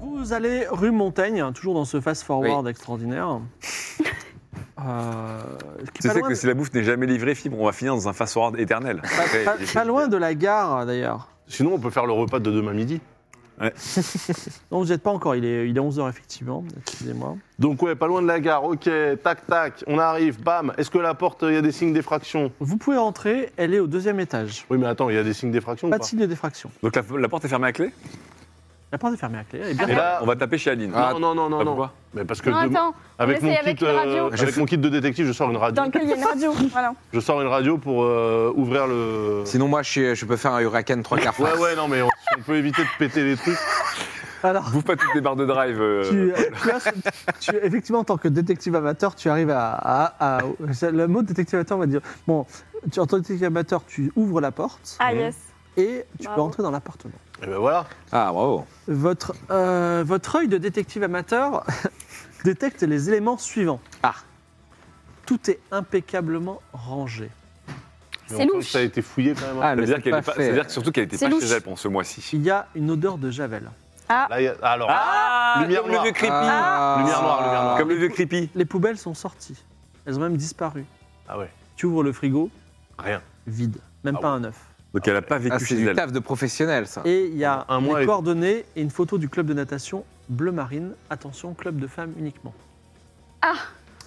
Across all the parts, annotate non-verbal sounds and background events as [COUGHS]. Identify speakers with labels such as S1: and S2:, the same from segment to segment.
S1: Vous allez rue Montaigne, hein, toujours dans ce fast-forward extraordinaire. [LAUGHS] Euh, qui
S2: Tu
S1: est pas
S2: sais
S1: loin
S2: que
S1: de-
S2: si la bouffe n'est jamais livrée, fibre, on va finir dans un fast-forward éternel. Après,
S1: pas- pas loin de la gare d'ailleurs.
S3: Sinon, on peut faire le repas de demain midi.
S1: Non, vous n'y êtes pas encore, il est, il est 11h effectivement, excusez-moi.
S3: Donc, ouais, pas loin de la gare. Ok, tac, tac. On arrive, bam. Est-ce que la porte, il y a des signes d'effraction
S1: Vous pouvez entrer, elle est au deuxième étage.
S3: Oui, mais attends, il y a des signes d'effraction ou
S1: Pas
S3: pas
S1: de signe de défraction.
S2: Donc la, la porte est fermée à clé
S1: La porte est fermée à clé. Elle est bien
S3: Et
S1: fermée.
S3: là,
S2: On va taper chez Aline.
S3: Non, non, non,
S2: Ah,
S3: non, non.
S2: pourquoi
S3: Mais parce que
S4: Non,
S3: de-
S4: attends,
S3: avec,
S4: on
S3: mon
S4: essaye avec
S3: kit,
S4: une
S3: euh,
S4: radio.
S3: avec mon kit de détective, je sors une radio.
S4: dans lequel il y a une radio. voilà.
S3: Je sors une radio pour euh, ouvrir le.
S5: Sinon, moi, je, suis- je peux faire un Huracan 3 quarts
S3: Ouais,
S5: face.
S3: ouais, non, mais on, on peut éviter de péter les trucs.
S1: Alors,
S2: Bouffe pas toutes les barres de drive. euh,
S1: tu, tu as ce- tu- effectivement, en tant que détective amateur, tu arrives à. à- à- ça- le mot détective amateur, on va dire. Bon, tu, en tant que détective amateur, tu ouvres la porte
S4: Ah yes.
S1: et tu peux
S4: Bravo.
S1: entrer dans l'appartement.
S3: Et ben voilà.
S5: Ah, bravo.
S1: Votre, euh, votre œil de détective amateur [LAUGHS] détecte les éléments suivants.
S5: Ah.
S1: Tout est impeccablement rangé.
S3: Mais
S4: C'est
S3: on sent
S4: louche.
S3: que Ça a été fouillé quand même. hein.
S5: Ah,
S2: Ça
S5: mais
S2: veut dire
S5: c'est
S2: qu'elle
S5: pas
S2: est pas- ça
S5: fait.
S2: veut dire que surtout qu'elle était
S4: C'est
S2: pas
S4: louche.
S2: chez elle pour ce mois-ci.
S1: Il y a une odeur de javel.
S3: Là, il y a- Alors,
S2: Ah
S3: Lumière
S2: Comme
S3: noire.
S2: le vieux creepy.
S5: Ah.
S3: Lumière noire, lumière noire.
S2: Comme le vieux creepy.
S1: Les poubelles sont sorties. Elles ont même disparu.
S3: Ah ouais.
S1: Tu ouvres le frigo,
S3: rien.
S1: vide. Même
S3: Ah
S1: pas un œuf.
S2: Donc elle a pas vécu
S5: Ah, c'est
S2: chez
S5: du
S2: elle.
S5: taf de professionnel, ça.
S1: Et il y a
S3: Un mois
S1: les
S3: et-
S1: coordonnées et une photo du club de natation bleu marine. Attention, club de femmes uniquement.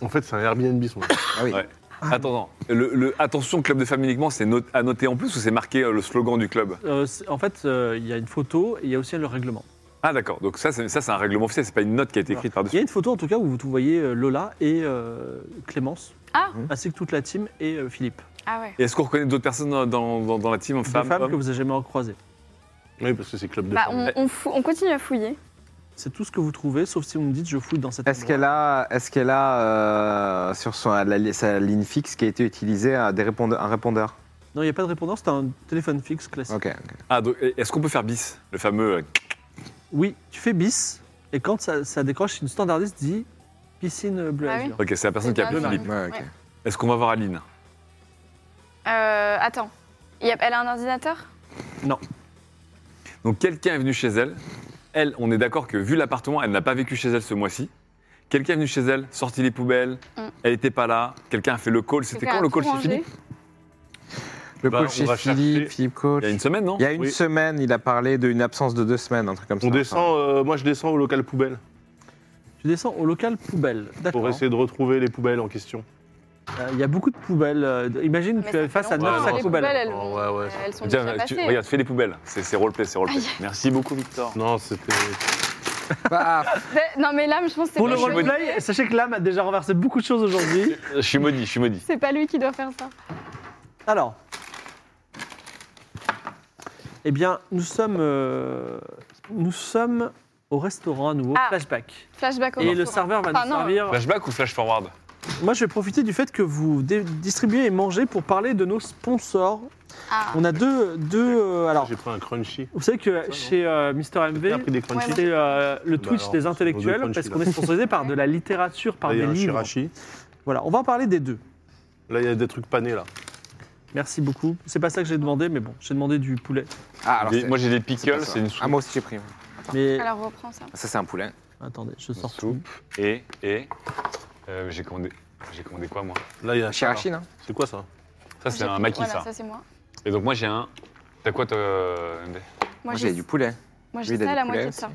S3: En fait, c'est un Airbnb, son.
S5: Ah oui.
S2: Ouais. Attends, attends. Le, le- attention, club de famille uniquement, c'est not- à noter en plus ou c'est marqué euh, le slogan du club
S1: Euh, c'est- en fait, euh, il y a une photo et il y a aussi le règlement.
S2: Ah d'accord, donc ça c'est, ça, c'est un règlement officiel, c'est pas une note qui a été écrite
S1: Il y
S2: par-dessus.
S1: a une photo en tout cas où vous tout voyez euh, Lola et euh, Clémence, Hein.
S4: Ah.
S1: ainsi que toute la team et euh, Philippe.
S4: Ah ouais.
S2: Et est-ce qu'on reconnaît d'autres personnes dans, dans- dans- dans la team,
S1: Deux
S2: femmes,
S1: femmes que
S2: hommes
S1: vous avez jamais croisées.
S3: Oui, parce que c'est club de
S4: Bah
S3: femmes.
S4: on, on, fou- on continue à fouiller.
S1: C'est tout ce que vous trouvez, sauf si vous me dites je fouille dans cette.
S5: Est-ce qu'elle a, est-ce qu'elle a euh, sur son, la- sa ligne fixe qui a été utilisée euh, des réponde- un répondeur
S1: Non, il n'y a pas de répondant, c'est un téléphone fixe classique.
S5: Ok. ok.
S2: Ah, donc, et- est-ce qu'on peut faire bis Le fameux. euh,
S1: Oui, tu fais bis, et quand ça, ça décroche, une standardiste dit piscine bleu
S4: Ah oui.
S1: azur.
S2: Ok, c'est la personne qui a
S4: C'est
S2: appelé
S4: pas
S2: Philippe.
S5: Ouais, ok.
S4: Ouais.
S2: Est-ce qu'on va voir Aline
S4: Euh, attends, Il y a- elle a un ordinateur
S2: Donc quelqu'un est venu chez elle. Elle, on est d'accord que vu l'appartement, elle n'a pas vécu chez elle ce mois-ci. Quelqu'un est venu chez elle, sorti les poubelles,
S4: Mm.
S2: elle n'était pas là, quelqu'un a fait le call, c'était
S4: Quelqu'un
S2: quand
S4: a
S2: le
S4: tout
S2: call chez
S4: rangé
S2: Philippe
S5: Le
S3: Bah,
S5: coach
S3: on
S5: chez
S3: va
S5: Philippe,
S3: chercher-
S5: Philippe
S2: Il
S5: coach.
S2: y a une semaine, non
S5: Il y a une
S3: Oui.
S5: semaine, il a parlé d'une absence de deux semaines, un truc comme ça.
S3: On descend, euh, moi je descends au local poubelle
S1: Tu descends au local poubelle. D'accord.
S3: pour essayer de retrouver les poubelles en question.
S1: Euh, Il y a beaucoup de poubelles. euh, de- Imagine,
S4: Ah, Mais
S1: tu es
S4: ça fait
S1: face à
S4: longtemps, hein.
S1: 900
S4: les
S1: poubelles.
S4: poubelles, elles,
S3: Oh, ouais, ouais,
S4: elles sont
S2: Tiens,
S4: déjà
S2: tu-
S4: passées.
S2: regarde, fais les poubelles. C'est, c'est roleplay, c'est roleplay. Merci beaucoup, Victor.
S3: Non, c'était.
S5: Ah,
S4: Mais- Non mais là, je pense que c'est
S1: Pour
S4: pas,
S1: le
S4: lui-
S1: roleplay, sachez que l'âme a déjà renversé beaucoup de choses aujourd'hui.
S2: Je suis maudit, je suis maudit.
S4: c'est pas lui qui doit faire ça.
S1: Alors. Eh bien, nous sommes, euh, nous sommes au restaurant à nouveau,
S4: Ah.
S1: flashback.
S4: Flashback au
S1: Et le
S4: restaurant.
S1: serveur va
S4: Enfin,
S1: nous
S4: non.
S1: servir.
S2: Flashback ou flash forward
S1: Moi, je vais profiter du fait que vous dé- distribuez et mangez pour parler de nos sponsors.
S4: Ah.
S1: On a deux. deux euh, alors,
S3: J'ai pris un crunchy.
S1: vous savez que chez euh, Mister
S3: T'as
S1: MV,
S3: pris des crunchies
S4: Ouais,
S1: c'est euh, le
S3: Bah
S1: Twitch
S3: alors,
S1: des
S3: nos deux
S1: intellectuels
S3: crunchy,
S1: parce
S3: là.
S1: qu'on est sponsorisé par de la littérature, par
S3: Là, il y
S1: des
S3: a un
S1: livres.
S3: chirachi.
S1: Voilà, on va en parler des deux.
S3: Là, il y a des trucs panés là.
S1: Merci beaucoup. C'est pas ça que j'ai demandé, mais bon, j'ai demandé du poulet.
S5: ah, alors
S2: Des-
S5: c'est-
S2: Moi j'ai des
S5: c'est pas
S2: pickles,
S5: ça.
S2: c'est une soupe.
S5: Ah, moi aussi, j'ai pris. ouais.
S1: Mais
S4: Alors reprends ça.
S5: Ça, c'est un poulet.
S1: attendez, je
S2: Une
S1: sors tout.
S2: soupe et. et euh, j'ai, commandé, j'ai commandé quoi moi
S3: Là, il y a un
S5: Chirachi, non
S3: C'est quoi ça
S2: Ça c'est
S4: J'ai-
S2: un maquis
S4: voilà,
S2: ça.
S4: ça c'est moi.
S2: Et donc moi j'ai un. T'as quoi toi euh, MD
S4: Moi
S5: Moi, j'ai
S4: j'ai
S5: du poulet.
S4: moi,
S5: lui,
S4: j'ai
S5: il a
S4: ça
S5: du
S4: la
S5: poulet
S4: moitié de ça.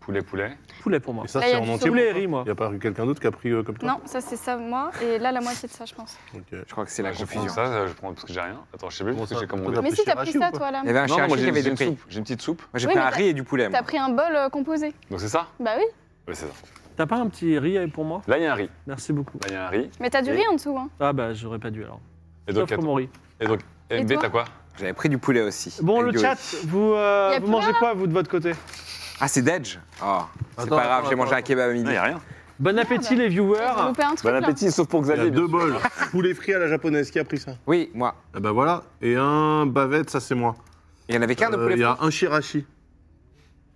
S2: Poulet, poulet.
S1: Poulet pour moi.
S3: Et ça,
S4: Là, il y
S3: c'est
S4: a
S3: en
S4: du
S3: entier.
S1: Poulet et
S3: pour toi
S1: riz, moi.
S3: Il n'y a pas eu quelqu'un d'autre qui a pris euh, comme toi
S4: Non, ça c'est ça moi et là la moitié de ça je pense.
S3: Ok.
S5: Je crois que c'est la
S2: Ah, j'ai pris
S5: confusion.
S2: ça, ça, je prends parce que j'ai rien. Attends, je sais plus
S3: Comment
S2: parce que
S3: ça
S2: j'ai commandé.
S3: T'as
S4: Mais
S3: pris
S4: si t'as
S3: chirachi
S4: pris
S3: ou
S4: ça
S3: pas
S4: toi là.
S5: Il y avait un
S2: Non, non,
S5: chirachi
S2: moi
S5: qui
S2: j'ai
S5: avait
S2: j'ai
S5: des
S2: une
S5: prix. Moi,
S2: soupe, j'ai une petite soupe.
S5: j'ai
S4: Oui,
S5: pris
S4: mais
S5: un
S4: t'as-
S5: riz et du poulet. moi.
S4: T'as pris un bol euh, composé.
S2: Donc c'est ça
S4: Bah oui.
S2: Oui, c'est ça.
S1: T'as T'as pas un petit riz euh, pour moi
S6: Là, il y a un riz.
S1: Merci beaucoup.
S6: Là, il y a un riz.
S4: Mais t'as du
S6: Et-
S4: riz en dessous, hein.
S1: Ah bah j'aurais pas dû alors.
S6: Et donc,
S1: Sauf pour
S6: attends.
S1: mon riz.
S6: Et donc,
S4: Et
S6: B,
S4: toi
S6: t'as quoi
S5: J'avais pris du poulet aussi.
S2: Bon,
S5: Avec
S2: le
S5: du
S2: chat,
S5: riz.
S2: vous, euh,
S4: Y a
S2: vous
S4: plus
S2: mangez
S4: rien
S2: quoi, vous, de votre côté
S5: Ah, c'est Dedge Ah, C'est
S1: Attends,
S5: pas grave,
S1: attends,
S5: j'ai mangé
S1: attends.
S5: un kebab à midi.
S6: Non, il n'y a rien.
S1: Bon appétit les
S4: bah. J'ai
S1: viewers.
S4: loupé un truc
S6: Bon
S4: là.
S6: appétit, sauf pour
S3: Il y a
S6: Xavier.
S3: deux bols. [LAUGHS] Poulet frit à la japonaise, qui a pris ça
S5: Oui, moi.
S3: Ah bah voilà. Et un bavette, ça c'est moi.
S5: Il y en avait qu'un de
S3: Euh,
S5: poulet.
S3: Il y a un shirashi.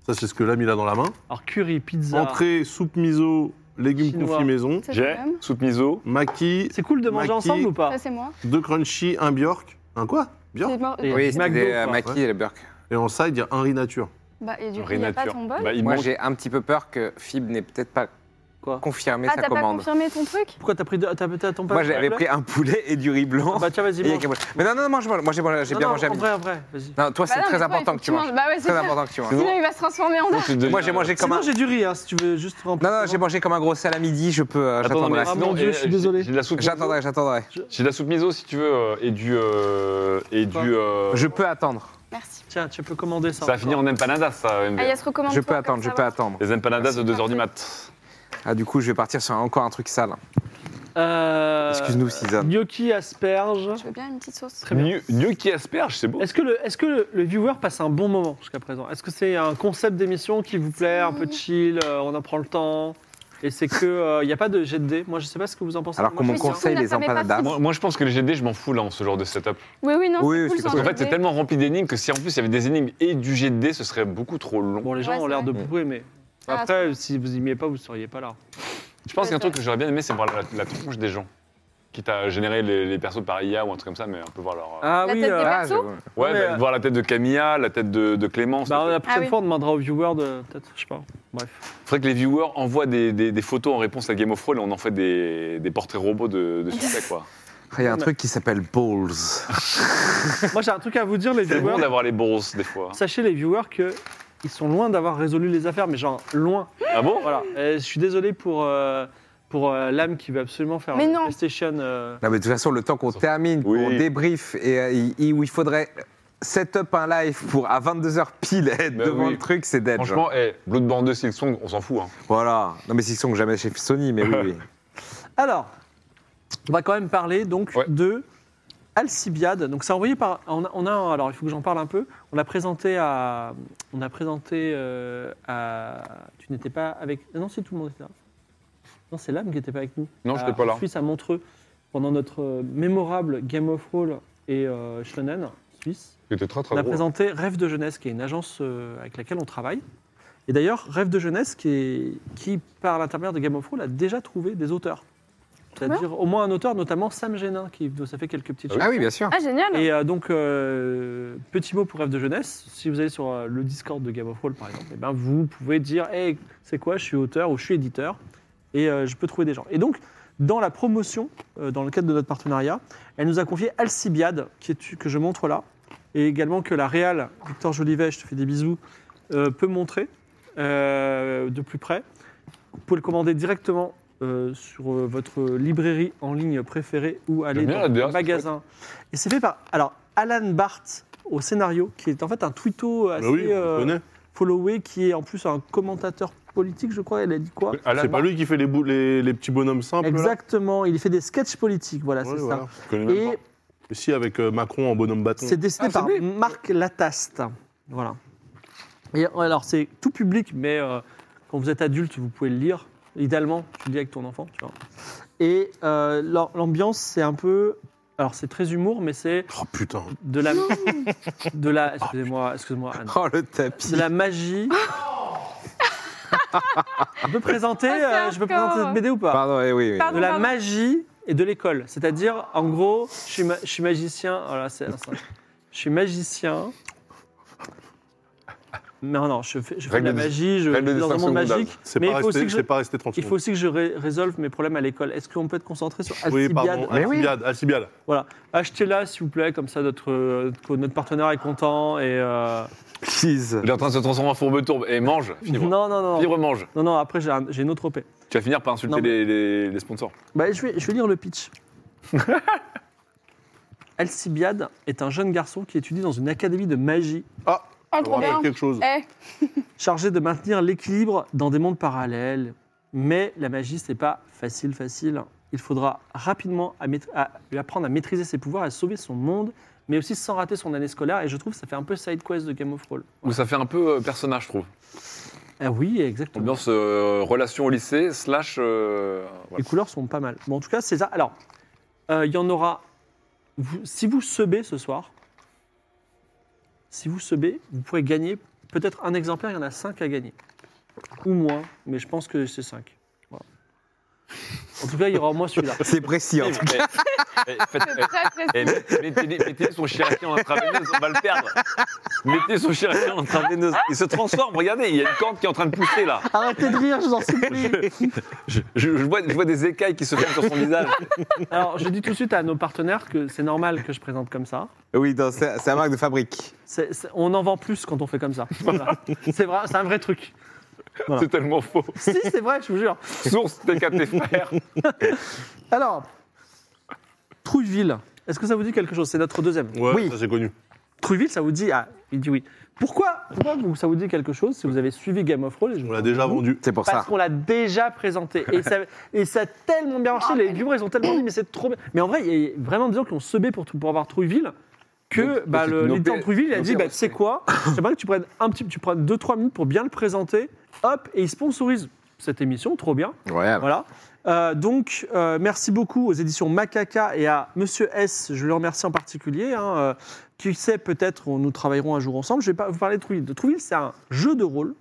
S3: Ça c'est ce que l'ami a dans la main.
S1: Alors curry, pizza.
S3: Entrée, soupe miso, légumes
S1: Chinois.
S3: confits maison.
S4: Ça, c'est
S6: J'ai
S4: le même.
S6: soupe miso.
S3: Maki,
S1: C'est cool de manger
S3: Maki.
S1: ensemble ou pas
S5: Ah.
S4: Ça, c'est moi.
S3: deux crunchy, un bjork. Un quoi
S4: C'est
S3: Bjork
S4: mort-
S1: Et-
S5: Oui, c'était
S1: McDo,
S5: des euh,
S1: quoi.
S5: maquis et le burk.
S3: Et en side, il y a un riz nature.
S4: Bah, et du coup, il n'y a pas
S6: Rénature.
S4: ton bol.
S6: Bah, il
S5: Moi,
S6: mange-
S5: j'ai un petit peu peur que Fib n'ait peut-être pas
S1: Quoi
S5: confirmé
S4: Ah,
S5: sa
S4: t'as pas
S5: commande.
S4: confirmé ton truc
S1: Pourquoi t'as pris deux- t'as t'as ton père
S5: Moi, j'avais pris un poulet et du riz blanc.
S1: Bah tiens vas-y.
S5: Et il y a
S1: mange.
S5: qu'un poulet. Mais non, non, non, moi, je mange- moi, j'ai mangé- j'ai
S1: Non,
S5: bien
S1: non,
S5: mangé à
S1: En
S5: midi.
S1: vrai, en vrai. Vas-y.
S5: Non, toi,
S4: Bah non,
S5: c'est
S4: mais
S5: très
S4: toi, il faut
S5: important
S4: que
S5: que tu
S4: tu
S5: manges.
S4: manges. Bah ouais, c'est
S5: Très
S4: ça.
S5: important que tu manges.
S4: Sinon, il va se transformer en dinde.
S5: Moi, j'ai mangé comme
S1: Sinon
S5: un.
S1: j'ai du riz hein, si tu veux juste remplir.
S5: Non, non, j'ai mangé comme un gros sel à midi. Je peux. euh,
S6: Attends, mais
S5: J'attendrai.
S1: Ah,
S6: sinon,
S1: mon Dieu,
S6: eh,
S1: je suis
S6: j'ai-
S1: désolé.
S6: J'ai de la soupe
S5: J'attendrai, j'attendrai.
S6: J'ai de la soupe miso si tu veux euh, et du euh, et du.
S1: Quoi
S6: euh,
S5: Je peux attendre.
S4: Merci. Bah,
S1: Tiens, tu peux commander ça.
S6: Ça va finir en empanadas, ça. MV.
S4: Alias, recommande
S5: Je peux attendre, je peux attendre.
S6: Les empanadas de 2h du
S4: Parfait.
S6: mat.
S5: Ah, du coup, je vais partir sur encore un truc sale.
S1: Euh,
S5: Excuse-nous, Suzanne.
S1: Gnocchi asperge.
S4: Je veux bien une petite sauce.
S1: Très bien.
S6: Mieux- Mieux qui asperge, c'est beau.
S1: Est-ce que, le, est-ce que le, le viewer passe un bon moment jusqu'à présent Est-ce que c'est un concept d'émission qui vous plaît, un peu chill, euh, on en prend le temps Et c'est que euh, il n'y a pas de jet de dés. Moi, je sais pas ce que vous en pensez.
S5: Alors
S1: Moi,
S5: qu'on me
S1: je suis sûr.
S5: conseille
S4: surtout,
S5: les
S4: on a pas mes
S5: empanadas.
S6: Ah, Moi, moi, je pense que les GD, je m'en fous là en ce genre de setup.
S4: Oui, oui, non.
S5: Oui,
S4: c'est
S5: oui,
S4: cool,
S5: c'est
S4: sans
S6: Parce qu'en fait, c'est
S4: GD.
S6: tellement rempli d'énigmes que si en plus il y avait des énigmes et du GD, ce serait beaucoup trop long.
S1: Bon, les gens
S4: Ouais,
S1: ont
S4: c'est
S1: l'air de
S4: vrai.
S1: prouver, mais
S4: Ah,
S1: après, si vous n'y êtes pas, vous seriez pas là.
S6: Je pense
S4: Ouais,
S6: qu'un
S4: c'est
S6: truc que j'aurais bien aimé, c'est voir la, la tronche des gens. Quitte à générer les, les persos par IA ou un truc comme ça, mais on peut voir leur. euh,
S1: Ah
S4: La
S1: oui,
S4: tête
S1: euh,
S4: des-
S5: Ah,
S4: perso
S5: je-
S6: ouais,
S1: mais,
S6: bah,
S1: euh,
S6: voir la tête de Camilla, la tête de, de Clémence.
S1: bah, la
S6: peut-être.
S1: prochaine
S4: Ah oui.
S1: fois, on demandera aux viewers de. Peut-être, je sais pas. Bref.
S6: Faudrait que les viewers envoient des, des- des photos en réponse à Game of Thrones et on en fait des, des portraits robots de, de succès, quoi.
S5: Il y a un truc qui s'appelle Balls.
S1: Moi, j'ai un truc à vous dire, les
S6: C'est bon
S1: viewers.
S6: d'avoir les bourses, des fois.
S1: Sachez, les viewers, que. Ils sont loin d'avoir résolu les affaires, mais genre loin.
S6: Ah bon
S1: Voilà. Et je suis désolé pour, euh, pour euh, l'âme qui veut absolument faire
S4: Mais
S1: une
S4: non.
S1: PlayStation. euh,
S5: Non, mais de toute façon, le temps qu'on termine,
S6: Oui.
S5: qu'on débrief, et euh, il- il- où il faudrait set up un live pour à 22h pile être
S6: Bah
S5: devant
S6: oui.
S5: le truc, c'est dead.
S6: Franchement, eh, Bloodborne 2, Silksong, on s'en fout. Hein.
S5: Voilà. Non, mais s'ils sont jamais chez Sony, mais oui, oui.
S1: Alors, on va quand même parler donc
S6: Ouais.
S1: de Alcibiade. Donc c'est envoyé par. On a, on a- alors il faut que j'en parle un peu. On l'a présenté à. On a présenté euh, à. Tu n'étais pas avec. ah Non, si tout le monde était là. Non, c'est l'âme qui n'était pas avec nous.
S6: Non,
S1: À-
S6: j'étais pas là.
S1: En Suisse à Montreux pendant notre euh, mémorable Game of Roll et euh, Shonen suisse.
S6: C'était très très
S1: On a
S6: drôle.
S1: présenté Rêve de Jeunesse, qui est une agence euh, avec laquelle on travaille. Et d'ailleurs, Rêve de Jeunesse, qui, est- qui par l'intermédiaire de Game of Thrones, a déjà trouvé des auteurs. C'est-à-dire au moins un auteur, notamment Sam Génin, qui nous a fait quelques petites choses.
S5: Ah oui, bien sûr.
S4: Ah, génial.
S1: Et euh, donc, euh, petit mot pour Rêve de Jeunesse. Si vous allez sur euh, le Discord de Game of Thrones, par exemple, eh ben, vous pouvez dire Hey, c'est quoi, je suis auteur ou je suis éditeur et euh, je peux trouver des gens. Et donc, dans la promotion, euh, dans le cadre de notre partenariat, elle nous a confié Alcibiade, qui est, que je montre là, et également que la Réal, Victor Jolivet, je te fais des bisous, euh, peut montrer euh, de plus près. Vous pouvez le commander directement euh, sur euh, votre librairie en ligne préférée ou aller
S6: J'aime bien
S1: dans
S6: la DA,
S1: le
S6: c'est
S1: magasin. Et c'est fait par alors Alan Barth au scénario, qui est en fait un twitto assez
S3: Bah oui, on
S1: euh,
S3: connaît.
S1: followé, qui est en plus un commentateur politique, je crois. Elle a dit quoi
S6: Alan
S3: C'est pas lui qui fait les, bou- les, les petits bonhommes simples.
S1: Exactement, il fait des sketchs politiques, voilà,
S3: Là
S1: c'est
S3: voilà.
S6: Je connais
S1: ça.
S6: même
S1: Et
S6: pas.
S3: Si, avec euh, Macron en bonhomme bâton.
S1: c'est dessiné
S5: Ah, c'est
S1: par
S5: lui
S1: Marc Lataste. Voilà. Et alors, c'est tout public, mais euh, quand vous êtes adulte, vous pouvez le lire. Idéalement, tu le lis avec ton enfant, tu vois. Et euh, l'am- l'ambiance, c'est un peu. Alors, c'est très humour, mais c'est
S3: Oh putain.
S1: de la. [LAUGHS] de la. Excusez-moi, excusez-moi, Anne.
S5: Oh, le tapis.
S1: de la
S4: [LAUGHS]
S1: magie. je peux présenter,
S4: Ah, c'est
S1: euh, je peux
S4: hardcore.
S1: présenter cette BD ou pas
S5: Pardon, eh oui, oui.
S4: Pardon.
S1: de la magie et de l'école. C'est-à-dire, en gros, je suis, ma- je suis magicien. Oh là, c'est- c'est- je suis magicien. Non, non, je fais, je fais de la
S6: Règle de-
S1: magie, je je
S6: règle de
S1: suis dans un monde
S6: distinction mondiale.
S1: magique.
S3: C'est
S1: Mais
S3: pas,
S1: il faut, aussi
S3: resté-
S1: que je,
S3: c'est pas resté 30
S1: il
S3: secondes.
S1: faut aussi que je ré- résolve mes problèmes à l'école. Est-ce qu'on peut être concentré sur
S3: Oui,
S1: Alcibiade
S3: pardon.
S5: Mais oui.
S3: Alcibiade. Alcibiade.
S1: Achetez-la, s'il vous plaît, comme ça notre, euh, notre partenaire est content. Et, euh,
S5: Please.
S6: Il est en train de se transformer en fourbe tourbe. Et mange, fibre.
S1: Non, non, non.
S6: Fibre mange.
S1: Non, non, après j'ai un- j'ai une autre OP.
S6: Tu vas finir par insulter
S1: Non, mais-
S6: les, les- les sponsors.
S1: Bah, je, vais, je vais lire le [LAUGHS] pitch. Alcibiade est un jeune garçon qui étudie dans une académie de magie,
S4: Oh,
S3: Ça me
S4: trop
S3: rappelle
S4: bien.
S3: quelque chose.
S4: Eh,
S1: chargé de maintenir l'équilibre dans des mondes parallèles. Mais la magie, c'est pas facile, facile. Il faudra rapidement à maît- à lui apprendre à maîtriser ses pouvoirs, à sauver son monde, mais aussi sans rater son année scolaire. Et je trouve que ça fait un peu side quest de Game of Thrones.
S6: Où ça fait un peu euh, personnage, je trouve.
S1: Ah oui, exactement.
S6: Ambiance euh, relation au lycée, slash. euh, voilà.
S1: Les couleurs sont pas mal. Bon, en tout cas, c'est ça. Alors, euh, il y en aura. vous- si vous sebez ce soir, si vous sebez, vous pourrez gagner peut-être un exemplaire. Il y en a cinq à gagner. Ou moins, mais je pense que c'est cinq. Voilà. En tout cas, il y aura au moins celui-là.
S5: C'est précis, en tout cas.
S6: Eh, eh, faites- eh,
S4: Très précis.
S6: eh, mettez, mettez son chirurgien en intraveineuse, on va le perdre. Mettez son chirurgien en intraveineuse. Il se transforme, regardez, il y a une corde qui est en train de pousser là.
S1: [LAUGHS] Arrêtez de rire, je vous en supplie.
S6: Je, je- je vois, je vois des écailles qui se forment sur son visage.
S1: Alors, je dis tout de suite à nos partenaires que c'est normal que je présente comme ça.
S5: Oui, non, c'est c'est la marque de fabrique.
S1: C'est- c'est- on en vend plus quand on fait comme ça. Voilà. C'est vrai, c'est un vrai truc. Voilà.
S6: C'est tellement faux.
S1: Si, c'est vrai, je vous jure.
S6: Source, t'es qu'à tes frères.
S1: Alors, Trouilleville, est-ce que ça vous dit quelque chose C'est notre deuxième.
S3: oui. ça c'est connu.
S1: Trouilleville, ça vous dit. Ah, il dit oui. Pourquoi, pourquoi vous- ça vous dit quelque chose si vous avez suivi Game of Thrones et je-
S3: On l'a déjà vendu.
S5: C'est pour
S1: Parce
S5: ça.
S1: qu'on l'a déjà présenté. Et ça, et ça a tellement bien marché. Les viewers, ils ont tellement dit, mais c'est trop bien. Mais en vrai, il y a vraiment des gens qui ont sebé pour, pour avoir Trouilleville.
S6: Donc,
S1: Que bah,
S6: c'est
S1: le-
S6: une
S1: l'éditeur
S6: opé-
S1: de Trouilleville, il a
S6: une
S1: dit
S6: opé-
S1: bah, Tu sais quoi J'aimerais que tu prennes un petit, tu prennes 2-3 minutes pour bien le présenter. Hop, et il sponsorise cette émission, trop bien.
S5: Ouais.
S1: Voilà. Euh, donc, euh, merci beaucoup aux éditions Macaca et à Monsieur S. Je le remercie en particulier. hein, euh, qui sait, peut-être on- nous travaillerons un jour ensemble. Je vais pas vous parler de Trouville. De Trouville, c'est un jeu de rôle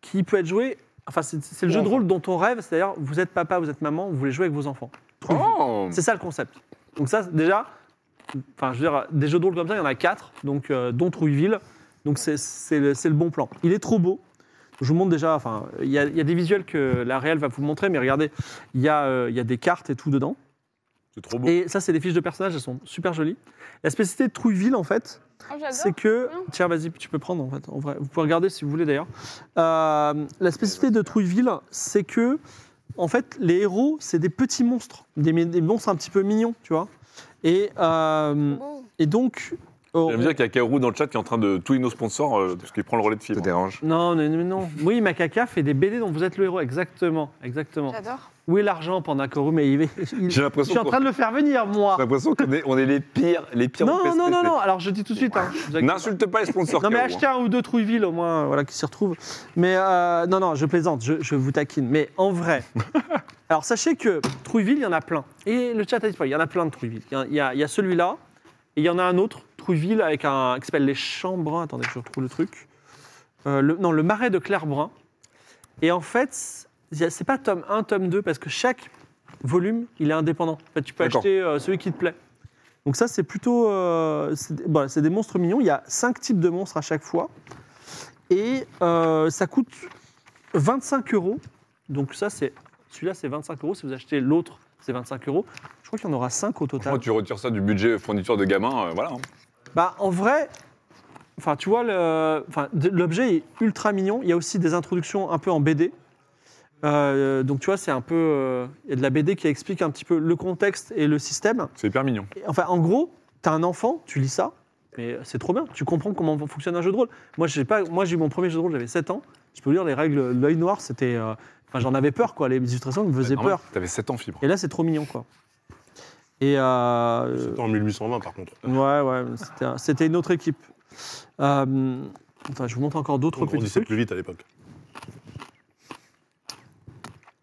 S1: qui peut être joué. Enfin, c'est c'est le jeu de rôle dont on rêve. C'est-à-dire, vous êtes papa, vous êtes maman, vous voulez jouer avec vos enfants. Trouville.
S2: Mm.
S6: Oh.
S1: C'est ça le concept. Donc ça, déjà, enfin, je veux dire, des jeux de rôle comme ça, il y en a quatre, donc, euh, dont Trouilleville. Donc c'est- c'est le, c'est le bon plan. Il est trop beau. Je vous montre déjà, enfin, il y, a- il y a des visuels que la réelle va vous montrer, mais regardez, il y, a, euh, il y a des cartes et tout dedans.
S6: C'est trop beau.
S1: Et ça, c'est des fiches de personnages, elles sont super jolies. La spécificité de Trouilleville, en fait,
S4: Oh, j'adore.
S1: c'est que.
S4: Non.
S1: Tiens, vas-y, tu peux prendre en fait. En vrai. Vous pouvez regarder si vous voulez d'ailleurs. Euh, la spécificité de Trouilleville, c'est que, en fait, les héros, c'est des petits monstres. Des, des monstres un petit peu mignons, tu vois. Et, euh,
S4: Beau.
S1: et donc. oh,
S6: J'aime bien qu'il y a Kaoru dans le chat qui est en train de tous nos sponsors euh, parce qu'il prend le relais de
S5: Ça
S6: fibre.
S5: te dérange.
S1: non, non, non, non. Oui, Macaca fait des BD dont vous êtes le héros, exactement. exactement.
S4: J'adore.
S1: Où est l'argent pendant Koru Mais il, il-
S6: J'ai
S1: je suis
S6: l'impression
S1: en
S6: qu'on-
S1: train de le faire venir, moi.
S6: j'ai l'impression qu'on est, on est les pires, les pires.
S1: Non,
S6: en
S1: non, non,
S6: PSPC.
S1: non. Alors, je dis tout de suite. hein, vous inquiétez pas.
S6: N'insulte pas les sponsors.
S1: Non, mais
S6: Kaoru,
S1: achetez un ou deux Trouilleville au moins, voilà, qui s'y retrouvent. Mais euh, non, non, je plaisante, je, je vous taquine. Mais en vrai, alors sachez que Trouilleville, il y en a plein. Et le chat a dit, il y en a plein de Trouilleville. Il y a- il y a, il y a celui-là, et il y en a un autre, Trouilleville, avec un, qui s'appelle Les Chambrins. Attendez, je retrouve le truc. Euh, le, non, le marais de Clairbrun. Et en fait, il y a- c'est pas tome 1, tome 2, parce que chaque volume, il est indépendant. En fait, tu peux
S6: D'accord.
S1: acheter euh, celui qui te plaît. Donc ça, c'est plutôt... euh, c'est des- voilà, c'est des monstres mignons. Il y a cinq types de monstres à chaque fois. Et euh, ça coûte 25 euros. Donc ça, c'est... Celui-là, c'est 25 euros. Si vous achetez l'autre, c'est 25 euros. Je crois qu'il y en aura 5 au
S6: Franchement,
S1: total.
S6: tu retires ça du budget fourniture de gamins, euh, voilà. hein.
S1: Bah, en vrai, enfin, tu vois, le- enfin, de- l'objet est ultra mignon. Il y a aussi des introductions un peu en BD. Euh, donc, tu vois, c'est un peu. euh, Il y a de la BD qui explique un petit peu le contexte et le système.
S6: C'est hyper mignon.
S1: Et, enfin, en gros, tu as un enfant, tu lis ça, mais c'est trop bien. Tu comprends comment fonctionne un jeu de rôle. Moi, j'ai pas, moi, j'ai eu mon premier jeu de rôle, j'avais 7 ans. Je peux vous dire, les règles, l'œil noir, c'était. euh, Enfin, j'en avais peur, quoi. Les illustrations me faisaient
S6: Bah, normal,
S1: peur.
S6: T'avais 7 ans, fibre.
S1: Et là, c'est trop mignon, quoi. Et.
S6: hein.
S1: euh,
S3: C'était en 1820 par contre.
S1: Ouais, ouais, mais c'était un- c'était une autre équipe. Euh, enfin, je vous montre encore d'autres
S3: On
S1: petits
S3: grandissait
S1: trucs.
S3: plus vite à l'époque.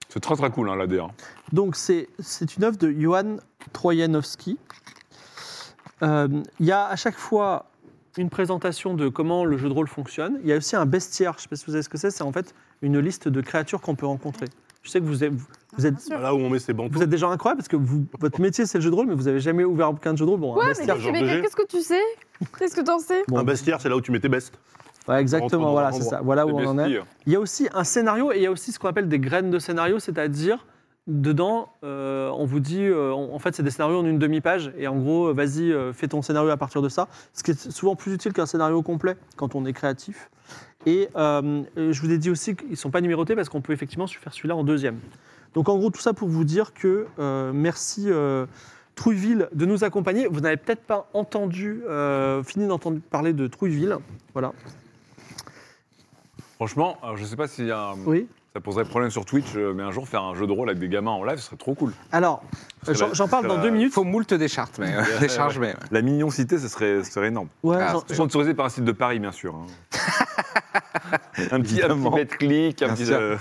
S6: C'est très très cool, hein, l'AD. hein.
S4: Ah,
S1: Donc, c'est c'est une œuvre de Johan Trojanowski. Euh, Il y a à chaque fois une présentation de comment le jeu de rôle fonctionne. Il y a aussi un bestiaire, je ne sais pas si vous savez ce que c'est, c'est en fait une liste de créatures qu'on peut rencontrer. Je sais que vous êtes, vous êtes,
S3: Là où on met ses bancs.
S1: vous êtes des gens incroyables parce que vous, votre métier c'est le jeu de rôle, mais vous n'avez jamais ouvert un bouquin de jeu de rôle. Bon, un
S4: Quoi, mais
S1: bestiaire.
S3: genre
S4: qu'est-ce- mais
S3: de jeu.
S4: qu'est-ce que tu sais Qu'est-ce que t'en
S5: Euh,
S4: sais
S1: Bon.
S3: Un bestiaire, c'est là où tu mets tes bestes.
S1: Ouais,
S3: rentre
S1: exactement,
S3: dans
S1: voilà,
S3: un
S1: c'est
S3: endroit.
S1: ça. Voilà où
S6: C'est
S1: on en est.
S6: bestie, euh.
S1: Il y a aussi un scénario et il y a aussi ce qu'on appelle des graines de scénario, c'est-à-dire dedans, euh, on vous dit, euh, en en fait, c'est des scénarios en une demi-page et en gros, euh, vas-y, euh, fais ton scénario à partir de ça, ce qui est souvent plus utile qu'un scénario complet quand on est créatif. Et euh, euh, je vous ai dit aussi qu'ils ne sont pas numérotés parce qu'on peut effectivement faire celui-là en deuxième. Donc en gros, tout ça pour vous dire que euh, merci euh, Trouilleville de nous accompagner. Vous n'avez peut-être pas entendu, euh, fini d'entendre parler de Trouilleville. Voilà.
S6: Franchement, euh, je sais pas s'il y a.
S1: Oui.
S2: Ça poserait problème sur Twitch, euh, mais un jour faire un jeu de rôle avec des gamins en live, ce serait trop cool.
S5: Alors,
S2: Ça
S1: J'en
S2: va-
S1: j'en parle
S2: ça
S1: dans
S2: va-
S1: deux
S5: il
S1: minutes.
S5: faut moult des chartes, mais [LAUGHS] euh, des charges, mais. ouais.
S2: La mignoncité, ce serait, ce serait énorme.
S1: Ouais,
S5: Ah,
S1: j'en-
S5: c'est-
S2: Sponsorisé par un site de Paris, bien sûr. hein. un petit, un petit click, un
S5: Bien
S2: petit.
S5: sûr.
S3: [LAUGHS]
S2: euh,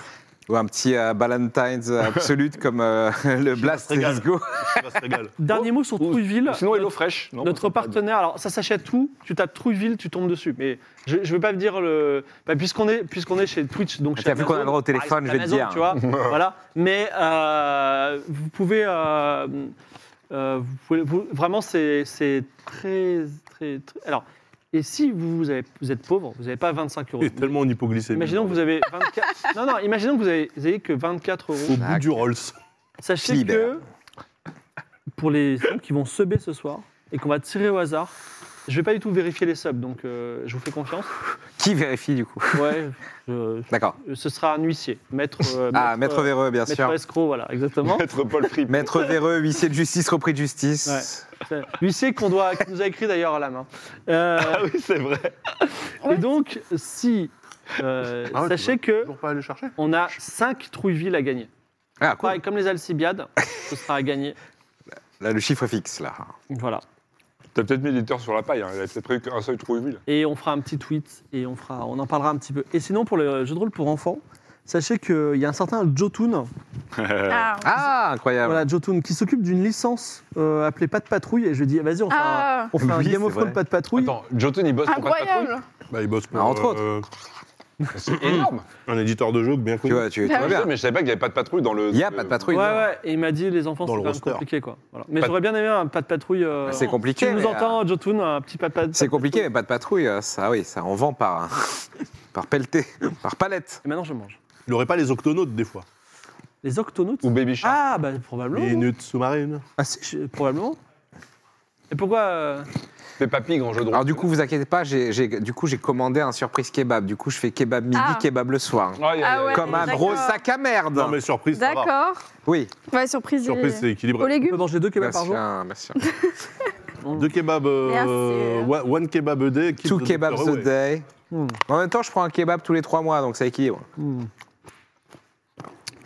S5: Ou un petit euh, Valentine's absolute comme euh, [LAUGHS] le Blast
S3: régale.
S5: Let's Go.
S3: Ça se régale.
S1: Dernier mot sur
S2: ou-
S1: Trouilleville.
S2: Sinon, Hello Fresh. non
S1: Notre partenaire, alors ça s'achète tout, tu tapes Trouilleville, tu tombes dessus. Mais je ne veux pas dire le. bah, Puisqu'on est, puisqu'on est chez Twitch, donc
S5: Ah,
S1: chez
S5: t'as vu qu'on a le droit au
S1: Amazon,
S5: téléphone,
S1: par
S5: je vais te
S1: exemple,
S5: [LAUGHS] dire.
S1: Tu vois, voilà. Mais euh, vous pouvez. euh, euh, vous pouvez- vous- vraiment, c'est c'est très, très, très- Alors, et si vous, avez- vous êtes pauvre, vous n'avez pas 25 euros.
S3: Il est tellement en hypoglycémie.
S1: Imaginons que vous avez
S5: [LAUGHS]
S1: 24. non, non, imaginons que vous avez, vous avez que 24 euros.
S3: Au bout du Rolls.
S1: Sachez
S5: Libère.
S1: que pour les gens qui vont subber ce soir et qu'on va tirer au hasard, je vais pas du tout vérifier les subs, donc euh, je vous fais confiance.
S5: Qui vérifie du coup
S1: Ouais, je-
S5: D'accord.
S1: ce sera un huissier, maître. euh,
S5: Ah, Maître
S1: euh,
S5: Véreux, bien
S1: maître
S5: sûr.
S1: escroc, voilà,
S3: [LAUGHS]
S1: exactement.
S2: Maître Paul Fripp.
S5: Maître Véreux, huissier de justice, repris de justice.
S1: C'est- L'huissier qu'on doit, qui nous a écrit d'ailleurs à la main. Euh,
S3: Ah oui, c'est vrai.
S1: Et donc, si euh,
S3: Ah ouais, tu
S1: sachez
S3: vas
S1: que
S3: Toujours pas aller chercher
S1: on a 5 trouilles à gagner.
S5: Ah, cool.
S1: Pareil, comme les Alcibiades, ce sera à gagner.
S5: Là, le chiffre est fixe, là.
S1: Voilà.
S2: [LAUGHS] T'as peut-être mis l'éditeur sur la paille, hein. il a peut-être prévu qu'un seul Trouville.
S1: et on fera un petit tweet et on, fera, on en parlera un petit peu. Et sinon, pour le jeu de rôle pour enfants, sachez qu'il y a un certain Jotun,
S4: Ah,
S5: Ah, incroyable.
S1: voilà, Jotun qui s'occupe d'une licence euh, appelée Pas de Patrouille. Et je lui ai dit, vas-y, on fait un,
S4: Ah,
S1: on fait un
S5: Oui,
S1: Game
S5: c'est
S1: of Thrones
S5: vrai.
S1: Pas de Patrouille.
S2: Attends, Jotun, il bosse pour pas de patrouille
S4: incroyable
S3: Bah, il bosse pour.
S5: Ah, entre autres.
S3: euh,
S2: C'est énorme.
S3: Un éditeur de jeux bien
S5: Tu
S3: connu.
S5: vois, tu, tu
S4: Ah
S5: vois
S4: oui.
S5: bien.
S2: Mais je savais pas qu'il y avait pas de patrouille dans le.
S5: Il n'y a pas de patrouille. hein.
S1: ouais,
S5: non.
S1: ouais. Et il m'a dit, les enfants, c'est
S3: Dans le
S1: quand même
S3: roster.
S1: compliqué, quoi. Voilà. Mais
S2: Pas-
S1: j'aurais bien aimé un Pas de Patrouille. euh,
S5: C'est compliqué,
S1: Tu nous
S5: mais, euh,
S1: entends, Jotun, un petit Pas de Patrouille.
S5: C'est compliqué, mais pas de patrouille. euh, Ça, oui, ça, on vend par, [LAUGHS] par pelleté, par palette.
S1: Et maintenant, je mange.
S3: Il aurait pas les octonautes des fois.
S1: Les Octonautes
S2: Ou Baby Shark.
S1: Ah, bah, probablement.
S3: Les nudes sous-marines.
S5: Ah, si.
S1: Je- Probablement. Et pourquoi euh,
S2: T'es pas pig en jeu de rôle.
S5: Alors du coup, vous inquiétez pas, j'ai, j'ai- du coup j'ai commandé un surprise kebab. Du coup, je fais kebab midi,
S4: Ah.
S5: kebab le soir.
S2: Aïe, aïe,
S4: Ah ouais.
S2: aïe.
S5: Comme un
S4: d'accord.
S5: gros sac à merde.
S3: Non, mais surprise, ça va.
S4: D'accord.
S5: Oui.
S4: Ouais, surprise.
S3: Surprise,
S4: il-
S3: c'est équilibré.
S4: Aux
S1: On peut
S4: légumes.
S1: manger deux kebabs par
S5: Merci,
S1: jour
S5: hein,
S1: [LAUGHS]
S5: merci.
S3: Deux kebabs. euh,
S4: Merci.
S3: one one kebab a day. keep
S5: Two
S3: the
S5: kebabs
S3: doctor
S5: a
S3: away.
S5: day.
S1: Hmm.
S5: En même temps, je prends un kebab tous les trois mois, donc ça équilibre.
S1: Hmm.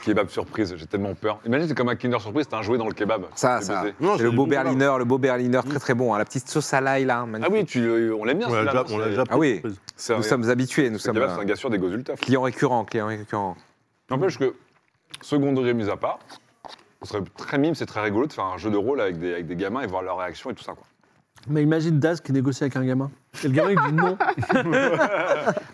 S2: Kebab surprise, j'ai tellement peur. Imagine, c'est comme un Kinder surprise, t'as un jouet dans le kebab.
S5: Ça,
S2: T'es
S5: ça.
S2: baisé.
S3: Non,
S5: C'est
S3: c'est
S5: le
S3: des
S5: beau
S3: bons kebabs.
S5: berliner, le beau berliner, très très bon. hein, La petite sauce à l'ail là. hein,
S2: Ah
S5: magnifique.
S2: oui, tu, euh, on l'aime bien.
S3: On l'a
S2: celui-là,
S3: déjà-
S2: non,
S3: on l'a
S2: c'est-
S3: déjà Bah,
S5: Ah oui.
S3: prise.
S2: c'est un-
S5: Nous sommes habitués, nous
S2: c'est un
S5: sommes
S2: kebab, c'est
S5: euh,
S2: un gars sûr des Gozultaf.
S5: clients récurrents, clients récurrents.
S2: N'empêche que, second degré mis à part, on serait très mime, c'est très rigolo de faire un jeu de rôle avec des, avec des gamins et voir leur réaction et tout ça. Quoi.
S1: Mais imagine Daz qui négocie avec un gamin. Et le gamin, il dit non.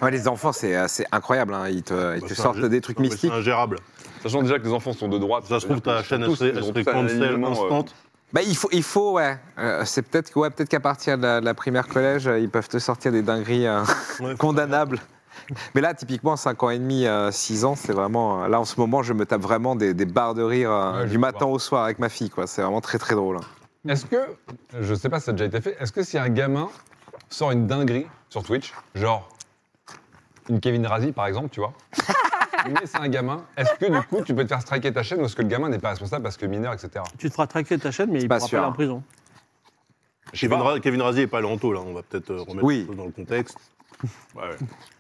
S5: Ouais, les enfants, c'est, euh, c'est incroyable. hein, Ils te, ils
S3: Bah,
S5: te
S3: c'est
S5: sortent
S3: ingé-
S5: des trucs
S3: non, mais
S5: mystiques.
S3: C'est ingérable.
S2: Sachant déjà que les enfants sont de droite.
S3: Ça se trouve, ta chaîne, elle
S2: tous-
S3: serait
S2: ils
S3: elle
S2: ont
S3: serait
S2: tous un
S3: cancel
S2: alignement, euh,
S3: instant.
S5: Bah, il faut, il faut ouais. Euh, c'est peut-être que- ouais, peut-être qu'à partir de la, de la primaire collège, euh, ils peuvent te sortir des dingueries euh,
S3: Ouais,
S5: condamnables. Mais là, typiquement, 5 ans et demi, 6 ans, c'est vraiment. euh, Là, en ce moment, je me tape vraiment des, des barres de rire euh,
S2: Ouais, je
S5: du
S2: vois.
S5: matin au soir avec ma fille. quoi. C'est vraiment très, très drôle. hein.
S2: Est-ce que, je sais pas si ça a déjà été fait, est-ce que si un gamin sort une dinguerie sur Twitch, genre une Kevin Razi par exemple,
S5: [LAUGHS]
S2: tu vois, mais c'est un gamin, est-ce que du coup tu peux te faire striker ta chaîne ou est-ce que le gamin n'est pas responsable parce que mineur, etc.
S1: Tu te feras traquer de ta chaîne, mais il
S5: pas
S1: pourra
S5: sûr,
S1: pas aller en
S5: hein.
S1: prison.
S3: Kevin, Ra- Kevin Razier est pas lento là, on va peut-être euh, remettre
S5: Oui.
S3: les choses dans le
S5: [LAUGHS]
S3: contexte.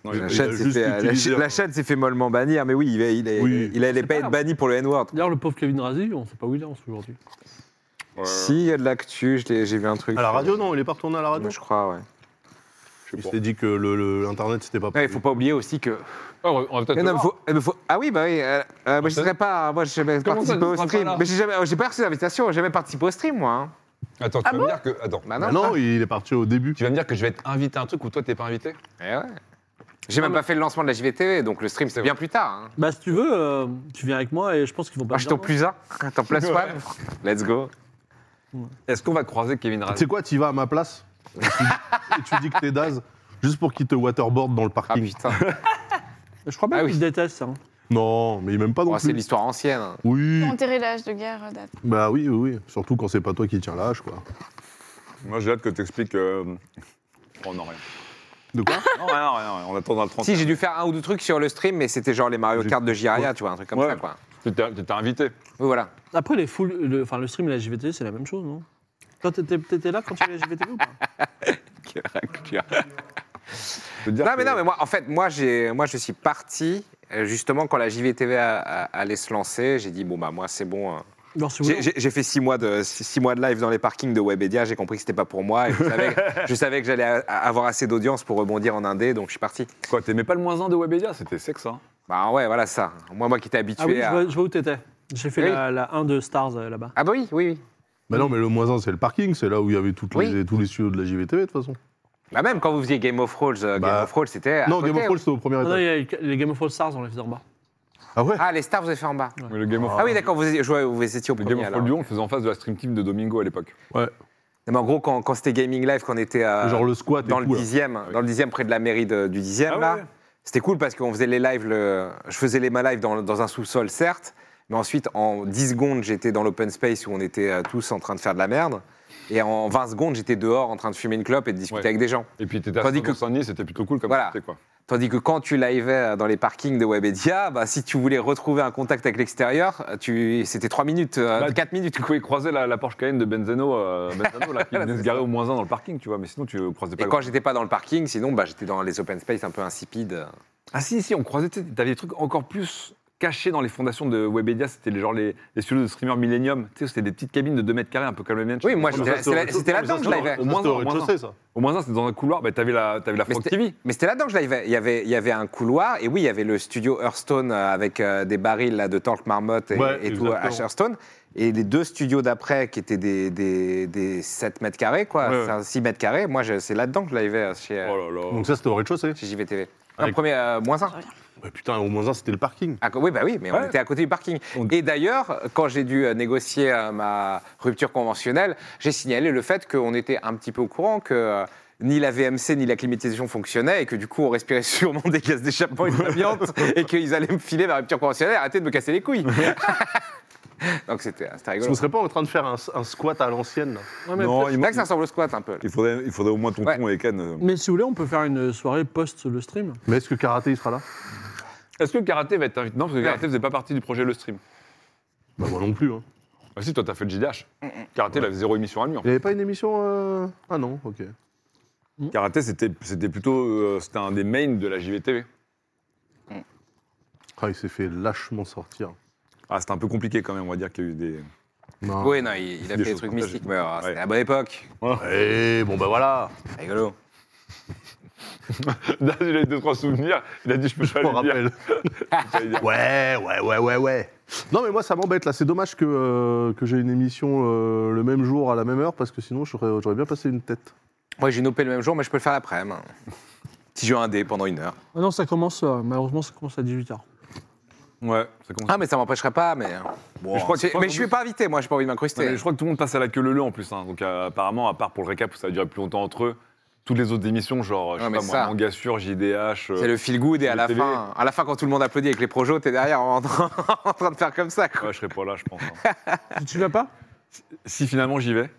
S2: Non,
S5: La
S3: il
S5: chaîne
S3: a
S5: s'est
S3: juste
S5: fait, euh, la
S3: utilisé
S5: ch- la
S3: un-
S5: chaîne s'est fait mollement bannir, mais oui, il, est- il, est-
S3: Oui.
S5: il allait
S1: pas
S5: pas être banni pour le N-word.
S1: D'ailleurs, le pauvre Kevin Razi, on sait pas où il est en ce aujourd'hui.
S2: Euh.
S5: Si, il y a de l'actu, je l'ai- j'ai vu un truc. euh,
S3: À la radio, non, il est pas retourné à la radio.
S5: Je crois, ouais.
S3: Il s'est dit que le- le- l'internet c'était pas.
S5: Il faut pas oublier aussi que.
S2: on va- on va peut-être
S5: Eh
S2: le
S5: non, mais
S2: voir.
S5: faut- eh, mais faut- ah oui, bah oui. euh, euh, moi, je
S2: Parfait.
S5: serais pas. Moi, j'ai jamais
S2: Comment ça,
S5: participé
S2: tu
S5: au
S2: seras pas
S5: stream.
S2: là
S5: Mais j'ai jamais, j'ai pas reçu l'invitation. J'ai jamais participé au stream, moi. hein.
S2: Attends, tu
S4: Ah
S2: vas
S4: bon
S2: me dire que... Attends,
S5: Bah
S3: Bah non, il est parti au début.
S2: tu vas me dire que je vais être invité à un truc où toi t'es pas invité
S5: Eh ouais. J'ai même pas fait le lancement de la JVTV, donc le stream, c'est bien plus tard. hein.
S1: Bah, si tu veux, euh, tu viens avec moi et je pense qu'ils vont pas.
S2: Bah,
S5: Ah,
S1: te
S5: je
S1: dire
S5: t'en plus un, [LAUGHS] t'en place one. Let's go.
S2: Est-ce qu'on va croiser Kevin
S3: Tu
S5: Ah
S2: Razi
S3: sais quoi, tu vas à ma place et tu, et tu dis que t'es Daz juste pour qu'il te waterboard dans le
S5: Ah
S3: parking.
S5: putain.
S1: non. Je crois pas
S5: Ah
S1: qu'ils
S5: oui.
S1: détestent ça. hein.
S3: non, mais il m'aime pas non
S5: Oh, c'est
S3: plus.
S5: l'histoire ancienne. hein.
S3: Oui,
S4: Enterrer l'âge de guerre euh, date.
S3: bah oui, oui, oui. Surtout quand c'est pas toi qui tiens l'âge, quoi.
S2: Moi j'ai hâte que t'expliques... euh, Oh non, rien.
S3: De quoi
S2: [LAUGHS] Non, rien, rien, rien, on attend dans le 30.
S5: Si, j'ai dû faire un ou deux trucs sur le stream, mais c'était genre les Mario Kart de Jiraya, tu vois, un truc comme
S2: Ouais.
S5: ça, quoi.
S2: Tu t'es tu t'es invité.
S5: Oui, voilà.
S1: Après, les full, le, enfin, le stream et la JVT, c'est la même chose, non Toi, t'étais, t'étais là quand tu faisais la JVT ou pas
S2: Je veux dire
S5: Non, mais
S2: que-
S5: non, mais moi, en fait, moi, j'ai, moi je suis parti euh, justement, quand la JVTV a- a- allait se lancer, j'ai dit, bon, bah moi, c'est bon. hein.
S1: Non, si vous
S5: J'ai-
S1: voulez,
S5: J'ai j'ai fait six mois, de, six six mois de live dans les parkings de Webedia, j'ai compris que c'était pas pour moi. Et je, savais,
S1: [LAUGHS]
S5: je savais que j'allais a- a- avoir assez d'audience pour rebondir en Indé, donc je suis parti.
S2: Quoi, t'aimais pas le moins 1 de Webedia C'était sexe, hein
S5: Bah ouais, voilà ça. Moi, moi qui étais habitué
S1: Ah oui, je
S5: à...
S1: vois, je vois où t'étais. J'ai fait
S5: Oui.
S1: la, la 1 de Stars euh, là-bas.
S5: Ah bah oui, oui, oui.
S3: Mais non, mais le moins 1, c'est le parking, c'est là où il y avait toutes
S5: Oui.
S3: les- tous les studios de la JVTV, de toute façon.
S5: Bah même quand vous faisiez Game of Thrones, euh, Game
S3: Bah,
S5: of Thrones, c'était... à
S3: non,
S5: côté.
S3: Game of Thrones, c'était au premier
S1: Ah non,
S3: étage.
S1: il y a les- les Game of Thrones Stars, on les faisait en bas.
S3: Ah ouais
S5: Ah, les stars, vous avez fait en bas.
S2: Mais le Game of
S5: Ah oui, d'accord, vous, étiez- je vois, vous étiez au
S2: Le
S5: premier.
S2: Game of Thrones
S5: alors.
S2: Lyon, on le faisait en face de la stream team de Domingo à l'époque.
S5: Non, mais en gros, quand, quand c'était Gaming Live, quand on était à-
S3: Genre le squat
S5: dans,
S3: et
S5: le
S3: tout, là.
S5: dixième, dans le dixième, près de la mairie de- du dixième,
S2: Ah ouais,
S5: là,
S2: ouais.
S5: c'était cool parce qu'on faisait les lives, le- je faisais les ma lives dans, dans un sous-sol, certes, mais ensuite, en 10 secondes, j'étais dans l'open space où on était euh, tous en train de faire de la merde, et en 20 secondes, j'étais dehors en train de fumer une clope et de discuter
S2: Ouais.
S5: avec des gens.
S2: Et puis t'étais à
S5: Tandis que-
S2: Saint-Denis, c'était plutôt cool comme
S5: Voilà.
S2: activité, quoi.
S5: Tandis que quand tu liveais euh, dans les parkings de Webedia, bah, si tu voulais retrouver un contact avec l'extérieur, euh, tu... c'était 3 minutes, euh,
S2: Bah,
S5: 4 minutes.
S2: Tu pouvais croiser la, la Porsche Cayenne de Benzeno, euh, Benzano, [LAUGHS] là, qui venait se garer au moins 1 dans le parking, tu vois, mais sinon tu croisais pas.
S5: Et quand j'étais pas dans le parking, sinon bah, j'étais dans les open space un peu insipides. euh.
S2: Ah si, si, on croisait, tu sais, t'avais des trucs encore plus cachés dans les fondations de Webedia, c'était les, genre les, les studios de streamers Millennium, tu sais, c'était des petites cabines de 2 mètres carrés, un peu comme le mien.
S5: Oui, moi
S3: Mais ça,
S5: j'étais-
S3: c'est
S5: c'était
S3: au-
S5: là- c'était
S3: mais
S5: là-dedans
S3: ça,
S5: que
S3: c'est
S5: je
S3: au-
S5: l'avais.
S3: ça, C'était au rez-de-chaussée, ça.
S2: Au moins 1, c'était dans un couloir, bah, t'avais la, t'avais la
S5: Mais
S2: Frog
S5: c'était-
S2: TV.
S5: Mais c'était là-dedans que je l'avais. Il y avait, il y avait un couloir, et oui, il y avait le studio Hearthstone euh, avec euh, des barils là, de Tank Marmotte et,
S3: Ouais,
S5: et tout à
S3: exactement.
S5: Hearthstone. Et les deux studios d'après, qui étaient des, des, des 7 mètres carrés, quoi,
S2: Ouais, ouais.
S5: c'est un 6 mètres carrés, moi je- c'est là-dedans que je l'avais euh, chez, euh,
S2: Oh là là.
S3: Donc ça, c'était au rez-de-chaussée.
S5: chez JVTV. Non,
S3: Avec-
S5: premier, euh, moins un.
S3: Mais putain, au moins 1, c'était le parking.
S5: À co- oui, bah oui, mais on
S2: Ouais.
S5: était à côté du parking.
S2: On-
S5: Et d'ailleurs, quand j'ai dû euh, négocier euh, ma rupture conventionnelle, j'ai signalé le fait qu'on était un petit peu au courant que euh, ni la VMC ni la climatisation fonctionnaient et que du coup, on respirait [LAUGHS] sûrement des gaz d'échappement et
S2: [LAUGHS]
S5: de l'amiante et qu'ils allaient me filer ma rupture conventionnelle. Arrêtez de me casser les couilles. [LAUGHS] Donc c'était euh, c'était
S3: Est-ce
S5: rigolo.
S3: qu'on serait pas en train de faire un, un squat à l'ancienne là
S1: Ouais, mais,
S2: Non,
S1: peut-
S2: il
S5: C'est vrai que ça ressemble au squat un peu.
S2: Il faudrait, il faudrait au moins tonton et Ken. euh.
S1: mais si vous voulez, on peut faire une soirée post le stream.
S3: Mais est-ce que karaté, il sera là
S2: Est-ce que le karaté va être invité Non, parce que le karaté faisait pas partie du projet Le Stream.
S3: Bah moi non plus. Hein.
S2: Ah si, toi t'as fait le JDH. Karaté, il avait zéro émission à lui. en
S3: Il n'y avait pas une émission euh, Ah non, ok.
S2: Karaté, c'était c'était plutôt. euh, c'était un des mains de la JVTV.
S3: Ah, il s'est fait lâchement sortir.
S2: Ah, c'était un peu compliqué quand même, on va dire qu'il y a eu [LAUGHS] des.
S3: Non.
S5: Oui, non, il, il
S2: Des
S5: a fait des
S2: choses
S5: trucs
S2: partagées.
S5: mystiques, mais alors, c'était
S2: Ouais.
S5: la bonne époque.
S3: Eh, bon bah voilà.
S5: Rigolo.
S2: Daz, il a eu deux, trois souvenirs. Il a dit, je peux pas
S3: Je me
S2: lui dire.
S3: rappelle. Ouais, ouais, ouais, ouais, ouais. Non mais moi ça m'embête là. C'est dommage que, euh, que j'ai une émission euh, le même jour à la même heure parce que sinon j'aurais j'aurais bien passé une tête.
S5: Moi, j'ai une OP le même jour, mais je peux le faire l'après-midi. Hein. Petit jeu indé pendant une heure.
S1: Ah non, ça commence, euh, malheureusement, ça commence à 18h.
S2: Ouais, ça commence.
S5: Ah, mais ça m'empêchera pas, mais. Bon,
S2: je crois que-
S5: c'est- mais je suis pas invité, moi, j'ai pas envie de
S2: Ouais,
S5: m'incruster.
S2: mais je crois que tout le monde passe à la queue leu leu en plus. hein. Donc euh, apparemment, à part pour le récap où ça a duré plus longtemps entre eux, toutes les autres émissions, genre, je
S5: Ouais,
S2: sais
S5: mais
S2: pas
S5: ça.
S2: moi, Manga Sur, JDH. euh,
S5: C'est le feel good et à
S2: le
S5: la
S2: TV.
S5: fin, à la fin quand tout le monde applaudit avec les projos, t'es derrière en, en train [LAUGHS] de faire comme ça. quoi.
S2: Ouais, je serais pas là, je pense. hein. [LAUGHS]
S1: Tu- Tu vas pas
S2: si finalement j'y vais,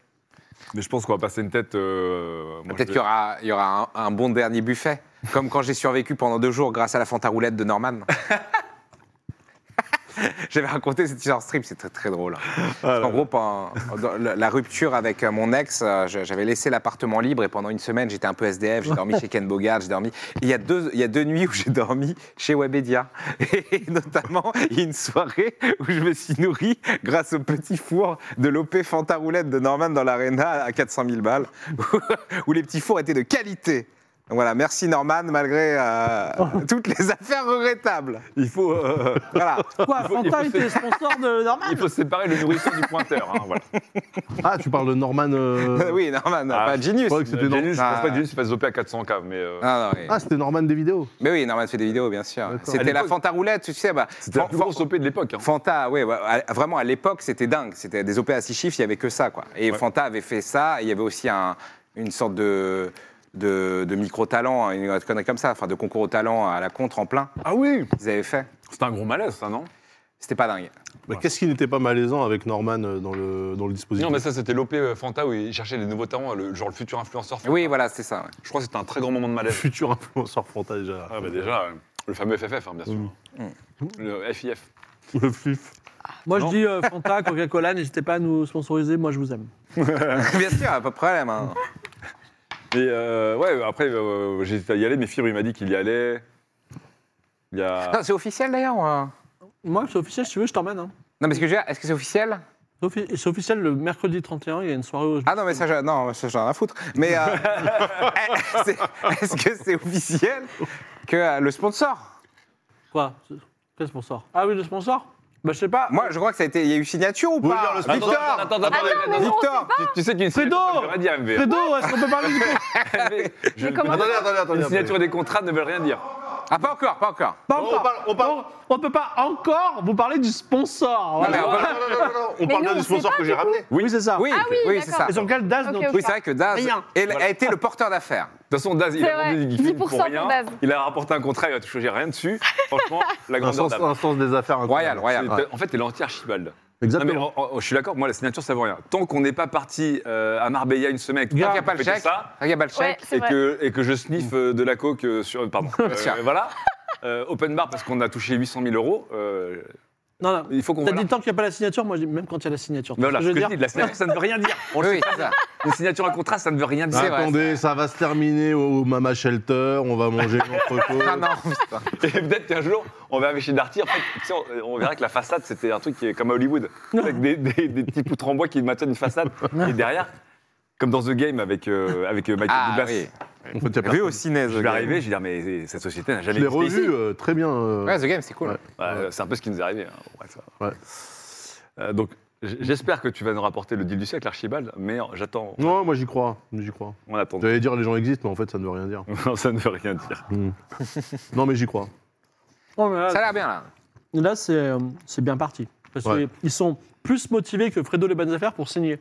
S2: mais je pense qu'on va passer une tête. euh, moi, je
S5: Peut-être
S2: vais-
S5: qu'il y aura, il y aura un, un bon dernier buffet, [LAUGHS] comme quand j'ai survécu pendant deux jours grâce à la Fanta roulette de Norman. [LAUGHS] J'avais raconté cette histoire en strip, c'est très très drôle.
S2: Ah
S5: en gros, pendant- dans la la rupture avec euh, mon ex, euh, je- j'avais laissé l'appartement libre et pendant une semaine, j'étais un peu SDF, j'ai dormi chez Ken Bogard, j'ai dormi. Il y, a deux, il y a deux nuits où j'ai dormi chez Webedia. Et [LAUGHS] notamment, il y a une soirée où je me suis nourri grâce au petit four de l'OP Fanta Roulette de Norman dans l'Arena à 400 000 balles, où, où les petits fours étaient de qualité. Donc Voilà, merci Norman, malgré euh,
S3: [LAUGHS]
S5: toutes les affaires regrettables.
S2: Il faut, euh,
S5: [LAUGHS]
S2: [LAUGHS]
S5: Voilà.
S1: Quoi,
S2: faut- il
S1: Fanta
S2: faut
S1: était sponsor de Norman
S2: il faut séparer le nourrisson du pointeur. hein,
S5: [LAUGHS]
S2: voilà.
S3: Ah, tu parles de Norman. euh,
S5: oui, Norman,
S2: Ah,
S5: pas
S3: je
S5: Genius.
S3: croyais que c'était Norman.
S2: Janus, je
S5: Ah.
S2: pense pas que Janus se fasse OP à 400 k mais. euh,
S5: Non, non, oui.
S3: Ah, c'était Norman des vidéos.
S5: Mais oui, Norman fait des vidéos, bien sûr.
S3: D'accord.
S2: À
S5: C'était la
S2: l'époque-
S5: Fanta roulette, tu sais. Bah,
S2: C'était la
S5: Fan-
S2: plus grosse OP de l'époque. hein.
S5: Fanta, oui, vraiment à l'époque, c'était dingue. C'était des OP à six chiffres, il n'y avait que ça. Quoi. Et
S2: Ouais.
S5: Fanta avait fait ça, et il y avait aussi un- une sorte de, de, de micro-talent, une connerie comme ça, enfin de concours au talent à la contre en plein,
S2: Ah oui
S5: qu'ils avaient fait.
S2: C'était un gros malaise, ça, non
S5: C'était pas dingue.
S3: Bah, Qu'est-ce qui n'était pas malaisant avec Norman euh, dans le, dans le dispositif
S2: Non, mais ça, c'était l'OP Fanta où il cherchait les nouveaux talents, le- genre le futur influenceur.
S5: Ah Oui, voilà, c'est ça. ouais.
S2: Je crois que c'était un très grand moment de malaise.
S3: Futur influenceur Fanta déjà.
S2: Ah bah déjà, euh, le fameux FFF, hein, bien sûr. Le FIF.
S3: Le FIF.
S1: Moi,
S2: Non.
S1: je dis euh, Fanta, Coca-Cola, n'hésitez pas à nous sponsoriser, moi, je vous aime.
S5: [LAUGHS] bien sûr, pas de problème. hein.
S2: Et euh, ouais, après, euh, j'hésitais à y aller, mais Fibre, il m'a dit qu'il y allait. Il y a...
S5: Non, c'est officiel d'ailleurs. ou, euh
S1: Moi, c'est officiel, si tu veux, je t'emmène. hein.
S5: Non, mais ce que je veux dire, est-ce que c'est officiel
S1: C'est offi- C'est officiel le mercredi 31, il y a une soirée au.
S5: Ah non, mais ça, je- non, ça, j'en ai à foutre. Mais [LAUGHS] euh, c'est- est-ce que c'est officiel que euh, le sponsor
S1: Quoi Quel sponsor Ah oui, le sponsor Bah, je sais pas.
S5: Moi, je crois que ça a été. Il y a eu signature ou
S3: Vous
S5: pas
S3: voulez dire le
S2: Attends,
S3: sponsor
S5: Victor
S2: attends, attends, attends,
S4: Attends, mais
S2: attends,
S4: non,
S5: Victor
S2: Tu, tu sais qu'il y a une
S1: Fredo
S2: signature, j'aurais dit à MV.
S1: Fredo, est-ce qu'on peut parler du coup
S2: Je-
S4: Mais comment-
S3: Attendez, attendez,
S2: Les
S3: attendez.
S2: signatures des contrats ne veulent rien dire.
S5: Ah, pas encore, pas encore.
S1: Pas
S3: Non, on
S1: encore.
S3: parle- on parle-
S1: On peut pas encore vous parler du sponsor.
S5: Non,
S1: voilà.
S5: mais on va-
S3: Non, non, non, non, non, On
S4: Mais
S3: parle
S4: nous,
S3: bien
S4: on
S3: du
S4: sait
S3: sponsor
S4: pas,
S3: que j'ai ramené.
S5: Oui,
S1: c'est ça.
S5: Oui,
S4: Ah oui,
S5: oui, c'est ça.
S4: d'accord.
S1: Et sur quel DAS
S4: Ok,
S1: donc
S4: ok.
S5: Oui, c'est vrai que Daz
S1: Rien.
S5: elle a été le porteur d'affaires.
S2: De toute façon, Daz, il
S4: C'est
S2: a
S4: vrai.
S2: vendu des
S4: 10%
S2: pour
S4: pour
S2: rien.
S4: Daz.
S2: Il a rapporté un contrat, il a touché rien dessus. Franchement, la
S3: Un
S2: grandeur
S3: sens,
S2: d'âme.
S3: un sens des affaires.
S5: Royal,
S3: incroyable.
S5: royal.
S3: Ouais.
S2: En fait, t'es l'anti-Archibald. Non, mais
S3: Exactement.
S2: oh, oh, je suis d'accord, moi, la signature, ça vaut rien. Tant qu'on n'est pas parti euh, à Marbella une semaine, avec
S5: Tant qu'il
S2: Pierre
S5: n'y a pas le
S2: Pété
S5: chèque,
S2: ça,
S5: tant qu'il n'y a pas le
S4: Ouais,
S5: chèque.
S4: c'est
S2: et
S4: vrai.
S2: que, et que je sniffe euh, de la coke euh, sur. Pardon. Euh,
S5: sûr.
S2: voilà. Euh, open bar parce qu'on a touché 800 000 euros. euh,
S1: Non, non.
S2: il faut qu'on.
S1: T'as
S2: voilà.
S1: dit tant qu'il n'y a pas la signature, moi je dis même quand il y a la signature.
S2: Mais voilà,
S1: je
S2: ce
S1: veux
S2: que je
S1: dire,
S2: dis, la signature, ça ne veut rien dire. On le
S5: Oui,
S2: sait.
S5: c'est ça.
S2: Une signature, un contrat, ça ne veut rien dire.
S5: C'est vrai,
S3: Attendez, ça va se terminer au Mama Shelter, on va
S5: [LAUGHS]
S3: manger l'entrecôte.
S5: Ah non, putain.
S2: Et peut-être qu'un jour, on va aller chez Darty. En fait, tu sais, on, on verra que la façade, c'était un truc qui est comme à Hollywood. Avec des, des- des petits poutres en bois qui maintiennent une façade. Et derrière, comme dans The Game avec, euh, avec euh, Michael
S5: Ah
S2: Douglas.
S5: oui.
S3: En fait, y a
S5: Vu
S3: personne.
S5: au ciné, The
S2: Je vais
S5: Game.
S2: arriver, je vais dire, mais cette société n'a
S3: Je
S2: jamais
S3: l'ai
S2: existé
S3: revu
S2: ici.
S3: euh, très bien. euh,
S5: Ouais, The Game, c'est cool.
S3: Ouais.
S2: Ouais, euh, C'est un peu ce qui nous est arrivé. hein. Ouais, ça va.
S3: Ouais.
S2: Euh, donc, j- j'espère que tu vas nous rapporter le deal du siècle, Archibald, mais j'attends,
S3: Non, moi j'y crois, j'y crois.
S2: on attend.
S3: J'allais dire les gens existent, mais en fait ça ne veut rien dire.
S2: Non, [LAUGHS] ça ne veut rien dire.
S3: Non, mais j'y crois.
S1: Oh, mais là,
S5: Ça a l'air bien là.
S1: là, c'est euh, c'est bien parti. Parce
S3: Ouais.
S1: qu'ils sont plus motivés que Fredo les bonnes affaires pour signer.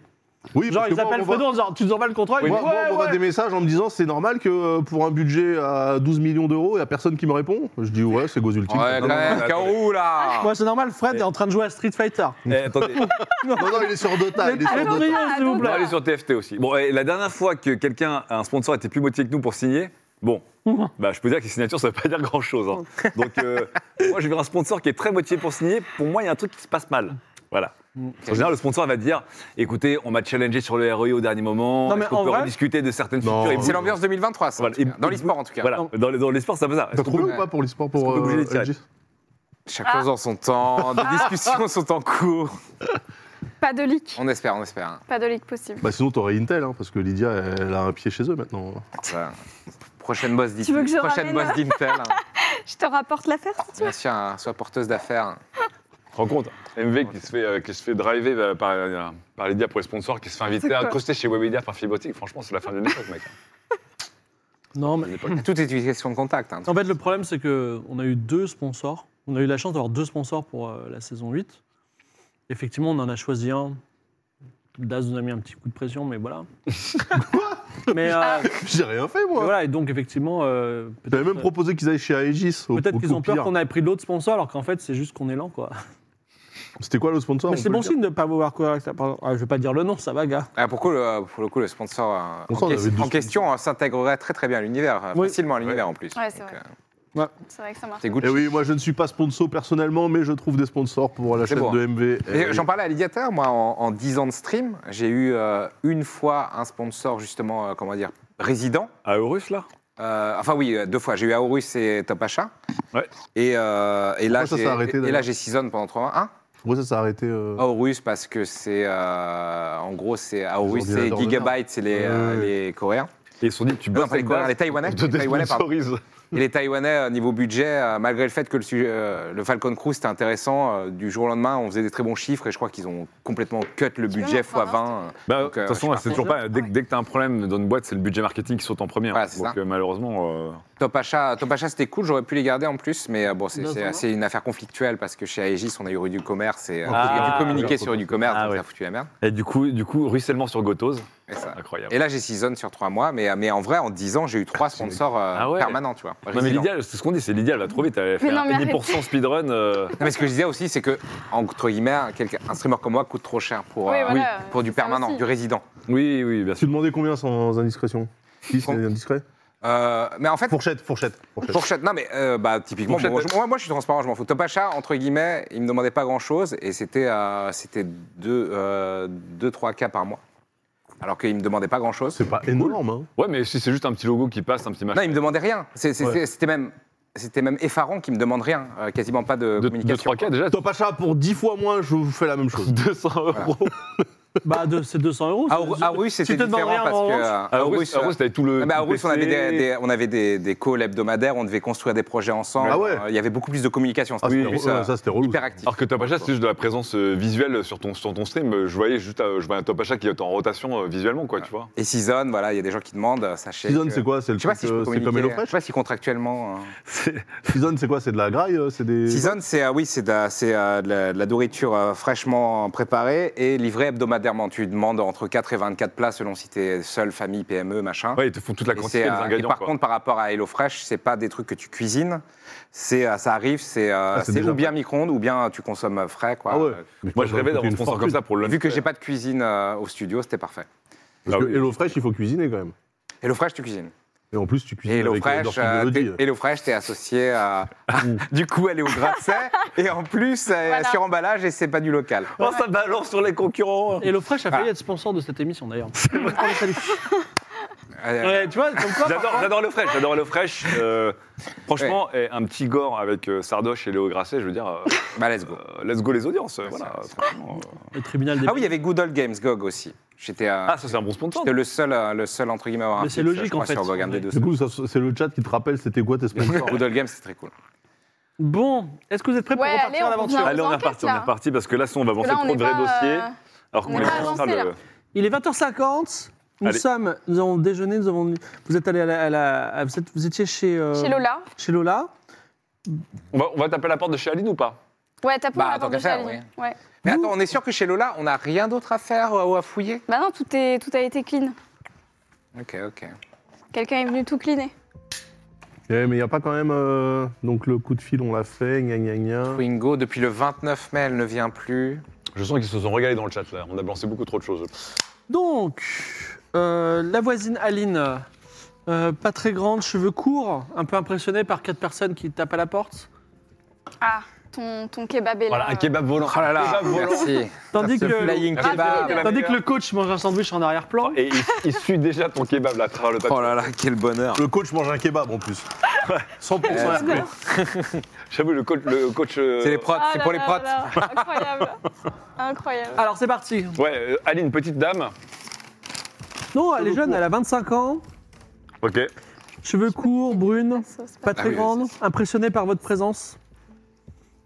S3: Oui,
S1: Genre,
S3: parce que
S1: ils
S3: moi,
S1: appellent
S3: on voit-
S1: Fredo en disant Tu nous envoies le contrat il
S3: Moi,
S1: dit,
S3: moi,
S1: Ouais,
S3: on m'envoie
S1: ouais.
S3: des messages en me disant c'est normal que euh, pour un budget à 12 millions d'euros, il n'y a personne qui me répond. Je dis ouais, c'est Gozulti.
S5: Ouais,
S2: non,
S5: quand
S2: non,
S5: même,
S2: non,
S5: Karou là.
S1: Ouais, c'est normal, Fred
S2: Mais-
S1: est en train de jouer à Street Fighter.
S2: Eh, [LAUGHS] attendez,
S3: Non, non, il est sur Dota. Ah, il est sur
S1: Les
S3: Dota.
S1: prix,
S4: Dota,
S1: s'il vous
S2: on va
S1: plaît.
S2: aller sur TFT aussi. Bon, et la dernière fois que quelqu'un, un sponsor, était plus motivé que nous pour signer, [LAUGHS] bon, bah, je peux dire que les signatures, ça ne veut pas dire grand-chose. [LAUGHS] hein. Donc, euh, moi, j'ai vu un sponsor qui est très motivé pour signer. Pour moi, il y a un truc qui se passe mal. Voilà. En général, le sponsor va dire écoutez, on m'a challengé sur le ROI au dernier
S1: Non,
S2: moment. Est-ce
S1: mais
S2: qu'on
S1: en
S2: peut
S1: vrai-
S2: rediscuter de certaines
S3: Non.
S2: futures
S5: C'est l'ambiance 2023, ça. en
S2: Voilà,
S5: tout
S2: et-
S5: cas. Dans l'e-sport en tout cas.
S2: Voilà, dans, les- dans les sports, ça fait ça. Est-ce
S3: T'as
S2: qu'on
S3: trouvé
S5: peut-
S3: ou pas pour l'e-sport
S2: est-ce
S3: pour
S2: qu'on peut bouger les
S3: euh,
S2: tirades
S3: LG?
S5: Chaque
S4: Ah.
S5: chose en son
S4: [LAUGHS]
S5: temps, des discussions sont en cours.
S4: Pas de leak.
S5: On espère, on espère. hein.
S4: Pas de leak possible.
S3: Bah sinon t'aurais Intel, hein, parce que Lydia elle a un pied chez eux maintenant. [LAUGHS]
S5: Ça- Prochaine boss d'Intel.
S4: Tu veux que je
S5: Prochaine boss
S4: ramène-
S5: d'Intel. hein.
S4: Je te rapporte l'affaire si [LAUGHS] tu veux.
S5: Bien sûr, hein, sois porteuse d'affaires.
S2: te rends compte MV qui se fait, euh, qui se fait driver euh, par, euh, par Lydia pour les sponsors, qui se fait inviter à
S4: quoi
S2: croster chez Webedia par Fibotique. Franchement, c'est la fin de l'époque, mec.
S1: Non, mais
S5: Tout est une question de contact. hein.
S1: En fait, le problème, c'est qu'on a eu deux sponsors. On a eu la chance d'avoir deux sponsors pour euh, la saison 8. Effectivement, on en a choisi un. Daz nous a mis un petit coup de pression, mais
S3: [LAUGHS]
S1: voilà. mais, euh,
S3: J'ai rien fait
S1: mais
S3: moi.
S1: voilà, et donc effectivement, euh,
S3: J'avais
S1: peut-être
S3: même proposé qu'ils aillent chez Aegis. au-
S1: peut-être
S3: au-
S1: qu'ils
S3: au
S1: ont peur
S3: pire.
S1: qu'on ait pris l'autre sponsor, alors qu'en fait, c'est juste qu'on est lent, quoi.
S3: C'était quoi le sponsor
S1: mais
S3: on
S1: c'est
S3: peut
S1: bon
S3: le dire
S1: signe de ne pas vouloir courir. Ah, Je ne vais pas dire le nom, ça va, gars.
S5: Ah, pour, coup, le, pour le coup, le sponsor euh,
S3: Pourtant,
S5: en,
S3: on
S5: ques-
S3: avait deux
S5: en question euh, s'intégrerait très très bien à l'univers, euh,
S1: Oui.
S5: facilement à l'univers en plus.
S4: Ouais, c'est
S5: Donc,
S4: vrai.
S5: euh,
S4: C'est vrai que ça marche.
S5: c'est Gucci.
S3: Eh oui, moi je ne suis pas sponsor personnellement, mais je trouve des sponsors pour la
S5: C'est
S3: chaîne
S5: bon.
S3: de MV.
S5: Et
S3: Eh oui.
S5: J'en parlais à Lidiateur, moi, en, en 10 ans de stream, j'ai eu euh, une fois un sponsor, justement, euh, comment dire, résident.
S2: À Eurus, là
S5: Euh, enfin, oui, euh, deux fois. J'ai eu Aorus et Top Achat.
S2: Ouais.
S5: Et, euh, et là,
S3: Pourquoi ça
S5: j'ai-
S3: s'est arrêté,
S5: et là,
S3: d'ailleurs
S5: j'ai Season pendant 3 mois. Hein
S3: Pourquoi ça s'est arrêté euh,
S5: Aorus parce que c'est euh, en gros c'est Aorus
S3: Les
S5: c'est
S3: ordinateurs de
S5: Gigabyte c'est les, euh,
S3: Ouais.
S5: les Coréens
S2: Et ils se sont dit, tu
S5: non,
S2: bosses
S5: pas les
S2: avec
S5: Coréens
S2: Daz,
S5: les Taïwanais
S2: on te
S5: les Taïwanais, pardon.
S2: désponsorise.
S5: Et les Taïwanais euh, niveau budget euh, malgré le fait que le, sujet, euh, le Falcon Crew c'était intéressant euh, du jour au lendemain on faisait des très bons chiffres et je crois qu'ils ont complètement cut le
S4: Tu peux
S5: budget
S4: m'en
S5: x
S4: prendre un, s'il
S5: 20
S2: Bah, De
S5: Donc,
S2: toute
S5: euh,
S2: façon,
S5: je sais
S2: c'est
S4: pas.
S2: toujours pas. Dès, que- dès que t'as un problème dans une boîte, c'est le budget marketing qui saute en premier.
S5: Voilà, c'est
S2: Donc,
S5: ça.
S2: euh, malheureusement. euh,
S5: Top Achat, Top Achat, c'était cool, j'aurais pu les garder en plus, mais euh, bon, c'est-
S1: Non, ça
S5: c'est
S1: va.
S5: c'est une affaire conflictuelle parce que chez Aegis, on a eu rue du commerce et euh,
S2: Ah,
S5: il a dû communiquer
S3: d'accord.
S5: sur rue du commerce,
S2: Ah,
S5: donc
S2: ouais.
S5: ça a foutu la merde.
S2: Et du coup, du coup, ruissellement sur Gotose.
S5: Et, ça.
S2: Incroyable.
S5: Et là, j'ai Season sur trois mois, mais, mais en vrai, en 10 ans, j'ai eu trois sponsors euh,
S2: Ah ouais.
S5: permanents, tu vois.
S2: Non, mais
S5: résidents.
S2: Lydia, c'est ce qu'on dit, c'est Lydia, elle a trop vite. Elle a fait
S4: non,
S2: un
S4: mais
S2: 10% speedrun. euh,
S5: Non, mais ce que je disais aussi, c'est que, entre guillemets, quelqu'un- un streamer comme moi coûte trop cher pour,
S4: Oui,
S5: euh,
S4: voilà,
S5: oui, pour du
S4: c'est ça
S5: permanent,
S4: aussi.
S5: du résident.
S2: Oui, oui, bien
S3: Tu
S2: sûr.
S3: demandais combien sans indiscrétion Qui c'est
S5: Franck.
S3: indiscret
S5: Euh, mais en fait,
S3: Fourchette, fourchette, fourchette.
S5: Fourchette, non mais euh, bah, typiquement,
S2: Fourchette,
S5: bon, je- moi, moi, je suis transparent, je m'en fous. Top Achat, entre guillemets, il me demandait pas grand chose et c'était 2-3 cas par mois. Alors qu'il me demandait pas grand chose.
S3: C'est pas énorme, hein.
S2: Ouais, mais si c'est juste un petit logo qui passe, un petit
S5: Non,
S2: machin.
S5: il me demandait rien. C'est- c'est-
S3: Ouais.
S5: c'est- C'était même c'était même effarant qui me demande rien, euh, quasiment pas de,
S2: De, de
S5: communication.
S2: 3K déjà,
S3: Top achat pour 10 fois moins, je vous fais la même chose.
S2: 200 euros.
S1: Bah, de- c'est 200 euros.
S5: À,
S1: c'est-
S5: Oru- à Ah, Russe,
S1: tu
S5: c'était
S1: te demandes
S5: différent
S1: rien,
S5: parce
S1: en
S5: que.
S1: revanche
S3: Ah,
S5: euh,
S2: À
S5: à Russe,
S2: Russe, à Russe, t'avais tout le.
S5: Ah bah, à Russe, on avait, des,
S2: PC.
S5: des- on avait des, des calls hebdomadaires, on devait construire des projets ensemble.
S3: Ah ouais.
S5: Euh, Il y avait beaucoup plus de communication.
S3: Ah,
S5: C'était
S3: c'était
S5: plus,
S3: re-
S5: euh,
S3: ça, c'était relou.
S5: hyper actif.
S2: Alors que Top Achat, c'est juste de la présence euh, visuelle sur ton, sur ton stream. Je voyais juste euh, je voyais un Top Achat qui est en rotation euh, visuellement, quoi, tu vois.
S5: Et Season, voilà, il y a des gens qui demandent, euh, sachez.
S3: Season,
S5: que-
S3: c'est quoi C'est le
S5: Je sais pas
S3: truc,
S5: si je
S3: euh,
S5: peux
S3: c'est comme
S5: communiquer.
S3: HelloFresh
S5: Je sais pas si contractuellement. euh,
S3: [LAUGHS] Season, c'est quoi C'est de la graille euh, C'est des.
S5: Season, c'est euh, oui, c'est de, la- c'est, euh, de la, de la nourriture euh, fraîchement préparée et livrée hebdomadairement. Tu demandes entre 4 et 24 plats selon si t'es seul, famille, PME, machin.
S2: Ah. Ouais, ils te font toute la
S5: Et
S2: quantité
S5: c'est,
S2: des
S5: euh, et
S2: ingrédients.
S5: par
S2: quoi.
S5: contre, par rapport à HelloFresh, c'est pas des trucs que tu cuisines. C'est euh, ça arrive, c'est euh,
S3: Ah, c'est
S5: c'est
S3: déjà
S5: ou bien micro-ondes ou bien euh, tu consommes euh, frais quoi.
S3: Ah ouais. Mais
S2: Moi,
S3: ça
S2: je
S3: va
S2: rêvais d'avoir
S3: coûter
S2: un
S3: une
S2: sponsor comme
S3: fortune.
S2: ça pour le
S5: Vu que j'ai pas de cuisine euh, au studio, c'était parfait.
S3: Parce que
S2: Ah oui.
S3: HelloFresh, il faut cuisiner quand même.
S5: HelloFresh, tu cuisines.
S3: Et en plus, tu cuisines
S5: Et
S3: avec euh,
S5: HelloFresh,
S3: Dorfman
S5: euh,
S3: Melody.
S5: t'es- HelloFresh, t'es
S3: [LAUGHS]
S5: associé à. [LAUGHS] du coup, elle est au Grasset et en plus, euh,
S4: Voilà.
S5: sur emballage et c'est pas du local.
S2: Oh, ça balance sur les [LAUGHS] concurrents
S1: Et le Fresh a failli
S5: Ah.
S1: être sponsor de cette émission d'ailleurs.
S5: [LAUGHS] Euh,
S1: Ouais, tu vois, comme quoi.
S2: J'adore, j'adore le fraîche, j'adore le [LAUGHS] fraîche. Euh, franchement, et un petit gore avec euh, Sardoche et Léo Grasset, je veux dire, euh,
S5: Bah, let's go.
S2: euh, let's go les audiences. euh, voilà,
S5: c'est-
S2: franchement, euh.
S1: Le tribunal des.
S5: Ah oui, il y avait Good Old Games GOG aussi. J'étais euh,
S2: Ah, ça, c'est un bon sponsor.
S5: j'étais le seul, euh, le seul entre guillemets. à avoir un
S1: Mais c'est
S5: pitch,
S1: logique,
S5: je crois,
S1: en fait.
S5: Sur GOG, un des deux
S3: Du coup, ça, c'est le chat qui te rappelle c'était quoi tes
S5: seuls.
S3: sponsors
S5: Good Old Games, c'est très cool.
S1: Bon, est-ce que vous êtes prêts pour
S4: Ouais,
S1: repartir
S4: allez,
S1: à
S4: on
S1: l'aventure
S4: revient.
S2: Allez, on est
S4: enquête,
S2: reparti, on
S4: là.
S2: est reparti, parce que là, si on va avancer
S4: Là,
S2: pour
S4: on
S2: de
S4: est
S2: vrais
S4: pas,
S2: dossiers.
S4: euh,
S2: alors
S4: on
S2: qu'on
S4: est pas
S2: commencera
S4: avancé, là.
S1: Il est 20h50. Nous
S2: Allez.
S1: sommes, nous avons déjeuné, nous avons, vous êtes allé à la, à la- à- vous, êtes- vous étiez chez, euh,
S4: Chez Lola.
S1: chez Lola.
S2: On va, on va taper à la porte de chez Aline ou pas
S4: Ouais, t'as
S5: Bah,
S4: pas
S5: tant
S4: la
S5: qu'à
S4: déjà
S5: faire,
S4: ligne. Ouais.
S5: Mais attends, on est sûr que chez Lola, on n'a rien d'autre à faire euh, ou à fouiller
S4: Bah non, tout, est, tout a été clean.
S5: Ok, ok.
S4: Quelqu'un est venu tout cleaner.
S3: Eh, Mais il n'y a pas quand même. euh, Donc le coup de fil, on l'a fait, gna gna gna.
S5: Twingo, depuis le 29 mai, elle ne vient plus.
S2: Je sens qu'ils se sont régalés dans le chat, là. On a balancé beaucoup trop de choses.
S1: Donc, euh, la voisine Aline, euh, pas très grande, cheveux courts, un peu impressionnée par quatre personnes qui tapent à la porte.
S4: Ah, ton, ton kebab est là.
S2: Voilà, un kebab volant.
S5: Oh là
S2: Un
S5: là,
S2: kebab volant.
S5: merci.
S1: Tandis
S5: Ce
S1: que,
S5: flying
S1: Ah,
S5: kebab.
S1: tandis que le coach mange un sandwich en
S4: Oh
S1: arrière-plan.
S2: Et il, il suit déjà ton kebab, là, à travers le papier.
S5: Oh là là, quel bonheur.
S3: Le coach mange un kebab en plus. 100%
S4: Ah
S5: Euh,
S3: RP.
S2: J'avoue, le coach. Le coach euh,
S5: C'est les prots,
S4: Ah
S5: c'est
S4: là
S5: pour les
S4: là
S5: prots.
S4: là là. Incroyable. Incroyable.
S1: Alors c'est parti.
S2: Ouais, euh, Aline, petite dame.
S1: Non, elle est jeune, elle a 25 ans,
S2: Ok.
S1: cheveux courts, brune,
S4: Ça, c'est
S1: pas
S5: Ah
S1: très
S5: oui,
S1: grande, impressionnée par votre présence.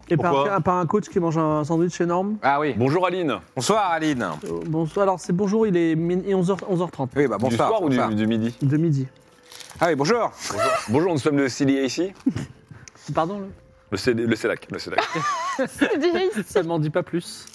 S1: Et par,
S3: Pourquoi
S1: par un coach qui mange un sandwich énorme.
S5: Ah oui.
S2: Bonjour Aline.
S5: Bonsoir, Aline.
S1: Euh, Bonsoir, alors c'est bonjour, il est 11h, 11h30
S5: Oui, bah bonsoir.
S2: du soir ou
S5: bonsoir.
S2: du, du midi
S1: de midi.
S5: Ah oui, bonjour.
S2: Bonjour. Bonjour, nous sommes le CDA ici.
S1: Pardon, là
S2: Le, CD, le CELAC. Le CELAC.
S4: pas direct.
S1: ça ne m'en dit pas plus.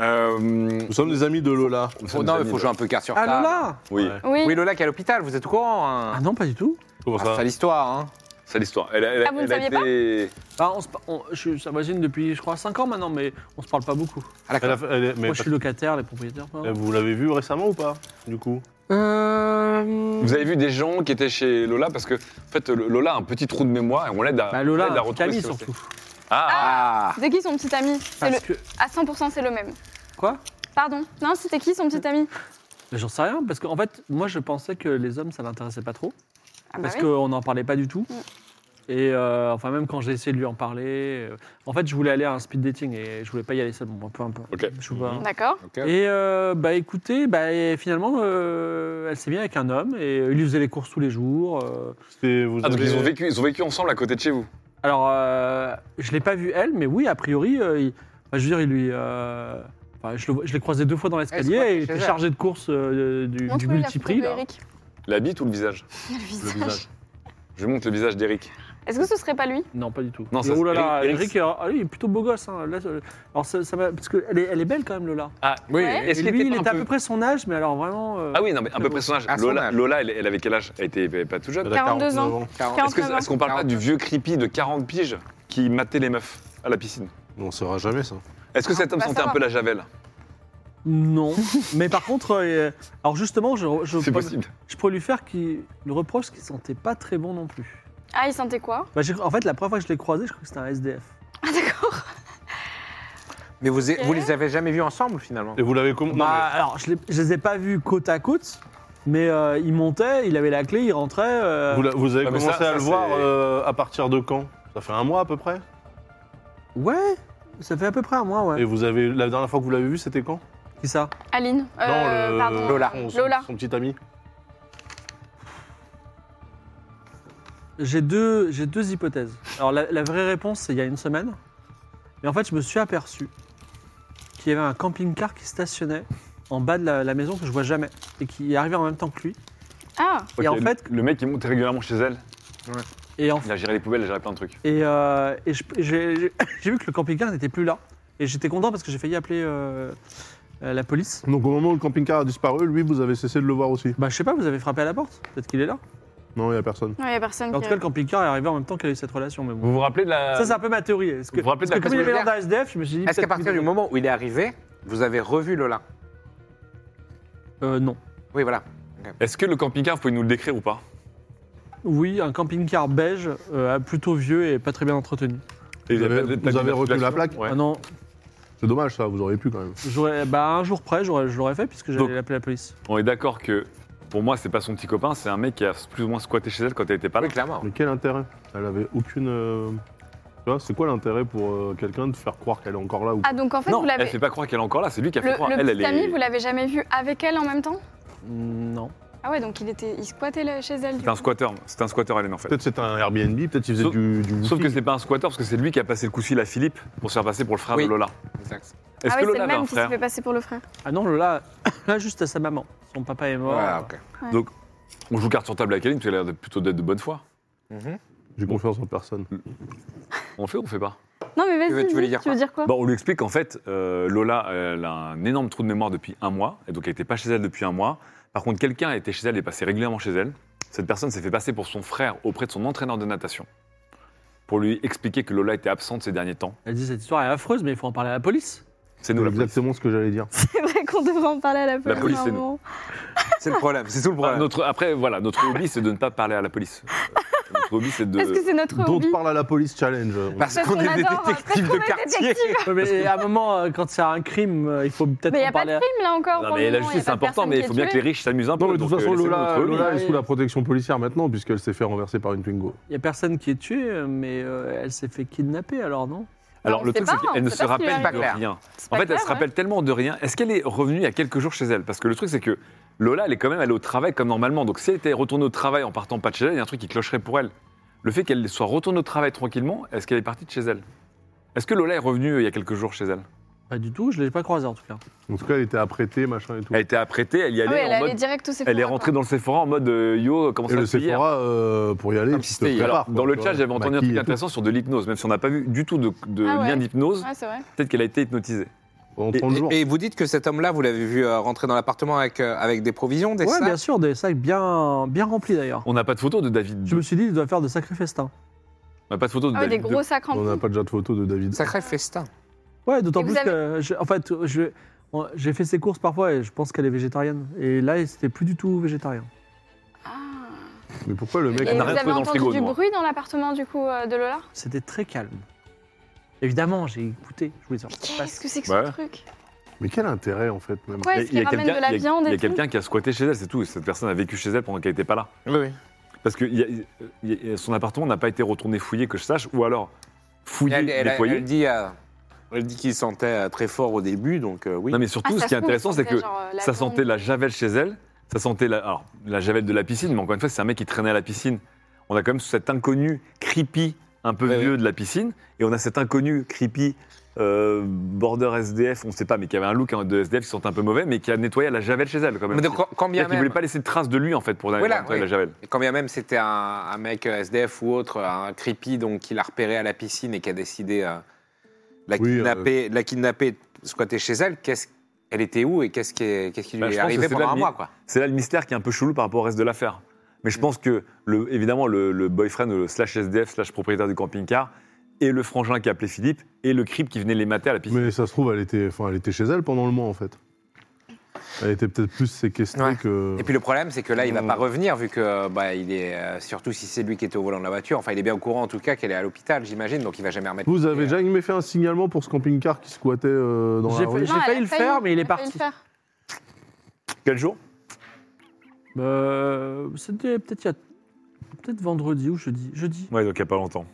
S2: Euh,
S3: Nous sommes des amis de Lola.
S2: nous sommes
S5: Oh, non,
S2: des
S5: il faut
S2: amis,
S5: jouer un peu carte sur
S1: Ah
S5: table.
S1: Lola
S2: Oui,
S4: Oui.
S5: Oui, Lola qui est à l'hôpital, vous êtes au courant hein
S1: Ah non, pas du tout.
S3: Comment
S5: Ah, C'est l'histoire, hein
S2: c'est l'histoire. Elle, a- elle a-
S4: Ah, vous ne
S2: elle a
S4: saviez
S2: été-
S1: Ah, on se pa- on- je suis sa voisine depuis, je crois, 5 ans maintenant, mais on se parle pas beaucoup.
S5: Ah, d'accord.
S3: Elle a fait- elle est- mais
S1: Moi, je suis locataire, les propriétaires. pas.
S3: parce- eh, Vous l'avez vu récemment ou pas Du coup
S1: Euh...
S2: Vous avez vu des gens qui étaient chez Lola parce que, en fait, le- Lola a un petit trou de mémoire et on l'aide à.
S1: Bah,
S2: on l'aide à
S1: Lola,
S2: retrouver
S1: Camille
S2: ce que c'est.
S1: surtout.
S2: Ah,
S5: Ah,
S4: C'était qui son petit ami C'est
S1: Parce
S4: le...
S1: que...
S4: À 100%, c'est le même.
S1: Quoi
S4: Pardon. Non, c'était qui son petit ami
S1: Mais J'en sais rien, parce qu'en fait, moi, je pensais que les hommes, ça l'intéressait pas trop.
S4: Ah bah
S1: parce
S4: oui.
S1: qu'on n'en parlait pas du tout.
S4: Mm.
S1: Et euh, enfin, même quand j'ai essayé de lui en parler, euh, en fait, je voulais aller à un speed dating et je voulais pas y aller seul. Bon, peu importe.
S2: Ok.
S1: Je sais pas.
S4: D'accord.
S5: ok.
S1: Et euh, bah écoutez, bah, et finalement, euh, elle s'est bien avec un homme et euh, il lui faisait les courses tous les jours. euh.
S3: C'était- vous
S2: Ah, donc
S3: avez-
S2: ils ont, vécu, ils ont vécu ensemble à côté de chez vous.
S1: Alors, euh, je l'ai pas vu elle, mais oui, a priori, euh, il- enfin, je veux dire, il lui. euh, enfin, je le vois- je l'ai croisé deux fois dans l'escalier
S5: croisée
S1: et il
S5: chez
S1: était
S5: elle.
S1: chargé de courses euh, du, du
S4: Montre-lui la photo
S1: multiprix.
S4: de
S1: là.
S4: Eric.
S2: La bite ou le visage
S4: Le visage.
S2: Je lui montre le visage d'Eric.
S4: Est-ce que ce serait pas lui
S1: Non, pas du tout.
S2: Non, ça,
S1: Et oh là
S2: c'est
S1: là,
S2: Eric-
S1: Eric, euh, ah, lui, il est plutôt beau gosse. hein. Là, ça- alors, ça, ça m'a- parce qu'elle est, elle est belle quand même, Lola.
S2: Ah,
S5: Oui,
S4: Ouais.
S2: est-ce
S1: Et
S2: qu'il
S1: lui,
S2: était
S1: il
S2: pas
S1: était à
S2: un
S1: peu
S2: peu...
S1: près son âge, mais alors vraiment. euh,
S2: Ah oui, non, mais à peu près son âge.
S5: À son
S4: Ah,
S2: Lola,
S5: âge.
S2: Lola, elle, elle avait quel âge Elle était elle était pas tout jeune.
S3: Elle a
S4: 42 ans.
S3: 49
S5: quarante-
S2: Est-ce que- est-ce qu'on parle pas du vieux creepy de 40 piges qui matait les meufs à la piscine
S3: On ne saura jamais ça.
S2: Est-ce que
S4: Ah,
S2: cet
S4: on
S2: homme
S4: va
S2: sentait un
S4: savoir.
S2: peu la javel
S1: Non. [LAUGHS] mais par contre, euh, alors justement, je, je,
S2: C'est possible.
S1: je pourrais lui faire qu'il- le reproche qu'il sentait pas très bon non plus.
S4: Ah, il sentait quoi
S1: Bah, j'ai- en fait, la première fois que je l'ai croisé, je crois que c'était un SDF.
S4: Ah, d'accord.
S5: Mais vous, vous les avez jamais vus ensemble finalement
S3: Et vous l'avez comment
S1: Bah, alors, je, l'ai- je les ai pas vus côte à côte, Mais euh, il montait, il avait la clé, il rentrait. euh,
S3: Vous, la- vous avez
S6: Ah, mais
S3: commencé
S6: ça-
S3: à le
S6: ça,
S3: voir
S6: c'est-
S3: euh, à partir de quand Ça fait un mois à peu près
S1: Ouais, ça fait à peu près un mois, ouais.
S3: Et vous avez la dernière fois que vous l'avez vu, c'était quand
S1: Qui ça
S4: Aline. euh,
S3: le-
S4: pardon.
S5: Lola.
S3: Son, son-
S4: Lola.
S3: son petit ami.
S1: J'ai deux, j'ai deux hypothèses. Alors la, la vraie réponse, c'est il y a une semaine. Mais en fait, je me suis aperçu qu'il y avait un camping-car qui stationnait en bas de la, la maison que je vois jamais et qui est arrivé en même temps que lui.
S4: Ah,
S1: Et en
S2: Ok,
S1: fait-
S2: le mec il monte régulièrement chez elle.
S1: Et, en-
S2: Il a géré les poubelles, il a géré plein de trucs.
S1: et, euh, et je- j'ai j'ai- [COUGHS] j'ai vu que le camping-car n'était plus là. Et j'étais content parce que j'ai failli appeler euh, euh, la police.
S3: Donc au moment où le camping-car a disparu, lui, vous avez cessé de le voir aussi.
S1: Bah, je sais pas, vous avez frappé à la porte. Peut-être qu'il est là.
S3: Non, il n'y a personne.
S4: il n'y a personne
S1: En
S4: qui.
S1: tout cas, le camping-car est arrivé en même temps qu'elle a eu cette relation. Mais bon.
S6: Vous vous rappelez de la.
S1: Ça, c'est un peu ma théorie. Est-ce que,
S6: Euh, Vous vous rappelez de
S1: parce
S6: la
S1: que comme il
S5: case
S1: avait l'air
S5: ouverte
S1: d'un SDF, je me suis dit.
S5: Est-ce qu'à
S1: peut-être
S5: partir
S1: qu'il-
S5: du moment où il est arrivé, vous avez revu Lola
S1: Euh, Non.
S5: Oui, voilà.
S2: Est-ce que le camping-car, vous pouvez nous le décrire ou pas
S1: Oui, un camping-car beige, euh, plutôt vieux et pas très bien entretenu.
S2: Et
S3: Vous
S2: il y a
S3: avez-
S2: pas de-
S3: vous
S2: pas de-
S3: avez
S2: de-
S3: retenu la
S2: de-
S3: plaque
S2: Ouais.
S1: Ah non,
S3: C'est dommage ça, vous auriez pu quand même.
S1: j'aurais- bah, un jour près, j'aurais- je l'aurais fait puisque
S2: Donc-
S1: j'allais appeler la police.
S2: On est d'accord que pour moi, c'est pas son petit copain, c'est un mec qui a plus ou moins squatté chez elle quand elle était pas là.
S5: Oui, clairement.
S3: Mais quel intérêt Elle avait aucune. euh, Tu vois, c'est quoi l'intérêt pour euh, quelqu'un de faire croire qu'elle est encore là ou...
S4: Ah, donc en fait,
S2: non,
S4: vous
S2: elle
S4: l'avez.
S2: fait pas croire qu'elle est encore là, c'est lui qui a fait
S4: Le,
S2: croire.
S4: le
S2: elle, elle
S4: petit ami,
S2: est.
S4: vous l'avez jamais vu avec elle en même temps
S1: Mm, Non.
S4: Ah ouais, donc il était, il squattait là, chez elle. du
S2: C'est un
S4: coup.
S2: squatter, c'est un squatter, Hélène, en fait.
S3: Peut-être c'était un Airbnb, peut-être il faisait
S2: Sauf-
S3: du, du
S2: Sauf que
S3: woofing.
S2: c'est pas un squatter parce que c'est lui qui a passé le coup de fil à Philippe pour se faire passer pour le frère
S5: Oui.
S2: de Lola.
S5: Exact.
S2: Est-ce
S4: Ah
S2: que
S4: ouais, c'est
S2: Lola
S4: le
S2: avait un
S4: même qui s'est
S2: frère
S4: fait passer pour le frère.
S1: Ah non, Lola, là, [COUGHS] juste à sa maman. Son papa est mort.
S5: Voilà, Ah, ok.
S2: On joue carte sur table avec Hélène parce qu'elle a l'air de- plutôt d'être de bonne foi.
S5: Mhm.
S3: J'ai confiance en personne.
S2: On le fait ou on le fait pas
S4: Non, mais
S5: Tu veux-
S4: vas-y,
S5: tu veux lui
S4: dis,
S5: dire
S4: tu veux
S5: quoi
S4: dire quoi
S2: Bon, Bah, on lui explique qu'en fait, euh, Lola, elle a un énorme trou de mémoire depuis un mois, et donc elle n'était pas chez elle depuis un mois. Par contre, quelqu'un était chez elle et passait régulièrement chez elle. Cette personne s'est fait passer pour son frère auprès de son entraîneur de natation pour lui expliquer que Lola était absente ces derniers temps.
S1: Elle dit cette histoire est affreuse, mais il faut en parler à la police.
S2: C'est nous
S3: C'est
S2: la police.
S3: exactement ce que j'allais dire.
S4: C'est vrai qu'on devrait en parler à la police.
S2: police, c'est nous.
S4: normalement.
S5: C'est le problème, c'est tout le
S2: Voilà,
S5: problème.
S2: notre, après, voilà, notre hobby, c'est de ne pas parler à la police. Euh, notre hobby, c'est de.
S4: Parce que c'est notre
S3: Dont
S4: hobby.
S3: parle à la police challenge. On-
S2: Bah,
S5: Parce
S4: Parce
S5: qu'on
S4: qu'on
S5: est des
S4: adore, parce
S5: détectives
S4: qu'on
S5: de
S4: est
S5: quartier.
S4: détective.
S1: Ouais, mais à un moment, euh, quand c'est un crime, euh, il faut peut-être
S4: Mais il n'y
S1: en
S4: a pas de
S1: parler. à-
S4: crime là encore.
S2: Non,
S4: pour
S2: mais
S4: le
S2: la
S4: moment,
S2: justice,
S4: y
S2: c'est
S4: a pas
S2: important,
S4: personne
S2: mais
S4: qui
S2: il faut
S4: est
S2: bien que
S4: tuée.
S2: les riches s'amusent un peu.
S3: Non, mais de toute
S2: donc, euh,
S3: façon,
S2: laissez-nous
S3: Lola,
S2: notre hobby.
S3: Lola, elle est sous
S1: Oui.
S3: la protection policière maintenant, puisqu'elle s'est fait renverser par une Twingo.
S1: Il n'y a personne qui est tué, euh, mais euh, elle s'est fait kidnapper alors, non
S2: Alors,
S4: on
S2: le
S4: sait
S2: truc,
S4: pas,
S2: c'est
S4: on
S2: qu'elle ne
S4: sait
S2: se
S4: pas hein. ce qui lui
S2: rappelle
S5: arrive.
S2: de rien.
S4: C'est
S2: En
S4: pas
S2: fait, elle
S4: clair,
S2: se rappelle tellement de rien. Est-ce qu'elle est revenue il y a quelques jours chez elle Parce que le truc, c'est que Lola, elle est quand même allée au travail comme normalement. Donc, si elle était retournée au travail en partant pas de chez elle, il y a un truc qui clocherait pour elle. Le fait qu'elle soit retournée au travail tranquillement, est-ce qu'elle est partie de chez elle Est-ce que Lola est revenue euh, il y a quelques jours chez elle
S1: Pas du tout, je ne l'ai pas croisée en tout cas.
S3: En tout cas, elle était apprêtée, machin et tout.
S2: Elle était apprêtée, elle y
S4: Ah
S2: allait
S4: oui,
S2: en
S4: elle est allée
S2: mode.
S4: direct tout s'est
S2: Elle est rentrée dans le Sephora en mode euh, yo, comment
S3: Et
S2: ça
S3: le
S2: se fait hier
S3: Sephora, euh, pour y aller,
S5: Comme
S3: tu
S5: si
S3: te
S5: c'était hier.
S3: prépares,
S2: Alors,
S3: quoi, Bah,
S2: dans le
S3: tu
S2: chat,
S3: vois,
S2: j'avais entendu un
S3: maquille
S2: truc
S3: et tout.
S2: intéressant sur de l'hypnose, même si on n'a pas vu du tout de, de
S4: Ah ouais.
S2: lien d'hypnose.
S4: Ouais, c'est vrai.
S2: Peut-être qu'elle a été hypnotisée.
S3: En
S5: Et,
S3: 30 jours.
S5: et- et vous dites que cet homme-là, vous l'avez vu euh, rentrer dans l'appartement avec, euh, avec des provisions, des
S1: Ouais,
S5: sacs
S1: bien sûr, des sacs bien, bien remplis d'ailleurs.
S2: On n'a pas de photo de David.
S1: Je me suis dit, il doit faire de sacrés festins.
S2: On n'a pas de photo de
S4: Ah ouais, des
S2: David.
S4: gros sacs
S3: On n'a
S4: remplis.
S3: pas déjà de photo de David.
S5: Sacré festin.
S1: Ouais, d'autant
S4: Et vous
S1: plus que, je- en fait, je- on- j'ai fait ses courses parfois et je pense qu'elle est végétarienne. Et là, c'était plus du tout végétarien.
S4: Ah.
S3: Mais pourquoi le mec
S4: Et vous
S2: n'a rien
S4: avez
S2: trouvé dans le
S4: entendu
S2: frigo,
S4: du
S2: moi.
S4: bruit dans l'appartement du coup euh, de Lola
S1: C'était très calme. Évidemment, j'ai écouté. Je voulais dire.
S4: Qu'est-ce que c'est que
S2: Ouais.
S4: ce truc
S3: Mais quel intérêt en fait même
S4: Pourquoi
S2: Mais
S4: est-ce qu'il ramène de
S2: quelqu'un-
S4: la
S2: il y a-
S4: viande
S2: il y
S4: et
S2: a
S4: tout
S2: quelqu'un qui a squatté chez elle, c'est tout. Et cette personne a vécu chez elle pendant qu'elle n'était pas là.
S5: Oui, oui.
S2: Parce que il y a- il y a- son appartement n'a pas été retourné fouillé, que je sache, ou alors fouillé,
S5: Elle, elle-
S2: nettoyé.
S5: elle dit, euh, elle dit qu'il sentait euh, très fort au début, donc euh, oui.
S2: Non, mais
S4: Ah,
S2: surtout,
S4: ça
S2: ce qui est
S4: se trouve,
S2: intéressant, c'est
S4: c'était
S2: que
S4: genre, euh, la
S2: ça
S4: viande.
S2: sentait la javel chez elle, ça sentait la, alors, la javel de la piscine, mais encore une fois, c'est un mec qui traînait à la piscine. On a quand même cet inconnu creepy, un peu
S5: Ouais,
S2: vieux de la piscine, et on a cet inconnu creepy, euh, border SDF, on ne sait pas, mais qui avait un look hein, de SDF qui sentait un peu mauvais, mais qui a nettoyé la javel chez elle quand même.
S5: Mais donc, quand- quand
S2: Il
S5: bien
S2: ne voulait
S5: même,
S2: pas laisser de traces de lui en fait pour la,
S5: Voilà,
S2: nettoyer
S5: oui.
S2: la javel.
S5: quand bien même c'était un, un mec euh, SDF ou autre, un creepy, donc qui l'a repéré à la piscine et qui a décidé euh, de la
S3: Oui, euh,
S5: kidnapper, de la kidnapper, de squatter chez elle, qu'est-ce elle était où et qu'est-ce qui, qu'est-ce qui lui
S2: Bah, je
S5: est
S2: pense que
S5: arrivé
S2: c'est
S5: pendant
S2: la
S5: un
S2: mi-
S5: mois quoi.
S2: C'est là le mystère qui est un peu chelou par rapport au reste de l'affaire. Mais
S5: Mm.
S2: je pense que, le, évidemment, le, le boyfriend, le slash SDF, slash propriétaire du camping-car, et le frangin qui a appelé Philippe, et le creep qui venait les mater à la piscine.
S3: Mais ça se trouve, elle était, enfin, elle était chez elle pendant le mois en fait. Elle était peut-être plus séquestrée
S5: Ouais.
S3: que.
S5: Et puis le problème, c'est que là, il va pas revenir vu que bah, il est euh, surtout si c'est lui qui était au volant de la voiture. Enfin, il est bien au courant en tout cas qu'elle est à l'hôpital, j'imagine, donc il va jamais remettre.
S3: Vous
S2: euh,
S3: avez
S5: Et,
S3: déjà jamais fait un signalement pour ce camping-car qui squattait euh, dans
S1: J'ai
S3: la
S1: fait-
S3: rue
S1: j'ai-
S4: Non, elle
S1: failli
S4: a
S1: le faire, mais il est
S4: elle a
S1: parti.
S4: failli le faire.
S2: Quel jour
S1: Bah, C'était peut-être il y a- peut-être vendredi ou jeudi. Jeudi.
S2: Ouais, donc il n'y a pas longtemps.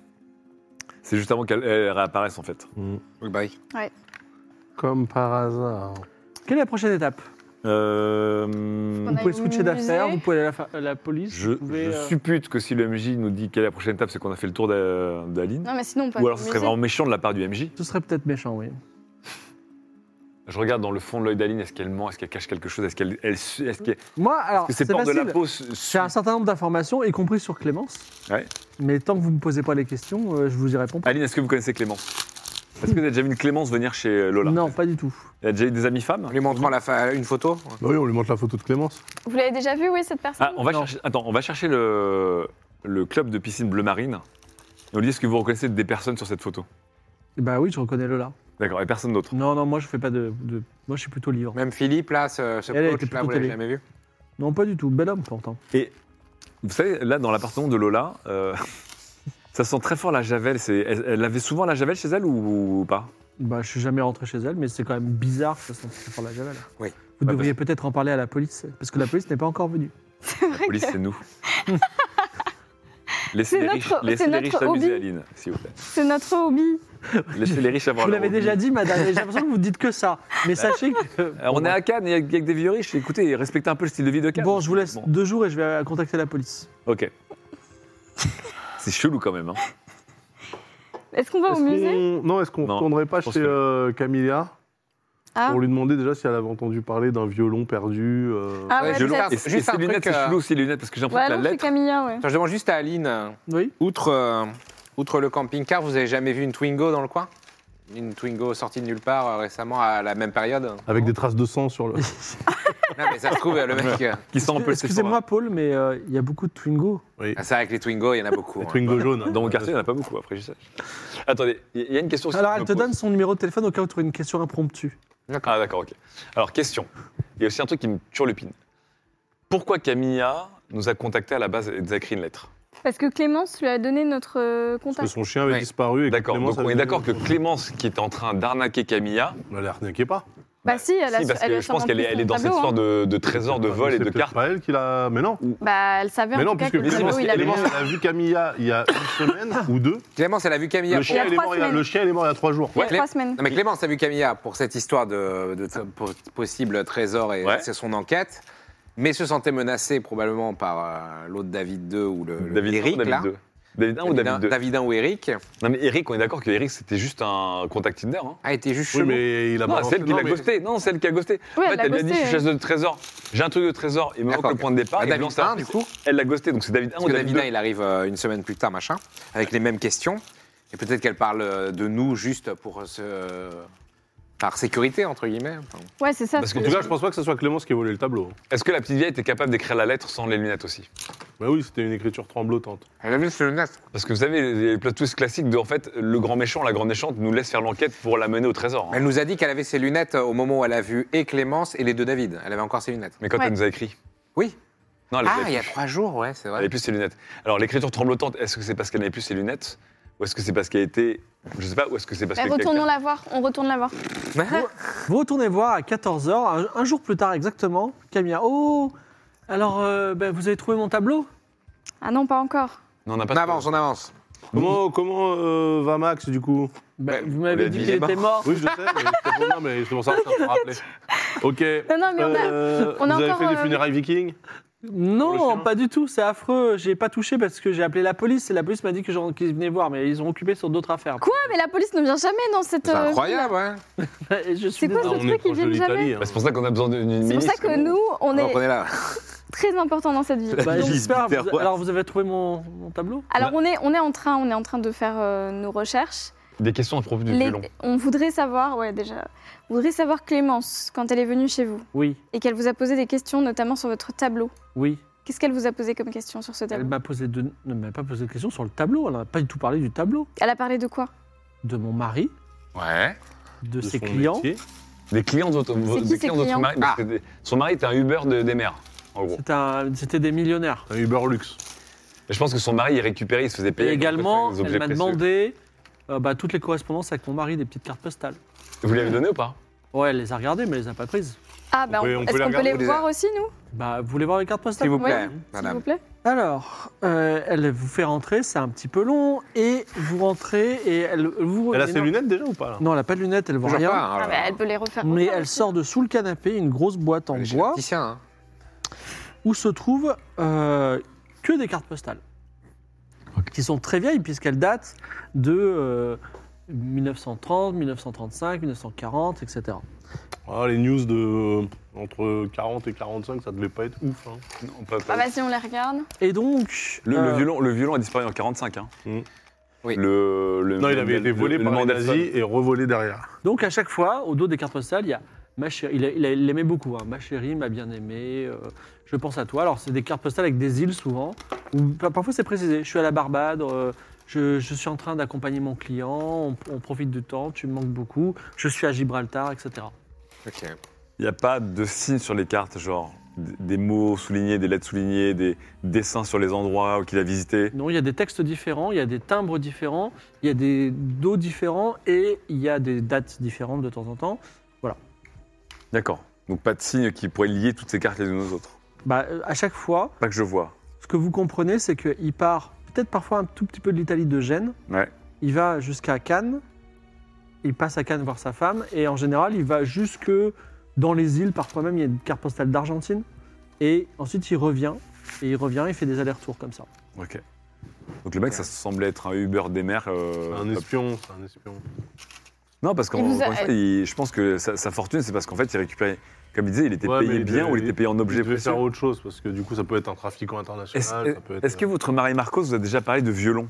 S2: C'est juste avant qu'elle elle réapparaisse en fait.
S3: Mm.
S5: Oui, bah oui.
S3: Comme par hasard.
S1: Quelle est la prochaine étape
S2: Euh,
S4: On
S1: Vous
S4: a
S1: pouvez
S4: eu
S1: switcher
S4: le
S1: d'affaires,
S4: Bah, musée.
S1: vous pouvez aller à la, fa- à la police.
S2: je
S1: vous pouvez,
S2: je
S1: euh,
S2: suppute que si le MJ nous dit quelle est la prochaine étape, c'est qu'on a fait le tour d'A- d'Aline.
S4: Non, mais sinon, on peut
S2: Ou
S4: aller
S2: alors
S4: au
S2: ce serait
S4: musée.
S2: vraiment méchant de la part du MJ.
S1: Ce serait peut-être méchant, oui.
S2: Je regarde dans le fond de l'œil d'Aline, est-ce qu'elle ment, est-ce qu'elle cache quelque chose, est-ce qu'elle. elle su- Est-ce qu'elle-
S1: Moi, alors,
S2: est-ce que ses
S1: Oh, c'est
S2: portes de
S1: facile.
S2: la peau. se- se-
S1: J'ai un certain nombre d'informations, y compris sur Clémence.
S2: Ouais. Ah,
S1: Mais tant que vous ne me posez pas les questions, euh, je vous y réponds pas.
S2: Aline, est-ce que vous connaissez Clémence Est-ce que vous avez déjà vu une Clémence venir chez euh, Lola
S1: Non, pas du tout.
S2: Elle a déjà eu des amis femmes
S5: En lui montrant la fa- une photo
S3: Bah oui, on lui montre la photo de Clémence.
S4: Vous l'avez déjà vu, oui, cette personne
S2: Ah, on va chercher, attends, on va chercher le, le club de piscine bleu marine. Et on lui dit est-ce que vous reconnaissez des personnes sur cette photo
S1: Eh Ben oui, je reconnais Lola.
S2: D'accord, et personne d'autre.
S1: Non, non, moi je fais pas de. de- Moi je suis plutôt livrant.
S5: Même Philippe, là, ce, ce
S1: Elle, elle
S5: coach,
S1: était
S5: là, vous
S1: plutôt
S5: l'avez
S1: télé.
S5: jamais vu
S1: Non, pas du tout. Bel homme pourtant.
S2: Et vous savez, là, dans l'appartement de Lola, euh, [LAUGHS] ça sent très fort la javel. C'est- Elle, elle avait souvent la javel chez elle ou, ou pas
S1: Bah, je suis jamais rentré chez elle, mais c'est quand même bizarre que ça sente très fort la javel.
S5: Oui.
S1: Vous
S2: Ouais,
S1: devriez peut-être en parler à la police, parce que la police n'est pas encore venue.
S2: La police, c'est
S4: [LAUGHS]
S2: nous. Laissez
S4: C'est
S2: les
S4: notre-
S2: riches, laissez
S4: c'est
S2: les
S4: notre
S2: riches s'amuser,
S4: hobby.
S2: Aline, s'il vous plaît.
S4: C'est notre hobby.
S2: Laissez les riches
S1: Je
S2: avoir
S1: vous
S2: leur
S1: l'avais
S2: hobby.
S1: déjà dit, madame, et j'ai l'impression que vous dites que ça. Mais sachez que.
S2: Alors, Bah, euh, on est à Cannes, il y a il y a que des vieux riches. Écoutez, respectez un peu le style de vie de Cannes.
S1: Bon, je vous laisse deux jours et je vais euh, contacter la police.
S2: Ok. C'est chelou quand même. hein.
S4: Est-ce qu'on va
S3: Est-ce
S4: au musée
S3: qu'on- Non, est-ce qu'on
S2: Non,
S3: retournerait pas
S2: je pense
S3: chez
S2: que-
S3: euh, Camilla
S4: Ah,
S3: pour lui demander déjà si elle avait entendu parler d'un violon perdu euh,
S4: ah ouais,
S5: je
S2: Violon.
S5: l'ai-
S4: peut-être.
S2: Et, c'est-
S5: Juste
S2: et ces
S5: un truc,
S2: lunettes, c'est
S5: euh,
S2: chelou aussi les lunettes parce que j'ai l'impression
S4: Ouais,
S2: que la
S4: non, c'est
S2: lettre.
S4: Camilla, ouais.
S5: Attends, je demande juste à Aline, euh,
S1: Oui
S5: outre, euh, outre le camping-car, vous avez jamais vu une Twingo dans le coin Une Twingo sortie de nulle part euh, récemment à la même période
S3: avec des traces de sang sur le.
S5: Non, mais ça se trouve, le mec. euh,
S2: Qui sent un peu le
S1: Excusez-moi, Paul, mais euh, il y a beaucoup de Twingo.
S5: ah, C'est vrai que les Twingo, il y en
S3: [LAUGHS]
S5: a beaucoup.
S3: Les
S5: hein.
S3: Twingo jaune. hein.
S2: Dans mon quartier, il n'y en a pas beaucoup, après, je sais. Attendez, il y a une question aussi.
S1: Alors,
S2: que
S1: elle
S2: je
S1: te
S2: me pose.
S1: donne son numéro de téléphone au cas où tu aurais une question impromptue.
S2: Ah, d'accord, ok. Alors, question. Il y a aussi un truc qui me turlupine. Pourquoi Camilla nous a contactés à la base et nous a écrit une lettre
S4: Parce que Clémence lui a donné notre euh,
S3: Parce que
S4: contact.
S3: son chien avait
S5: Ouais.
S3: disparu. et que
S2: D'accord,
S3: Clémence
S2: donc on est
S3: avait-
S2: d'accord que Clémence, qui était en train d'arnaquer Camilla,
S3: Bah, Elle l'arnaquait pas.
S4: Bah si, elle a
S2: si, parce
S4: elle
S2: que
S4: a
S2: je pense
S4: sûrement
S2: qu'elle est,
S4: pris
S2: elle est
S4: son
S2: dans cette
S4: tableau,
S2: histoire
S4: hein.
S2: de, de trésors, de vols et
S3: Ah, Bah, C'est
S2: de
S3: peut-être
S2: cartes.
S3: pas elle qui l'a. Mais non.
S4: Bah elle savait
S3: Mais
S4: en
S3: non,
S4: tout cas
S3: puisque
S4: que le
S3: Clémence,
S4: tableau, il
S3: elle
S4: avait...
S3: Clémence, elle a vu Camilla il y a une semaine ou deux.
S5: Clémence, elle a vu Camilla.
S3: Ah. Le
S5: pour-
S3: chien, elle
S4: Il y a
S3: est
S4: trois
S3: mort il y a-
S4: semaines.
S3: le chien, elle est mort il y a trois jours.
S4: Il y a
S5: Ouais.
S4: trois semaines.
S5: Non mais Clémence a vu Camilla pour cette histoire de, de t- po- possible trésor et
S2: Ouais.
S5: c'est son enquête, mais se sentait menacée probablement par euh, l'autre David 2 ou le, le
S2: Euh, David un ou
S5: Eric
S2: David
S5: là.
S2: deux David 1 ou
S5: David
S2: David
S5: un-
S2: 2
S5: David un ou Eric
S2: Non, mais Eric, on est d'accord que Eric, c'était juste un contact Tinder. Hein.
S5: a été juste
S3: Oui,
S5: chelou.
S3: mais il a
S2: Non,
S3: balancé-
S2: celle qui
S3: non,
S2: l'a
S3: mais-
S2: ghosté. Non, celle qui a ghosté. en
S4: Oui,
S2: fait,
S4: elle l'a
S2: elle lui a dit, je
S4: ghosté,
S2: suis
S4: ouais.
S2: chasseuse de trésor. J'ai un truc de trésor, il me manque
S5: D'accord.
S2: le point de départ.
S5: Bah,
S2: Et
S5: David
S2: Blanche,
S5: 1 du coup,
S2: Elle l'a ghosté, donc c'est David 1
S5: parce
S2: ou
S5: que
S2: David
S5: David 1
S2: 2.
S5: il arrive euh, une semaine plus tard machin, avec les mêmes questions et peut-être qu'elle parle euh, de nous juste pour euh, se par sécurité entre guillemets. Enfin,
S4: Ouais, c'est ça.
S2: Parce
S3: En tout cas, je pense pas que ce soit Clémence qui a volé le tableau.
S2: Est-ce que la petite vieille était capable d'écrire la lettre sans les lunettes aussi
S3: Bah oui, c'était une écriture tremblotante.
S5: Elle a vu ce lunette.
S2: Parce que vous savez, les les plot twists classiques de en fait, le grand méchant, la grande méchante nous laisse faire l'enquête pour la mener au trésor. hein.
S5: Elle nous a dit qu'elle avait ses lunettes euh, au moment où elle a vu et Clémence et les deux David. Elle avait encore ses lunettes.
S2: Mais quand
S4: Ouais.
S2: elle nous a écrit
S5: Oui.
S2: Non, elle
S5: Ah,
S2: avait
S5: il y a
S2: plus.
S5: trois jours, ouais, c'est
S2: Elle
S5: vrai.
S2: avait plus ses lunettes. Alors l'écriture tremblotante, est-ce que c'est parce qu'elle n'avait plus ses lunettes Ou est-ce que c'est parce qu'elle était. Je sais pas, ou est-ce que c'est parce
S4: Bah,
S2: que.
S4: retournons la voir, on retourne la voir.
S5: [LAUGHS]
S1: Vous retournez voir à 14h, un, un jour plus tard exactement, Camilla. Oh Alors, euh, ben, vous avez trouvé mon tableau
S4: Ah non, pas encore.
S2: Non, on n'a pas
S5: On
S2: de-
S5: avance, on avance.
S3: Comment, comment euh, va Max du coup
S1: Ben,
S5: Ouais,
S1: Vous
S2: on l'a
S1: m'avez dit
S2: dit,
S1: qu'il
S2: il est
S1: était mort.
S3: Oui, je sais, mais c'est pour moi, mais c'est pour ça que ça me rappelait. Ok.
S4: Non, non, mais on a...
S3: euh,
S4: on a
S3: vous avez
S4: encore,
S3: fait des
S4: euh,
S3: funérailles vikings Pour le
S1: Non,
S3: chien.
S1: pas du tout, c'est affreux. J'ai pas touché parce que j'ai appelé la police et la police m'a dit que j'en- qu'ils venaient voir, mais ils ont occupé sur d'autres affaires.
S4: Quoi Mais la police ne vient jamais dans cette...
S5: C'est
S4: euh,
S5: incroyable, ouais.
S1: Et Bah, je suis
S4: C'est
S1: désolé.
S4: quoi ce
S3: Ah, on
S4: truc,
S3: est
S4: ils
S3: proche de
S4: viennent
S3: l'Italie. hein.
S2: Bah, c'est pour ça qu'on a besoin d'une
S4: C'est pour ça
S2: ministre.
S4: que nous, on
S5: Donc, on
S4: est
S5: est là.
S4: très important dans cette vie. [LAUGHS]
S1: Bah,
S5: La
S1: donc,
S5: police
S1: super, vous-
S5: biterroise.
S1: alors, vous avez trouvé mon, mon tableau
S4: Alors on est, on est en train, on est en train de faire euh, nos recherches.
S2: Des questions à propos du
S4: Les-
S2: violon.
S4: on voudrait savoir, ouais déjà, on voudrait savoir Clémence quand elle est venue chez vous
S1: Oui,
S4: et qu'elle vous a posé des questions, notamment sur votre tableau.
S1: oui.
S4: Qu'est-ce qu'elle vous a posé comme question sur ce
S1: Elle
S4: tableau
S1: m'a posé de, ne m'a pas posé de questions sur le tableau, elle n'a pas du tout parlé du tableau,
S4: Elle a parlé de quoi
S1: de mon mari,
S5: Ouais.
S1: de, ses
S3: son
S1: clients.
S3: métier.
S4: Oh,
S2: Des clients d'autres.
S4: qui
S2: Des
S4: ces
S2: clients d'autres
S4: clients
S2: mari. parce
S5: Ah.
S2: que des- Son mari était un Uber de- des mers, en gros.
S1: C'est un- C'était des millionnaires.
S3: Un Uber luxe.
S2: Et je pense que son mari, il récupérait, il se faisait payer.
S1: Et
S2: avec
S1: également,
S2: des objets
S1: elle m'a
S2: précieux.
S1: demandé euh, bah, toutes les correspondances avec mon mari, des petites cartes postales.
S2: Vous lui avez donné ou pas
S1: Ouais, elle les a regardées, mais elle les a pas prises.
S4: Ah, bah,
S7: On peut-
S4: on-
S7: on peut les
S4: est-ce qu'on peut
S7: regarder
S4: les
S5: déjà.
S4: voir aussi, nous
S1: Bah, vous voulez voir les cartes postales
S5: [LAUGHS] S'il vous
S4: Oui,
S5: plaît,
S4: S'il vous
S5: madame.
S4: plaît.
S1: Alors, euh, elle vous fait rentrer, c'est un petit peu long, et vous rentrez et elle vous.
S7: Elle a
S1: et
S7: ses
S1: non.
S7: lunettes déjà ou pas là
S1: Non, elle a pas de lunettes, elle voit rien.
S5: Toujours pas, hein,
S4: Ah, bah,
S5: alors.
S4: elle peut les refaire.
S1: Mais
S4: ensemble
S1: elle
S4: aussi.
S1: sort de sous le canapé une grosse boîte en
S5: Allez, chez
S1: bois
S5: l'opticien, hein.
S1: où se trouvent euh, que des cartes postales. Qui sont très vieilles puisqu'elles datent de euh, 1930, 1935, 1940, etc.
S7: Ah, Les news de euh, entre 40 et 45, ça devait pas être ouf. hein.
S2: Non, pas- pas-
S4: Ah, bah, si on les regarde.
S1: Et donc.
S2: Le, le
S1: euh,
S2: violon, le violon a disparu en 45. Hein.
S7: Mm.
S5: Oui.
S2: Le, le-
S7: Non, il
S2: Euh, le-
S7: avait été
S2: le-
S7: volé
S2: le
S7: par les
S2: Mendelssohn.
S7: nazis et revolé derrière.
S1: Donc à chaque fois, au dos des cartes postales, il y a ma chérie, il, a- il a- il l'aimait beaucoup, hein. ma chérie m'a bien aimé, euh, je pense à toi. Alors c'est des cartes postales avec des îles souvent, ou pa- parfois c'est précisé, je suis à la Barbade, euh, je, je suis en train d'accompagner mon client, on, on profite du temps, tu me manques beaucoup, je suis à Gibraltar, etc.
S5: Ok.
S2: Il n'y a pas de signes sur les cartes, genre d- des mots soulignés, des lettres soulignées, des dessins sur les endroits qu'il a visités.
S1: Non, il y a des textes différents, il y a des timbres différents, il y a des dos différents et il y a des dates différentes de temps en temps.
S2: D'accord. Donc pas de signes qui pourraient lier toutes ces cartes les unes aux autres.
S1: Bah, euh, à chaque fois,
S2: Pas que je vois.
S1: ce que vous comprenez, c'est qu'il part peut-être parfois un tout petit peu de l'Italie de Gênes.
S2: Ouais.
S1: Il va jusqu'à Cannes. Il passe à Cannes voir sa femme. Et en général, il va jusque dans les îles. Parfois même, il y a une carte postale d'Argentine. Et ensuite, il revient. Et il revient, il fait des allers-retours comme ça.
S2: Ok. Donc le mec, ça semblait être un Uber des mers. euh,
S7: Un espion, c'est un espion.
S2: Non, parce qu'en
S4: Il vous a-
S2: encore une fois, il- je pense que sa, sa fortune, c'est parce qu'en fait, il récupérait. Comme il disait, il était
S7: Ouais, mais
S2: payé
S7: il
S2: bien
S7: devait-
S2: ou il était payé en
S7: Je
S2: objet
S7: vais
S2: précieux.
S7: faire autre chose parce que du coup, ça peut être un trafiquant
S2: Est-ce
S7: international. ça peut être-
S2: est-ce
S3: euh,
S2: que votre mari Marcos vous a déjà parlé de violon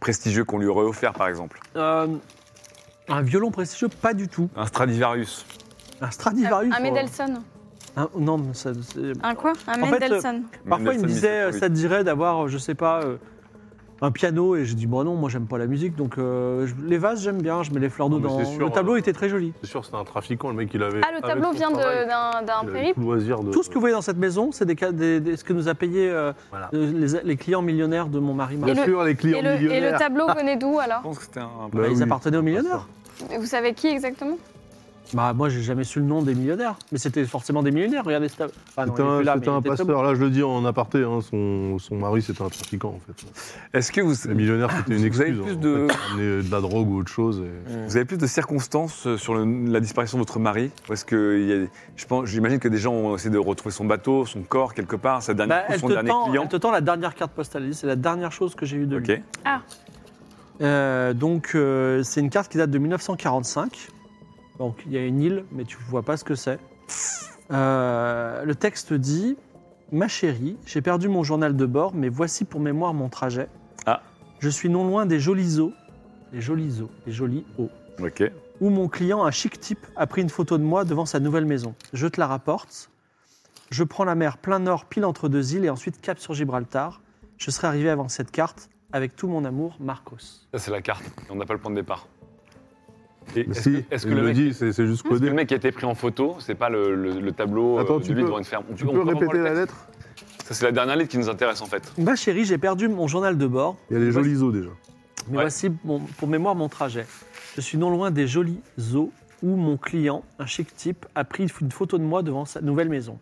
S2: prestigieux qu'on lui aurait offert, par exemple
S1: Euh, un violon prestigieux, pas du tout.
S2: Un Stradivarius.
S1: Un
S4: Un
S1: Stradivarius.
S4: Ah, un
S1: euh,
S4: Mendelssohn.
S1: un- non, mais ça- c'est-
S4: Un quoi Un
S1: En fait,
S4: Mendelssohn.
S1: Parfois, il me
S2: Mendelssohn,
S1: disait, euh,
S2: Mitrovic.
S1: ça te dirait d'avoir, euh, je sais pas, euh, un piano. Et j'ai dit, bon, non, moi, j'aime pas la musique. Donc, euh, je- les vases, j'aime bien. Je mets les fleurs
S7: Non, mais
S1: dedans.
S7: c'est sûr,
S1: le tableau
S7: euh,
S1: était très joli.
S7: C'est sûr, c'était un trafiquant, le mec, il avait.
S4: Ah, le tableau vient de- d'un d'un périple.
S1: Tout ce que vous voyez dans cette maison, c'est des, ca- des- des- ce que nous a payé euh,
S7: Voilà.
S1: euh, les, les clients millionnaires de mon mari.
S4: Et
S7: Bien
S4: le-
S7: sûr, les
S4: Et
S7: clients
S4: le, et le
S7: millionnaires.
S1: [LAUGHS]
S4: tableau venait d'où alors
S2: Je pense que c'était un.
S1: Bah, ils
S7: oui,
S1: appartenaient aux millionnaires.
S4: Et Vous savez qui exactement
S1: Bah moi j'ai jamais su le nom des millionnaires, mais c'était forcément des millionnaires. Regardez ce tab- Ah non,
S3: C'était
S1: il est
S3: un,
S1: plus là, mais
S3: c'était
S1: il
S3: un
S1: était très
S3: pasteur, là je le dis en aparté, hein, son, son mari c'était un trafiquant en fait.
S2: Est-ce que vous,
S3: Le millionnaire c'était une
S2: Vous avez plus
S3: excuse. hein, en
S2: de-
S3: fait, amener de la drogue ou autre chose. et-
S2: vous avez plus de circonstances euh, sur le- la disparition de votre mari Ou est-ce que il y a- je pense, j'imagine que des gens ont essayé de retrouver son bateau, son corps quelque part, sa
S1: bon.
S2: dernière,
S1: Bah, elle,
S2: son
S1: te
S2: dernier
S1: tend,
S2: client.
S1: elle te tend la dernière carte postale, Elle dit, c'est la dernière chose que j'ai eue de lui.
S2: Ok.
S1: Euh, donc euh, c'est une carte qui date de 1945. Donc il y a une île, mais tu vois pas ce que c'est. Euh, le texte dit Ma chérie, j'ai perdu mon journal de bord, mais voici pour mémoire mon trajet.
S2: Ah.
S1: Je suis non loin des jolis eaux, les jolis eaux, les jolis eaux,
S2: Ok.
S1: où mon client, un chic type, a pris une photo de moi devant sa nouvelle maison. Je te la rapporte. Je prends la mer plein nord, pile entre deux îles, et ensuite cap sur Gibraltar. Je serai arrivé avant cette carte, avec tout mon amour, Marcos.
S2: Ça, c'est la carte. Et on n'a pas le point de départ. Et
S3: Mais
S2: Est-ce
S3: si,
S2: que, est-ce que
S3: il
S2: le
S3: le
S2: mec,
S3: dit, c'est c'est juste
S2: est-ce que
S3: codé.
S2: le mec qui a été pris en photo, c'est pas le, le- le tableau euh,
S3: Attends,
S2: de
S3: tu
S2: lui
S3: peux-
S2: devant une ferme On
S3: Tu
S2: on
S3: peux
S2: reprend
S3: répéter
S2: le
S3: la
S2: texte
S3: lettre
S2: Ça, c'est la dernière lettre qui nous intéresse en fait.
S1: Ma Bah, chérie, j'ai perdu mon journal de bord,
S3: Il y a les jolis os déjà.
S1: mais
S2: Ouais.
S1: voici mon- pour mémoire mon trajet. Je suis non loin des jolis eaux où mon client, un chic type, a pris une photo de moi devant sa nouvelle maison.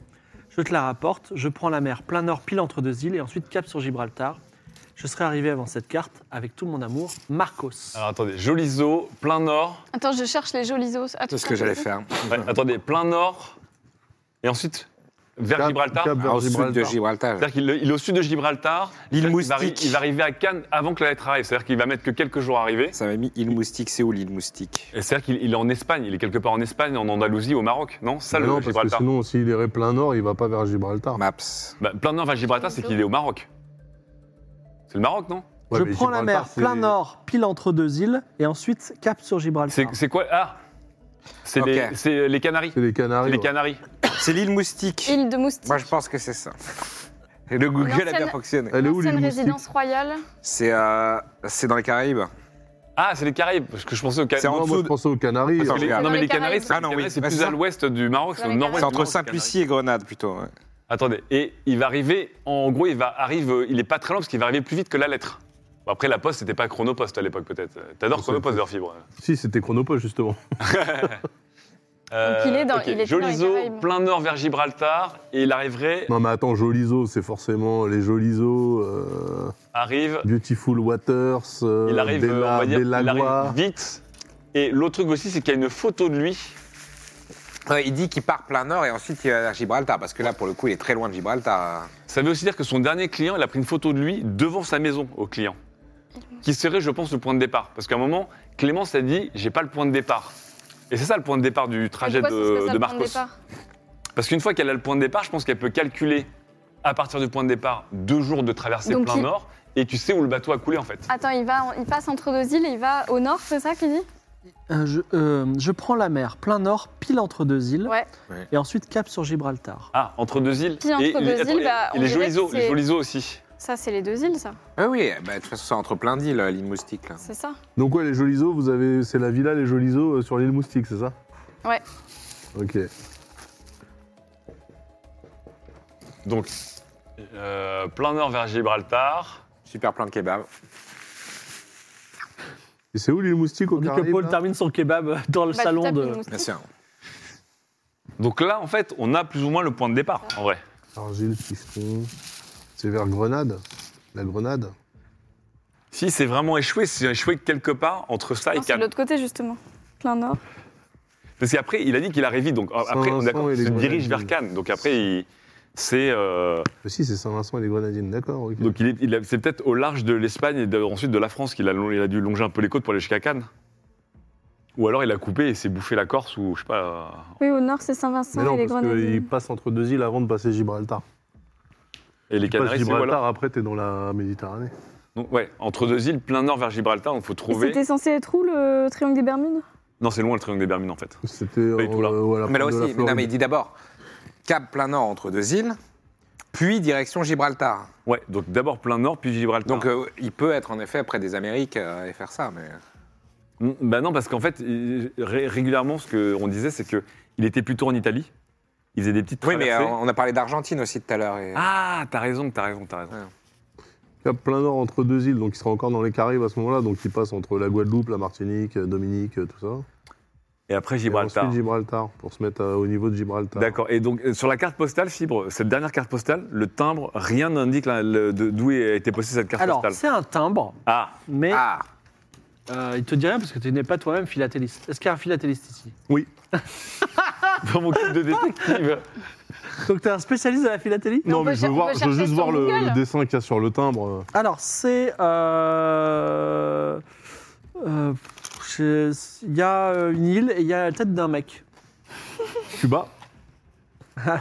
S1: Je te la rapporte, je prends la mer plein nord pile entre deux îles et ensuite cap sur Gibraltar. Je serai arrivé avant cette carte avec tout mon amour, Marcos.
S2: Alors attendez, joli eau, plein nord.
S4: Attends, je cherche les jolis os. Ah,
S5: C'est ce
S4: tu
S5: que
S4: cherches
S5: j'allais
S4: les os
S5: faire.
S2: Ouais, attendez, plein nord. Et ensuite, vers
S3: Cap-
S2: Gibraltar.
S3: Cap vers
S5: Au sud de
S3: Gibraltar.
S5: Gibraltar.
S2: C'est-à-dire qu'il il est au sud de Gibraltar.
S5: L'île
S2: C'est-à-dire qu'il va arri-
S5: Moustique.
S2: Il va arriver à Cannes avant que la lettre arrive. C'est-à-dire qu'il va mettre que quelques jours à arriver.
S5: Ça m'a mis île moustique, c'est où l'île moustique
S2: Et C'est-à-dire qu'il il est en Espagne. Il est quelque part en Espagne, en Andalousie, au Maroc. Non, ça
S3: Mais
S2: le
S3: non, parce que
S2: Gibraltar.
S3: sinon, s'il irait plein nord, il va pas vers Gibraltar.
S5: Maps.
S2: Bah, plein nord vers Gibraltar, c'est qu'il est au Maroc. C'est le Maroc, non
S3: Ouais,
S1: je
S3: mais
S1: prends la mer
S3: Gibraltar,
S1: plein
S3: c'est-
S1: nord pile entre deux îles et ensuite cap sur Gibraltar.
S2: C'est c'est quoi Ah C'est
S5: Ok.
S2: les, c'est les Canaries.
S3: C'est les Canaries.
S2: C'est les
S3: ouais.
S2: Canaries.
S5: C'est l'île moustique.
S4: Île de moustiques.
S5: Moi, je pense que c'est ça. Et le Google a bien
S4: L'ancienne-
S5: fonctionné.
S3: Elle est où l'île
S4: L'ancienne
S3: moustique
S4: résidence royale.
S5: C'est euh, c'est dans les Caraïbes.
S2: Ah, c'est les Caraïbes. Parce que je pensais aux
S5: C'est
S2: Canaries.
S3: Non,
S5: en
S3: moi
S5: dessous
S3: je
S5: de-
S3: pensais aux Canaries.
S5: Attends,
S2: Parce que
S5: je
S2: les-
S5: regarde.
S2: non, mais les Canaries,
S4: Caraïbes.
S2: c'est
S5: Ah non, oui,
S2: Canaries, c'est
S5: bah,
S2: plus
S5: c'est
S2: à
S5: ça.
S2: l'ouest du Maroc, c'est
S4: Dans
S2: au
S4: les
S2: nord-ouest.
S5: C'est
S2: du
S5: entre
S2: Maroc, les
S5: Saint-Lucie et Grenade plutôt. ouais.
S2: Canaries. Attendez, et il va arriver, en gros, il va arrive, euh, il est pas très lent parce qu'il va arriver plus vite que la lettre. Bon, après, la poste, c'était pas Chronopost à l'époque, peut-être. T'adores
S3: Je sais
S2: Chronopost,
S3: pas.
S2: leur fibre.
S3: Si, c'était Chronopost justement.
S2: Euh,
S4: il est dans-
S2: ok,
S4: il était dans les
S2: Jolizo,
S4: Caraïbes.
S2: plein nord vers Gibraltar, et il arriverait,
S3: Non mais attends, Jolizo, c'est forcément les Jolizo, euh,
S2: arrive,
S3: Beautiful Waters, euh,
S2: il arrive, euh, on
S3: Bella,
S2: va dire, il
S3: Bellagua.
S2: arrive vite. Et l'autre truc aussi, c'est qu'il y a une photo de lui.
S5: Ouais, il dit qu'il part plein nord et ensuite il va à Gibraltar, parce que là, pour le coup, il est très loin de Gibraltar.
S2: Ça veut aussi dire que son dernier client, il a pris une photo de lui devant sa maison au client, qui serait, je pense, le point de départ. Parce qu'à un moment, Clémence a dit, j'ai pas le point de départ. Et c'est ça le point de départ du trajet
S4: Pourquoi ce serait
S2: de, de
S4: ça le point de
S2: Marcos.
S4: départ
S2: Parce qu'une fois qu'elle a le point de départ, je pense qu'elle peut calculer à partir du point de départ deux jours de traversée
S4: Donc
S2: plein
S4: il-
S2: nord et tu sais où le bateau a coulé en fait.
S4: Attends, il, va, il passe entre deux îles et il va au nord, c'est ça qu'il dit
S1: Euh, je, euh, je prends la mer, plein nord, pile entre deux îles,
S4: Ouais.
S5: Ouais.
S1: et ensuite cap sur Gibraltar.
S2: Ah, entre deux îles.
S4: Puis entre
S2: et
S4: deux
S2: les,
S4: îles,
S2: attends, et-
S4: bah,
S2: et
S4: on
S2: les
S4: dirait que
S2: joliseaux, les
S4: c'est-
S2: joliseaux aussi.
S4: Ça, c'est les deux îles, ça.
S5: Ah oui, bah, de toute façon, c'est entre plein d'îles, l'île moustique. Là.
S4: C'est ça.
S3: Donc ouais, les Jolizo, vous avez, c'est la villa les Jolizo euh, sur l'île Moustique, c'est ça
S4: Ouais.
S3: Ok.
S2: Donc, euh, plein nord vers Gibraltar.
S5: Super plein de kebab.
S3: Et c'est où l'île Moustique au
S1: Tandis que
S3: Caraïbe
S1: Paul termine son kebab euh, dans le
S4: Bah, tu
S1: salon
S4: tapes
S1: de.
S4: une moustique.
S5: Bien sûr.
S2: Donc là, en fait, on a plus ou moins le point de départ en vrai.
S3: Argile, Fiston. C'est vers Grenade La Grenade
S2: Si c'est vraiment échoué, c'est échoué quelque part entre ça et
S4: Non, c'est de
S2: Cannes.
S4: l'autre côté, justement. Plein nord.
S2: Parce qu'après, il a dit qu'il arrive vite. Donc après, on est d'accord,
S3: Saint-Vincent et
S2: il
S3: les
S2: se dirige
S3: Grenadines.
S2: vers Cannes. Donc après, il- c'est. euh,
S3: Mais Si, c'est Saint-Vincent et les Grenadines, d'accord. ok.
S2: Donc il est- il a- c'est peut-être au large de l'Espagne et de- ensuite de la France qu'il a, long- il a dû longer un peu les côtes pour aller jusqu'à Cannes. Ou alors il a coupé et s'est bouffé la Corse ou je sais pas.
S4: Oui, au nord, c'est
S3: Mais
S4: Saint-Vincent et
S3: non,
S4: les
S3: parce qu'il
S4: Grenadines.
S3: passe entre deux îles avant de passer Gibraltar.
S2: euh, Et les
S3: Tu passes
S2: Canaries, c'est
S3: Gibraltar,
S2: voilà.
S3: après, t'es dans la Méditerranée.
S2: Donc ouais, entre deux îles, plein nord vers Gibraltar, donc faut
S4: Et
S2: trouver.
S4: c'était censé être où, le triangle des Bermudes
S2: Non, c'est loin le triangle des Bermudes en fait.
S3: C'était
S5: Bah,
S2: Pas du tout là.
S3: euh, à la
S5: Mais là
S3: pointe de
S5: aussi,
S3: la
S5: mais non,
S3: Floride.
S5: mais il dit d'abord Cap plein nord entre deux îles, puis direction Gibraltar.
S2: Ouais, donc d'abord plein nord puis Gibraltar.
S5: Donc euh, il peut être en effet près des Amériques euh, et faire ça, mais
S2: Mm, Bah non, parce qu'en fait, il- ré- régulièrement, ce qu'on disait, c'est que il était plutôt en Italie. Il faisait des petites
S5: oui, mais
S2: traversées.
S5: euh, on a parlé d'Argentine aussi tout à l'heure. et- euh,
S2: Ah, t'as raison, t'as raison, t'as raison.
S3: Cap plein nord entre deux îles, donc il sera encore dans les Caraïbes à ce moment-là, donc il passe entre la Guadeloupe, la Martinique, euh, Dominique, euh, tout ça.
S2: Et après
S3: Et
S2: Gibraltar.
S3: ensuite Gibraltar, pour se mettre euh, au niveau de Gibraltar.
S2: D'accord. Et donc, euh, sur la carte postale, Fibre, cette dernière carte postale, le timbre, rien n'indique la- le- de- d'où a été postée cette carte
S1: Alors,
S2: postale.
S1: c'est un timbre,
S2: Ah, [LAUGHS]
S1: mais
S5: Ah,
S1: euh, il te dit rien parce que tu n'es pas toi-même philatéliste. Est-ce qu'il y a un philatéliste ici
S2: dans mon kit de détective.
S1: Donc, tu es un spécialiste de la philatélie
S4: Mais on
S3: Non, mais
S4: peut
S3: je veux,
S4: cher- on
S3: voir,
S4: peut
S3: je veux
S4: chercher
S3: juste
S4: sur
S3: voir le,
S4: Google.
S3: le dessin qu'il y a sur le timbre.
S1: Alors, c'est. euh, euh, je- Il y a euh, une île et il y a la tête d'un mec. [LAUGHS]
S4: [LAUGHS]
S3: Cuba,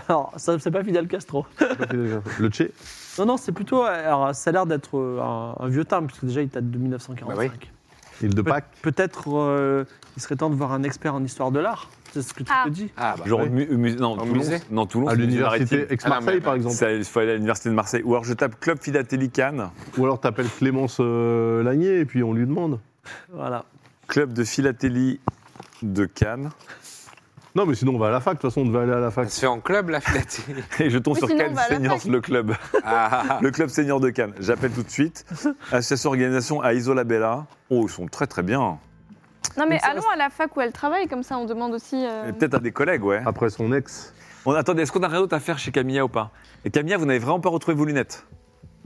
S1: Alors, ça, c'est pas Fidel Castro.
S3: le Tché.
S1: Non, non, c'est plutôt. euh, Alors, ça a l'air d'être euh, un, un vieux timbre, puisque déjà, il date de 1945.
S5: Bah
S3: Île de
S1: Pe-
S3: Pâques.
S1: Peut-être euh, il serait temps de voir un expert en histoire de l'art. C'est ce que tu
S4: Ah.
S1: te dis.
S5: ah bah,
S2: Genre,
S5: oui.
S2: mu- mu- non,
S5: Au
S2: Toulon,
S5: musée
S2: non, Toulon,
S3: À
S2: c'est le musée
S3: l'université
S2: maritime.
S5: Ah, non, mais-
S3: Aix-Marseille, par exemple.
S2: Ça, Il faut aller à l'université de Marseille. Ou alors je tape Club Philatélie Cannes,
S3: Ou alors t'appelles Clémence euh, Lagné et puis on lui demande.
S1: Voilà.
S2: Club de Philatélie de Cannes.
S3: Non, mais sinon on va à la fac. De toute façon, on devait aller à la
S5: ça
S3: fac.
S5: se fait en club la philatélie.
S2: Et je tombe
S4: Mais
S2: sur
S4: sinon,
S2: Cannes
S4: on va à la
S2: Seniors,
S4: fac.
S2: le club.
S5: [LAUGHS] Ah,
S2: Le club senior de Cannes. J'appelle tout de suite. Association organisation à Isola Bella. Oh, ils sont très très bien.
S4: Non, mais
S1: ça,
S4: allons à la fac où elle travaille, comme ça, on demande aussi. euh,
S2: Et Peut-être à des collègues, ouais.
S3: Après son ex.
S2: On, attendez, est-ce qu'on a rien d'autre à faire chez Camilla ou pas Et Camilla, vous n'avez vraiment pas retrouvé vos lunettes.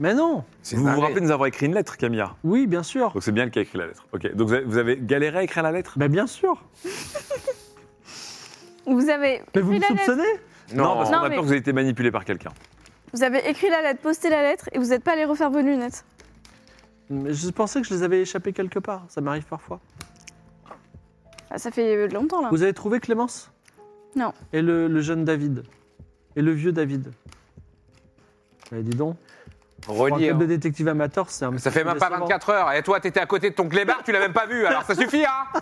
S1: Mais non
S5: c'est
S2: Vous vous
S5: dingue.
S2: rappelez de nous avoir écrit une lettre, Camilla
S1: Oui, bien sûr.
S2: Donc c'est bien elle qui a écrit la lettre. Ok. Donc vous avez, vous avez galéré à écrire la lettre
S1: Ben, bien sûr.
S4: Vous avez.
S1: Mais vous
S4: écrit
S1: me
S4: la lettre-
S1: soupçonnez
S5: Non,
S2: parce
S4: Non,
S2: qu'on a
S4: mais-
S2: peur que vous ayez été manipulé par quelqu'un.
S4: Vous avez écrit la lettre, posté la lettre, et vous n'êtes pas allé refaire vos lunettes.
S1: Mais Je pensais que je les avais échappées quelque part. Ça m'arrive parfois.
S4: Ah, ça fait euh, longtemps, là.
S1: Vous avez trouvé Clémence
S4: Non.
S1: Et le, le jeune David Et le vieux David Ben, dis donc, pour un
S5: Relire.
S1: club de détective amateur, c'est un
S5: hein. Ça fait même pas
S1: décevant.
S5: 24 heures. Et toi, t'étais à côté de ton clébard, tu l'as même pas vu. Alors ça suffit, [LAUGHS] hein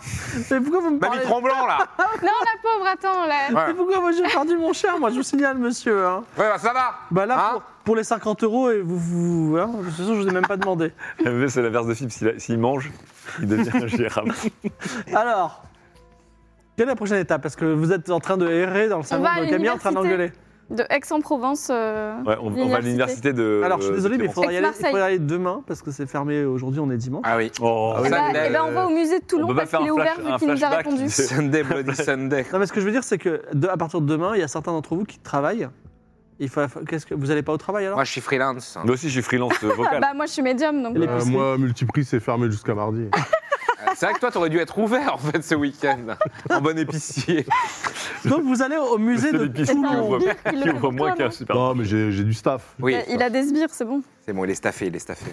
S1: Mais pourquoi vous me
S5: Mamie
S1: parlez
S5: Tremblant, là
S4: Non, la pauvre, attends, là.
S5: Ouais.
S1: Mais pourquoi moi j'ai perdu mon cher Moi, je vous signale, monsieur. hein.
S5: Ouais, bah, ça va
S1: Bah là,
S5: Hein
S1: pour, pour les 50 euros, et vous, vous- hein, de toute façon, je vous ai même pas demandé.
S2: Mais c'est l'inverse de Philippe. S'il s'il mange, il devient ingérable.
S1: Alors, quelle est la prochaine étape Parce que vous êtes en train de errer dans le salon
S4: va à
S1: de Camille en train
S4: l'université.
S1: d'engueuler.
S4: De Aix-en-Provence. euh,
S2: [LAUGHS] Ouais, on, on va à l'université de.
S1: Alors, je suis désolé,
S2: de
S1: mais il
S2: Clémence.
S1: faudra y aller- il
S4: Aix-Marseille.
S1: faudra y aller demain parce que c'est fermé aujourd'hui, on est dimanche.
S5: Ah oui.
S2: Oh,
S5: Ah
S4: Eh
S5: oui.
S4: ben,
S5: Sunday,
S4: eh ben, on va au musée de Toulon
S2: euh, peut pas
S4: parce
S2: faire
S4: qu'il est
S2: un flash-
S4: ouvert vu
S2: un
S4: qu'il nous a
S2: flashback
S4: répondu.
S2: qui se-
S5: [LAUGHS] Sunday, Bloody Sunday.
S1: Non, mais ce que je veux dire, c'est que de- à partir de demain, il y a certains d'entre vous qui travaillent. Il faut, qu'est-ce que, vous n'allez pas au travail alors
S5: Moi, je suis freelance.
S2: Moi aussi, je suis freelance euh,
S4: Ah,
S2: vocal.
S4: bah moi je suis médium donc.
S1: Les-
S4: euh,
S3: Euh, moi, Multiprix, c'est fermé jusqu'à mardi.
S5: Euh, C'est vrai que toi, t'aurais dû être ouvert en fait ce week-end, [LAUGHS] en bon épicier.
S1: Donc vous allez au musée
S2: C'est
S1: de
S2: l'épice qui
S4: c'est
S2: ouvre-
S4: un
S2: voit-
S4: sbire qui
S2: qui
S4: le fait
S2: ouvre
S4: pour
S2: moins
S4: toi,
S2: qu'un
S4: non
S2: super.
S3: non, mais j'ai j'ai du staff.
S5: Oui.
S4: Il a des sbires, c'est bon.
S5: C'est bon, il est staffé, il est staffé.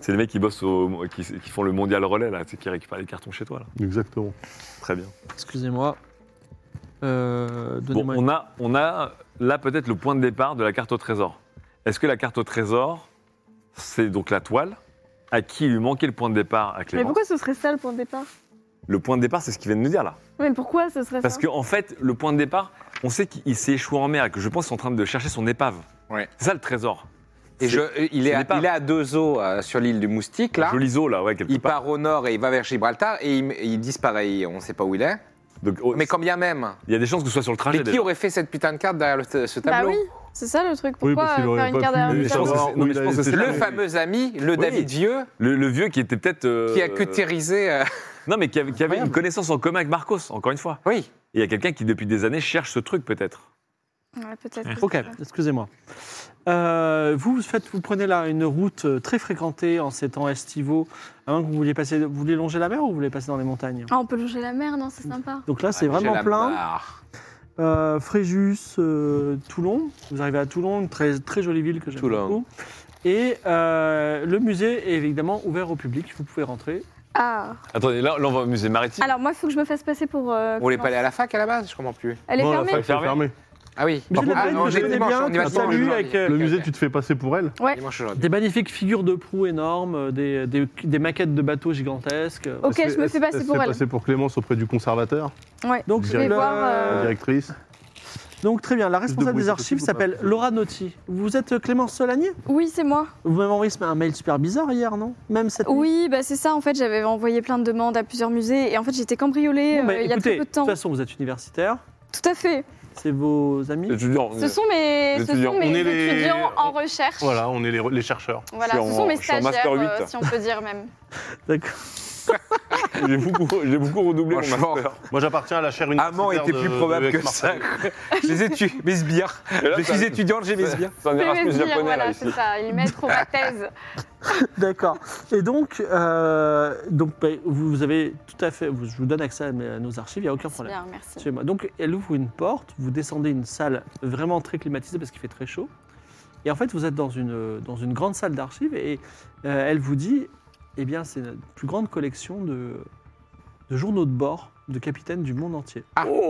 S2: C'est les mecs qui bossent au, qui, qui font le mondial relais là, tu sais, qui récupèrent les cartons chez toi là.
S3: Exactement.
S2: Très bien.
S1: Excusez-moi. Euh,
S2: Bon,
S1: donnez-moi.
S2: on a, on a là peut-être le point de départ de la carte au trésor. Est-ce que la carte au trésor, c'est donc la toile à qui lui manquait le point de départ à
S4: Mais
S2: Clément
S4: pourquoi ce serait ça le point de départ
S2: Le point de départ, c'est ce qu'il vient de nous dire là.
S4: Mais pourquoi ce serait
S2: Parce
S4: ça
S2: qu'en en fait, le point de départ, on sait qu'il s'est échoué en mer et que je pense qu'ils sont en train de chercher son épave.
S5: Ouais.
S2: C'est ça le trésor.
S5: Et je, euh, il,
S2: ce
S5: est à,
S2: n'est pas-
S5: il est à deux eaux euh, sur l'île du Moustique, là.
S2: Joli zoo là, ouais, quelque
S5: Il
S2: part.
S5: part au nord et il va vers Gibraltar et il, il disparaît. Il- On ne sait pas où il est.
S2: Donc, oh,
S5: Mais quand bien même.
S2: Il y a Hein, des chances que ce soit sur le trajet.
S5: Mais qui
S2: déjà.
S5: aurait fait cette putain de carte derrière le- ce
S4: Bah
S5: tableau
S4: oui, c'est ça le truc.
S3: Oui,
S4: Pourquoi
S3: parce qu'il
S4: euh,
S3: aurait
S4: faire une
S3: pas
S4: carte
S3: pu
S4: derrière
S2: Mais
S4: le
S2: je pense que
S4: tableau
S2: c'est- non, mais je pense que Oh, c'est ça.
S5: Le fameux ami, le
S2: Oui.
S5: David Vieux,
S2: Le, le vieux qui était peut-être. euh,
S5: qui a cutérisé. euh, [LAUGHS]
S2: Non, mais qui avait, qui avait une connaissance en commun avec Marcos, encore une fois.
S5: Oui.
S2: Et il y a quelqu'un qui, depuis des années, cherche ce truc, peut-être.
S4: Ouais, peut-être.
S1: Ok, excusez-moi. Euh, vous, faites, vous prenez là une route euh, très fréquentée en ces temps estivaux. À moins que vous vouliez passer, vous voulez longer la mer ou vous voulez passer dans les montagnes
S4: Ah, on peut longer la mer, non C'est sympa.
S1: Donc là, c'est
S5: Ah,
S1: vraiment
S5: j'ai la
S1: plein.
S5: barre.
S1: Euh, Fréjus, euh, Toulon. Vous arrivez à Toulon, une très, très jolie ville que j'aime
S5: Toulon.
S1: beaucoup. Et euh, le musée est évidemment ouvert au public. Vous pouvez rentrer.
S4: Ah.
S2: Attendez, là, là, on va au musée maritime.
S4: Alors moi, il faut que je me fasse passer pour. euh,
S5: Vous voulez
S4: Clémence.
S5: pas aller à la fac à la base Je comprends plus.
S4: Elle est
S3: non,
S4: fermée.
S3: la fac, c'est
S2: Fermée
S3: fermé.
S5: Ah oui.
S1: Mais je l'ai
S5: Ah,
S1: pas dit,
S5: non,
S1: mais je
S5: on est
S1: connais
S5: dimanche,
S1: bien,
S5: on y va
S1: tu
S5: dimanche
S1: salues
S5: aujourd'hui.
S1: avec, euh,
S3: Le
S5: Ok,
S3: musée,
S5: ok.
S3: tu te fais passer pour elle
S4: Ouais.
S5: Dimanche aujourd'hui.
S1: Des magnifiques figures de proue énormes, euh, des, des- des maquettes de bateaux gigantesques.
S4: Ok,
S3: Elle se
S4: je me fais passer
S3: se
S4: pour
S3: fait
S4: elle.
S3: passer pour Clémence auprès du conservateur,
S4: Ouais.
S1: Donc,
S3: Je vais
S1: le-
S4: voir,
S3: la
S4: euh,
S3: directrice.
S1: Donc très bien, la
S3: de
S1: responsable
S3: bruit,
S1: des
S3: c'est
S1: archives
S3: possible ou pas
S1: s'appelle Laura Naughty. Vous êtes Clémence Solanier
S4: Oui, c'est moi.
S1: Vous m'avez envoyé ce- un mail super bizarre hier, non Même cette nuit.
S4: Oui, bah c'est ça. En fait, j'avais envoyé plein de demandes à plusieurs musées et en fait, j'étais cambriolée
S1: Bon, bah,
S4: euh, il y a
S1: écoutez,
S4: très peu de
S1: de
S4: temps.
S1: toute façon, vous êtes universitaire,
S4: Tout à fait.
S1: c'est vos amis.
S2: Étudiant,
S4: Ce sont mes,
S2: Les
S4: ce
S2: étudiants.
S4: sont mes
S7: On est les-
S4: étudiants en recherche.
S7: Voilà, on est les, les chercheurs.
S4: Voilà,
S2: Je
S4: ce
S2: suis en-
S4: sont mes
S2: je suis en master
S4: stagiaires, euh,
S2: 8.
S4: si on peut
S2: [LAUGHS]
S4: dire même.
S1: D'accord.
S2: J'ai beaucoup, j'ai beaucoup redoublé mon
S5: Franchement,
S2: master.
S7: Moi, j'appartiens à la chaire universitaire.
S5: Amant était
S7: de-
S5: plus
S7: de
S5: probable que ça.
S7: Aix-Marseille.
S5: [LAUGHS] Les études, mes sbires.
S2: [LAUGHS] Et là,
S5: Je
S2: ça-
S5: suis étudiante, j'ai mes sbires.
S2: C'est un
S4: Je vais
S2: Erasmus
S4: dire,
S2: japonais, là,
S4: voilà,
S2: ici.
S4: c'est ça. Ils mettent pour
S2: [LAUGHS]
S4: ma thèse.
S1: D'accord. Et donc, euh, donc bah, vous vous avez tout à fait. vous- je vous donne accès à, mes- à nos archives, il n'y a aucun
S4: C'est
S1: problème.
S4: Bien, merci.
S1: Suivez-moi. Donc, elle ouvre une porte, vous descendez une salle vraiment très climatisée parce qu'il fait très chaud. Et en fait, vous êtes dans une, dans une grande salle d'archives et euh, elle vous dit Eh bien, c'est la plus grande collection de, de journaux de bord de capitaines du monde entier. Il y a, tous
S2: Ah,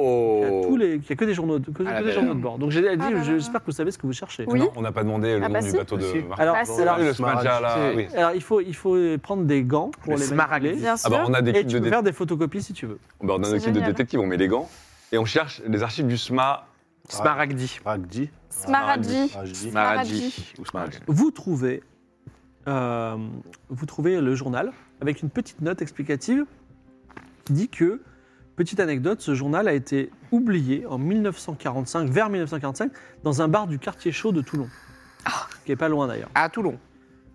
S2: Oh
S1: les, il y a que des journaux, de- que, que
S5: Ah, la
S1: des
S5: belle.
S1: journaux de bord. Donc, j'ai- elle dit
S4: Ah, là, là,
S1: J'espère que vous savez ce que vous cherchez.
S4: Oui.
S6: Non, on n'a pas demandé le
S4: Ah,
S6: nom
S4: bah
S6: du
S4: si.
S6: bateau de
S3: Si.
S6: Marc.
S1: Alors,
S4: Ah, c'est
S1: alors,
S6: Ah oui, le Smaragd, là, oui.
S1: alors, il, faut, il faut prendre des gants pour
S5: Le
S1: les
S5: smaragd.
S1: manipuler.
S4: Bien sûr.
S6: Ah bah, on a des
S1: Et
S6: kits
S1: tu
S6: de,
S1: peux
S6: dé-
S1: faire des photocopies si tu veux.
S6: bah, on a
S4: C'est
S6: des kits de
S4: génial.
S6: détective, on met les gants et on cherche les archives du SMA.
S5: Smaragdi.
S7: Ragdi.
S4: Smaragdi.
S7: Ragdi.
S4: Smaragdi.
S5: Ou Smaragdi.
S1: Vous trouvez, euh, vous trouvez le journal avec une petite note explicative qui dit que, petite anecdote, ce journal a été oublié en 1945, vers 1945, dans un bar du quartier chaud de Toulon. Qui est pas loin d'ailleurs.
S5: À Toulon.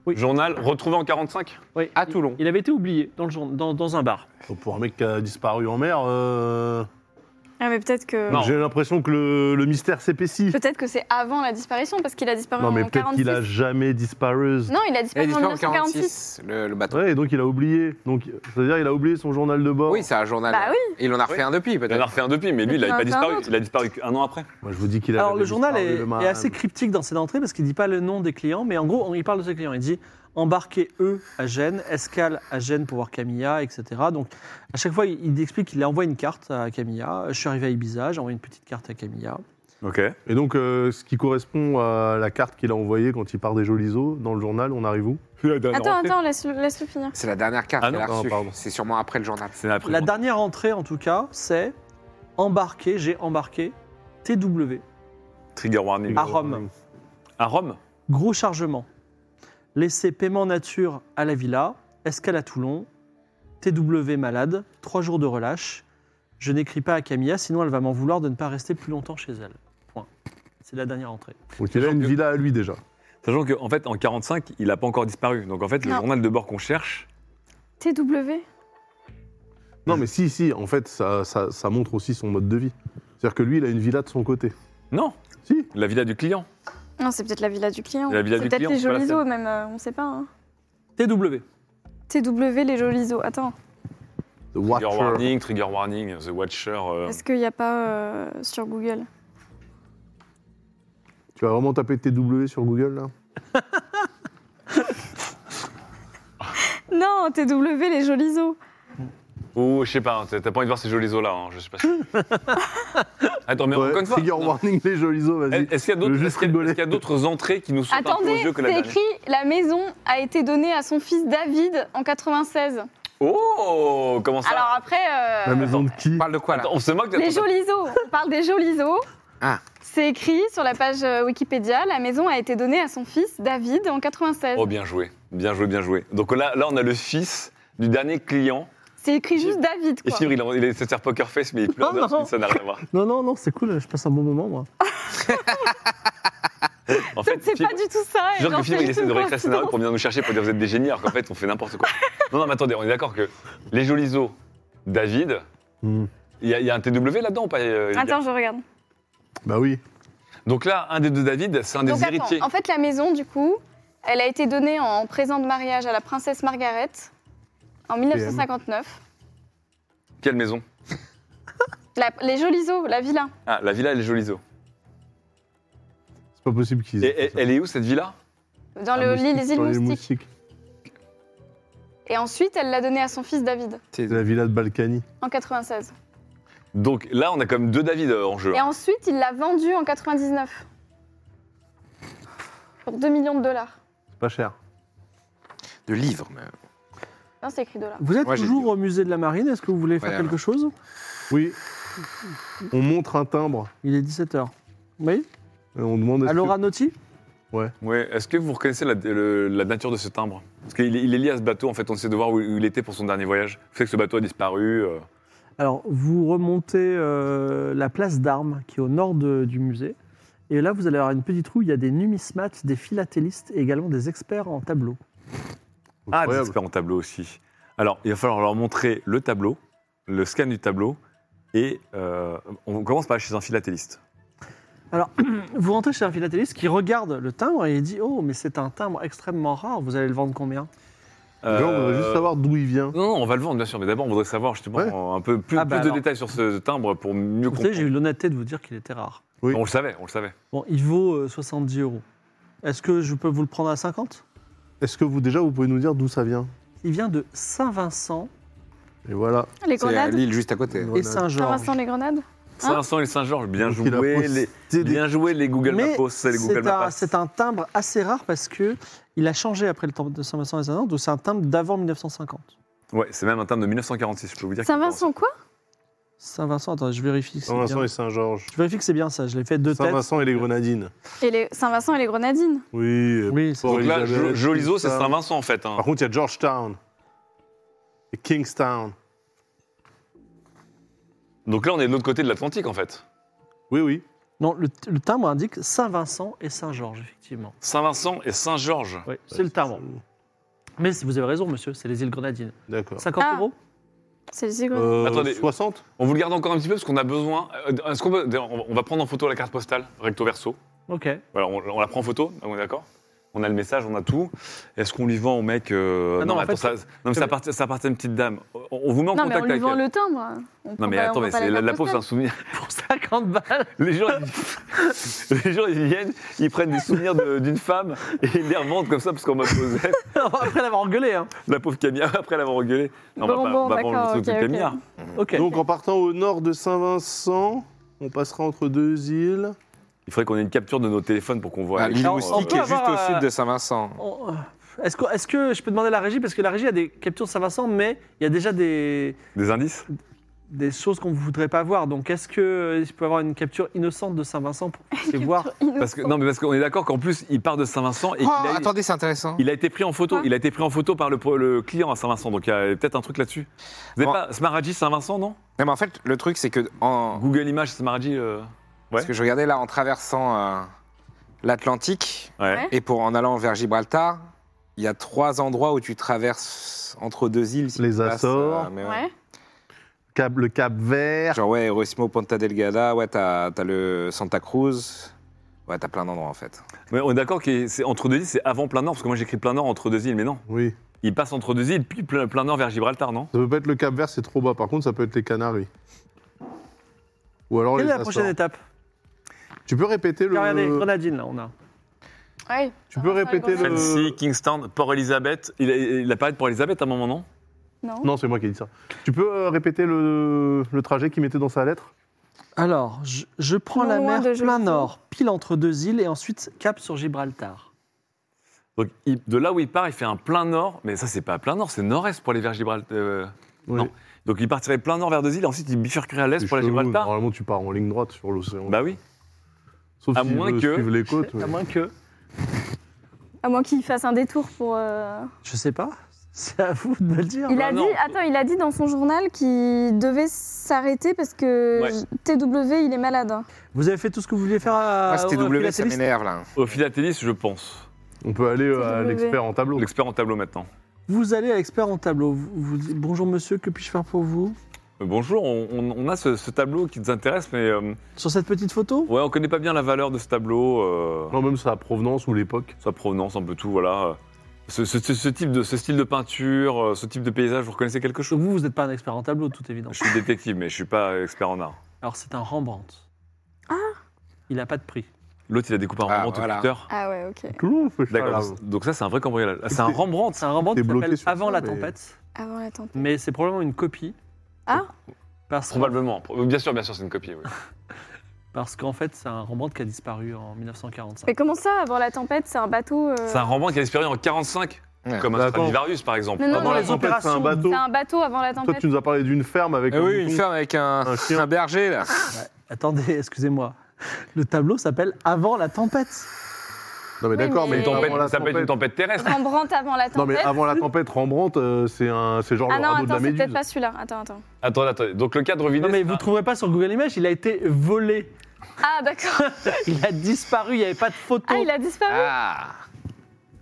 S1: Oui.
S2: Journal retrouvé en 45
S1: Oui,
S5: À
S1: il-
S5: Toulon.
S1: Il avait été oublié dans, le jour- dans, dans un bar.
S3: Pour un mec qui a disparu en mer, euh,
S4: Ah, mais peut-être que.
S2: Non.
S3: j'ai l'impression que le, le mystère s'épaissit.
S4: Peut-être que c'est avant la disparition parce qu'il a disparu
S3: Non, mais
S4: en
S3: peut-être
S4: 46.
S3: qu'il a jamais disparu.
S4: Non, il a
S5: Il est
S4: disparu en
S5: disparu en
S4: 1946.
S5: 46, le, le bateau.
S3: Ouais, et donc il a oublié. Donc, c'est-à-dire, il a oublié son journal de bord.
S5: Oui, c'est un journal.
S4: Bah oui.
S5: Il en a refait un depuis,
S2: Il en a
S5: peut-être.
S2: refait un depuis, mais lui, il
S4: Il y
S2: a
S4: en a
S2: pas
S4: un
S2: disparu.
S4: autre.
S2: Il a disparu qu'un an après.
S3: Moi, je vous dis qu'il a.
S1: Alors
S3: jamais
S1: le journal
S3: disparu,
S1: est,
S3: le marin.
S1: est assez cryptique dans ses entrées parce qu'il dit pas le nom des clients, mais en gros, on- il parle de ses clients. Il dit embarquer eux à Gênes, escale à Gênes pour voir Camilla, etc. Donc à chaque fois, il, il explique qu'il envoie une carte à Camilla. Je suis arrivé à Ibiza, j'ai envoyé une petite carte à Camilla.
S2: Ok.
S3: Et donc, euh, ce qui correspond à la carte qu'il a envoyée quand il part des jolis eaux, dans le journal, on arrive où [LAUGHS]
S4: Attends, attends, laisse-le laisse-le finir.
S5: C'est la dernière carte
S2: Ah
S5: qu'elle
S2: non,
S5: a
S3: non,
S5: reçue.
S3: pardon.
S5: C'est sûrement après le journal.
S2: C'est après.
S1: La dernière entrée, en tout cas, c'est embarquer, j'ai embarqué TW
S2: Trigger warning.
S1: à
S3: Ah.
S1: Rome.
S2: À Rome
S1: Gros chargement. Laissez paiement nature à la villa, escale à Toulon, TW malade, trois jours de relâche. Je n'écris pas à Camilla, sinon elle va m'en vouloir de ne pas rester plus longtemps chez elle. C'est la dernière entrée.
S3: Donc il a une villa à lui déjà.
S2: Sachant qu'en fait, en 45, il n'a pas encore disparu. Donc en fait, le
S4: Non.
S2: journal de bord qu'on cherche,
S4: TW
S3: Non, mais si, si, en fait, ça, ça- ça montre aussi son mode de vie. C'est-à-dire que lui, il a une villa de son côté.
S2: non.
S3: Si.
S2: La villa du client.
S4: Non, c'est peut-être la villa du client.
S2: La villa
S4: c'est
S2: du
S4: peut-être
S2: client,
S4: les
S2: c'est pas la
S4: jolis
S2: scène.
S4: os, même, euh, on sait pas. hein.
S1: TW.
S4: TW, les jolis os. Attends,
S3: The
S2: Trigger
S3: Watcher.
S2: warning, trigger warning, The Watcher. euh,
S4: est-ce qu'il n'y a pas euh, sur Google
S3: Tu vas vraiment taper TW sur Google là
S4: Non, TW, les jolis os.
S2: Ou je sais pas, t'as t'as pas envie de voir ces jolis os-là, hein, je sais pas. [LAUGHS] Attends, mais
S3: Ouais,
S2: encore une fois.
S3: Trigger
S2: non.
S3: warning, les jolis os, vas-y.
S2: Est-ce qu'il y a
S3: Je
S2: d'autres-
S3: veux
S2: est-ce
S3: juste
S2: qu'il y a-
S3: rigoler.
S2: est-ce qu'il y a d'autres entrées qui nous sont un peu
S4: Attendez,
S2: aux yeux que la
S4: c'est
S2: dernière
S4: écrit La maison a été donnée à son fils David en 96.
S2: Oh Comment ça Bah,
S4: Alors après,
S3: La
S4: euh,
S3: maison de qui
S5: On parle de quoi là
S2: Attends, On se moque de
S4: les jolis os. On parle des jolis os.
S5: Ah.
S4: C'est écrit sur la page euh, Wikipédia La maison a été donnée à son fils David en 96.
S2: Oh, bien joué, bien joué, bien joué. Donc là, là on a le fils du dernier client.
S4: C'est écrit juste David,
S2: Et
S4: quoi.
S2: Fibre, il, en- il essaie de faire poker face, mais il pleure
S1: Oh non.
S2: d'heure, ça n'a rien à voir.
S1: Non, non, non, c'est cool, je passe un bon moment, moi.
S2: En
S4: Donc, C'est
S2: Fibre-
S4: pas du tout ça. et
S2: Genre que
S4: genre,
S2: Fibre,
S4: c'est
S2: il
S4: juste
S2: essaie de
S4: une
S2: réécrire le scénario
S4: coïncidence.
S2: pour venir nous chercher, pour dire vous êtes des génies, alors qu'en fait, on fait n'importe quoi. Non, non, mais attendez, on est d'accord que les jolis os, David,
S3: Hmm.
S2: il y, a- il y a un TW là-dedans ou pas euh, Lydia
S4: Attends, je regarde.
S3: Bah oui.
S2: Donc là, un des deux David, c'est un des
S4: Donc attends,
S2: héritiers.
S4: en fait, la maison, du coup, elle a été donnée en présent de mariage à la princesse Margaret en 1959.
S2: Quelle maison
S4: La- les jolis os, la villa.
S2: Ah, la villa et les jolis os.
S3: C'est pas possible qu'ils.
S2: Et, et- elle est où cette villa
S4: Dans
S3: Un
S4: le,
S3: moustique
S4: les îles
S3: sur
S4: moustiques.
S3: moustiques.
S4: Et ensuite, elle l'a donnée à son fils David
S3: C'est la villa de Balkany.
S4: en 96.
S2: Donc là, on a quand même deux David euh, en jeu.
S4: Et ensuite, il l'a vendue en 99 pour 2 millions de dollars.
S3: C'est pas cher.
S5: De livres. mais-
S4: Non, c'est écrit dollars.
S1: Vous êtes
S5: Moi, j'ai
S1: toujours au musée de la marine, est-ce que vous voulez faire
S5: Ouais,
S1: quelque
S5: ouais.
S1: chose
S3: Oui. On montre un timbre
S1: Il est 17h. Oui
S3: et on demande. est-ce
S1: À
S3: que-
S1: Laura Naughty
S2: Ouais, Est-ce que vous reconnaissez la, le- la nature de ce timbre Parce qu'il est, il est lié à ce bateau, en fait, on essaie de voir où il était pour son dernier voyage. Vous savez que ce bateau a disparu. euh.
S1: Alors, vous remontez euh, la place d'armes qui est au nord de- du musée. Et là, vous allez avoir une petite roue, il y a des numismates, des philatélistes et également des experts en tableau.
S2: Ah, des
S3: Incroyable.
S2: experts en tableau aussi. Alors, il va falloir leur montrer le tableau, le scan du tableau, et euh, on commence par aller chez un philatéliste.
S1: Vous rentrez chez un philatéliste qui regarde le timbre et il dit Oh, mais c'est un timbre extrêmement rare, vous allez le vendre combien
S3: Déjà, on
S2: Euh,
S3: voudrait juste savoir d'où il vient.
S2: Non, non, on va le vendre, bien sûr, mais d'abord, on voudrait savoir justement un peu plus,
S1: Ah, bah
S2: plus de
S1: alors.
S2: détails sur ce timbre pour mieux
S1: Vous savez, j'ai eu
S2: comprendre.
S1: l'honnêteté de vous dire qu'il était rare.
S3: Oui.
S2: On le savait, on le savait.
S1: Bon, il vaut euh, 70 euros. Est-ce que je peux vous le prendre à 50
S3: Est-ce que vous déjà vous pouvez nous dire d'où ça vient
S1: Il vient de Saint-Vincent
S3: Et voilà.
S4: Les
S5: C'est à
S4: grenades
S5: l'île juste à côté.
S1: et
S3: Voilà.
S1: Saint-Georges.
S4: Vincent, les grenades
S1: Hein
S2: Saint-Vincent et Saint-Georges, bien
S3: Donc, il a
S2: joué,
S3: posté
S2: les,
S3: des-
S2: bien joué les Google
S1: Mais
S2: Maps, c'est les Google
S1: C'est un,
S2: Maps.
S1: c'est un timbre assez rare parce que il a changé après le temps de Saint-Vincent et Saint-Georges, donc c'est un timbre d'avant 1950.
S2: Ouais, c'est même un timbre de 1946, je peux vous dire.
S4: Saint-Vincent, quoi
S1: Saint-Vincent, attends, je vérifie que c'est bien.
S3: Saint-Vincent et Saint-Georges.
S1: Je vérifie que c'est bien ça, je l'ai fait de tête.
S3: Saint-Vincent et les Grenadines.
S4: et les, Saint-Vincent et les grenadines.
S3: Oui.
S1: Oui, c'est
S3: Bon,
S2: Donc là, Jo-
S3: Elisabeth,
S2: Joliso, c'est
S3: Kingston.
S2: Saint-Vincent en fait. hein.
S3: Par contre, il y a Georgetown. Et Kingstown.
S2: Donc là, on est de l'autre côté de l'Atlantique en fait.
S3: Oui, oui.
S1: Non, le, le timbre indique Saint-Vincent et Saint-Georges, effectivement.
S2: Saint-Vincent et Saint-Georges.
S1: Oui, c'est le timbre. Mais si vous avez raison, monsieur, c'est les îles Grenadines.
S3: D'accord.
S1: 50
S4: Ah.
S1: euros
S4: C'est les îles grenadines.
S3: Euh,
S2: Attendez.
S3: 60
S2: On vous le garde encore un petit peu parce qu'on a besoin. euh, Est-ce qu'on peut- d'ailleurs, on on va prendre en photo la carte postale recto verso.
S3: Ah.
S1: Ok.
S2: Voilà, on, on la prend en photo. On est d'accord. On a le message, on a tout. Est-ce qu'on lui vend au mec euh,
S1: Ah non,
S2: Non, mais
S1: en fait,
S2: attends, ça, non, mais ça appartient, ça appartient à une petite dame. On, on vous met en
S4: non, mais
S2: contact
S4: on lui
S2: avec
S4: vend
S2: elle.
S4: le timbre. On prend
S2: Non, mais
S4: pas- on
S2: attends,
S4: prend
S2: mais
S4: pas
S2: c'est la, la
S4: carte
S2: peau, c'est un
S4: postale.
S2: souvenir.
S1: Pour 50 balles [LAUGHS]
S2: Les gens, [LAUGHS] ils, les gens, ils viennent, ils prennent des souvenirs de- d'une femme et ils les revendent comme ça parce qu'on m'a posé.
S1: Après l'avoir engueulé, hein.
S2: La pauvre Camilla, après l'avoir engueulée. Non,
S4: Bon,
S2: on va pas,
S4: bon,
S2: on va pas vendre
S4: d'accord,
S2: le truc
S4: ok,
S2: de
S4: ok.
S2: Camilla.
S1: Ok.
S3: Donc, en partant au nord de Saint-Vincent, on passera entre deux îles.
S2: Il faudrait qu'on ait une capture de nos téléphones pour qu'on voit.
S5: Ah,
S2: les
S5: L'île
S2: gens,
S5: moustique
S1: peut
S5: est
S1: avoir,
S5: juste au
S1: euh,
S5: sud de Saint-Vincent.
S1: On- euh, Est-ce que, est-ce que je peux demander à la régie Parce que la régie a des captures de Saint-Vincent, mais il y a déjà des,
S2: euh, Des indices
S1: des choses qu'on ne voudrait pas voir. Donc est-ce que euh, je peux avoir une capture innocente de Saint-Vincent pour que je puisse voir
S2: Parce que, non, mais parce qu'on est d'accord qu'en plus, il part de Saint-Vincent et
S5: Oh,
S2: qu'il a,
S5: attendez, c'est intéressant.
S2: il a été pris en photo.
S4: Quoi
S2: Il a été pris en photo par le, le client à Saint-Vincent. Donc il y a peut-être un truc là-dessus. Vous n'êtes
S5: Bon.
S2: pas Smaragdi Saint-Vincent, non
S5: Non, mais en fait, le truc, c'est que en,
S2: Google Images Smaragdi. euh,
S5: Parce que je regardais là en traversant euh, l'Atlantique
S2: Ouais.
S5: et pour en allant vers Gibraltar, il y a trois endroits où tu traverses entre deux îles. si
S3: Les
S5: tu passes, euh,
S3: Açores.
S5: mais
S4: Ouais.
S3: Cap- le Cap Vert.
S5: Genre ouais, Erosmo, Ponta Delgada, ouais, t'as t'as le Santa Cruz. Ouais, t'as plein d'endroits en fait.
S2: Mais on est d'accord que c'est entre deux îles, c'est avant plein nord, parce que moi j'écris plein nord entre deux îles, mais non.
S3: Oui.
S2: Il passe entre deux îles, puis plein, plein nord vers Gibraltar, non
S3: Ça peut pas être le Cap Vert, c'est trop bas. Par contre, ça peut être les Canaries. Ou alors
S1: Quelle est
S3: Oh, les
S1: la prochaine
S3: Açores.
S1: étape
S3: Tu peux répéter le.
S1: Regardez, Grenadine, là, on a.
S4: Ouais.
S3: Tu peux répéter le.
S2: Fancy, Kingston, Port-Elizabeth. Il, il apparaît de Port-Elizabeth à un moment, non
S4: Non.
S3: Non, c'est moi qui ai dit ça. Tu peux euh, répéter le, le trajet qu'il mettait dans sa lettre
S1: Alors, je, je prends
S4: Non
S1: la
S4: loin
S1: mer
S4: de
S1: plein
S4: Jolicoeur.
S1: nord, pile entre deux îles, et ensuite cap sur Gibraltar.
S2: Donc il- de là où il part, il fait un plein nord, mais ça c'est pas plein nord, c'est nord-est pour aller vers Gibraltar. euh,
S3: Oui.
S2: Non. Donc il partirait plein nord vers deux îles, ensuite il bifurquerait à l'est
S3: C'est
S2: pour aller à
S3: chelou,
S2: Gibraltar.
S3: Normalement, tu pars en ligne droite sur l'océan.
S2: Bah oui.
S3: Sauf
S2: à
S3: si
S2: moins
S3: veut
S2: que-
S3: suivre les côtes.
S1: [LAUGHS]
S3: mais-
S1: À moins que.
S4: À moins qu'il fasse un détour pour. euh,
S1: Je sais pas. C'est à vous de me le dire.
S4: Il
S2: bah
S4: a
S2: non.
S4: dit, attends, il a dit dans son journal qu'il devait s'arrêter parce que
S2: Ouais.
S4: TW il est malade. hein.
S1: Vous avez fait tout ce que vous vouliez faire à.
S5: Moi, Ah, c'était
S1: au
S5: W, ça
S1: philatéliste
S5: m'énerve là.
S2: Au philatéliste, je pense.
S3: On peut aller euh, à
S4: TW.
S3: l'expert en tableau.
S2: L'expert en tableau maintenant.
S1: Vous allez à l'expert en tableau. Vous, vous dites bonjour monsieur, que puis-je faire pour vous
S2: Euh, bonjour, on, on- on a ce, ce tableau qui nous intéresse, mais euh,
S1: Sur cette petite photo
S2: ouais, on connaît pas bien la valeur de ce tableau, euh,
S3: Non, même sa provenance ou l'époque.
S2: sa provenance, un peu tout, voilà. Ce, ce- ce- ce type de, ce style de peinture, euh, ce type de paysage, vous reconnaissez quelque chose
S1: Donc vous, vous n'êtes pas un expert en tableau, tout évident.
S2: Je suis détective, mais je suis pas expert en art.
S1: Alors c'est un Rembrandt. Il n'a pas de prix.
S2: L'autre, il a découpé un
S5: Ah,
S2: Rembrandt
S5: voilà.
S2: au cutter.
S4: Ah ouais, ok.
S3: Clou, fais ça,
S2: D'accord.
S3: là.
S2: Donc ça, c'est un vrai cambriolage. Ah, C'est un Rembrandt.
S1: C'est un Rembrandt
S3: T'es
S1: qui
S3: bloqué
S1: s'appelle
S3: sur
S1: Avant
S3: ça,
S1: la
S3: mais-
S1: tempête,
S4: Avant la tempête.
S1: mais c'est probablement une copie.
S4: Ah
S1: Parce,
S2: Probablement. Bien sûr, bien sûr, c'est une copie. oui.
S1: parce qu'en fait, c'est un Rembrandt qui a disparu en 1945.
S4: Mais comment ça, avant la tempête, c'est un bateau euh,
S2: C'est un Rembrandt qui a disparu en 45,
S5: Ouais.
S2: comme un
S3: D'accord.
S2: Stradivarius, par exemple.
S4: Non, non,
S3: Avant
S4: non,
S3: la
S4: mais-
S3: tempête, c'est un bateau.
S4: c'est un bateau avant la
S3: Toi,
S4: tempête.
S3: tu nous as parlé d'une ferme avec.
S5: Eh
S3: un
S5: oui, une
S3: mouton.
S5: ferme avec un,
S3: Un chien.
S5: un berger là.
S1: Attendez, [LAUGHS] excusez-moi. Le tableau s'appelle Avant la tempête.
S3: Non, mais
S4: Oui,
S3: d'accord,
S4: mais-
S3: mais.
S2: Une tempête,
S3: avant la
S2: ça peut être une tempête terrestre.
S4: Rembrandt avant la
S3: Non, mais
S4: tempête.
S3: avant la tempête, Rembrandt, euh, c'est un- c'est genre
S4: ah
S3: le
S4: non,
S3: radeau de
S4: attends,
S3: la
S4: c'est
S3: Méduse.
S4: peut-être pas celui-là. Attends, attends.
S2: Attendez, attendez. Donc le cadre vidé.
S1: Non mais
S2: c'est
S1: vous
S2: un-
S1: ne trouverez pas sur Google Images, il a été volé.
S4: Ah d'accord.
S1: Il a disparu, il n'y avait pas de photo.
S4: Ah, il
S1: il, a...
S4: a disparu.
S5: Ah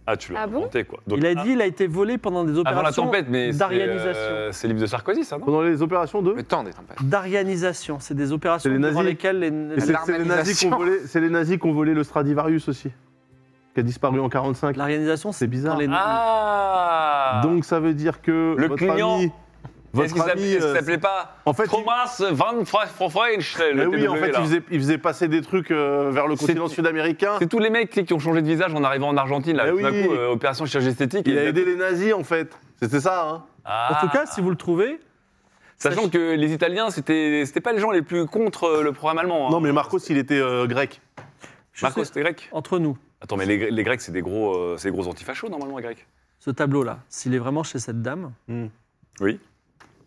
S2: Ah, tu l'as
S4: Ah bon
S2: inventé, quoi. Donc,
S1: dit, il a été volé pendant des
S2: avant la
S1: opérations
S2: tempête, mais c'est
S1: d'arianisation.
S2: euh, c'est l'île de Sarkozy, ça, non
S3: Pendant les opérations de.
S5: Le temps des tempêtes.
S1: D'arianisation, c'est des
S3: C'est
S1: opérations
S3: les
S1: durant
S3: nazis.
S1: lesquelles les...
S3: Et c'est c'est les nazis qui ont
S5: l'armanisation.
S3: volé- c'est les nazis qui ont volé le Stradivarius aussi, qui a disparu en 45.
S1: L'arianisation, c'est
S3: C'est bizarre.
S1: quand les-
S2: Ah
S3: Donc ça veut dire que
S2: Le
S3: votre
S2: clignant.
S3: ami,
S2: Est-ce
S3: votre
S2: qu'il s'appelait-
S3: ami,
S2: est-ce qu'il
S3: euh,
S2: s'appelait pas
S3: en fait, il-
S2: Thomas Van Fra- Fra- French
S3: Eh
S2: le
S3: oui, en
S2: TW,
S3: fait,
S2: là.
S3: il faisait, il faisait passer des trucs euh, vers le
S2: C'est-
S3: continent sud-américain.
S2: C'est tous les mecs qui ont changé de visage en arrivant en Argentine, là.
S3: Eh
S2: Tout d'un
S3: oui.
S2: coup, euh, opération chirurgie esthétique.
S3: Il
S2: et-
S3: a aidé les nazis, en fait. C'était ça, hein.
S2: Ah.
S1: En tout cas, si vous le trouvez,
S2: Sachant que les Italiens, c'était c'était pas les gens les plus contre euh, le programme allemand. hein.
S3: Non, mais Marcos, il était euh, grec.
S1: je
S2: Marcos,
S1: sais-
S2: c'était grec.
S1: entre nous,
S2: Attends, mais les, les Grecs, c'est des gros, euh, c'est des gros antifachos normalement, les Grecs.
S1: ce tableau-là, s'il est vraiment chez cette dame,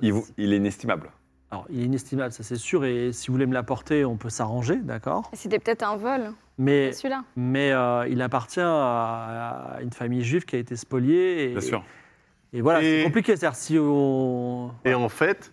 S2: Il, vous- il est inestimable.
S1: alors il est inestimable, ça c'est sûr, et si vous voulez me l'apporter, on peut s'arranger, d'accord
S4: C'était peut-être un vol,
S1: Mais,
S4: celui-là.
S1: mais euh, il appartient à, à une famille juive qui a été spoliée. Et,
S2: Bien sûr.
S1: Et voilà,
S3: Et-
S1: c'est compliqué, c'est-à-dire si on...
S3: Et en fait,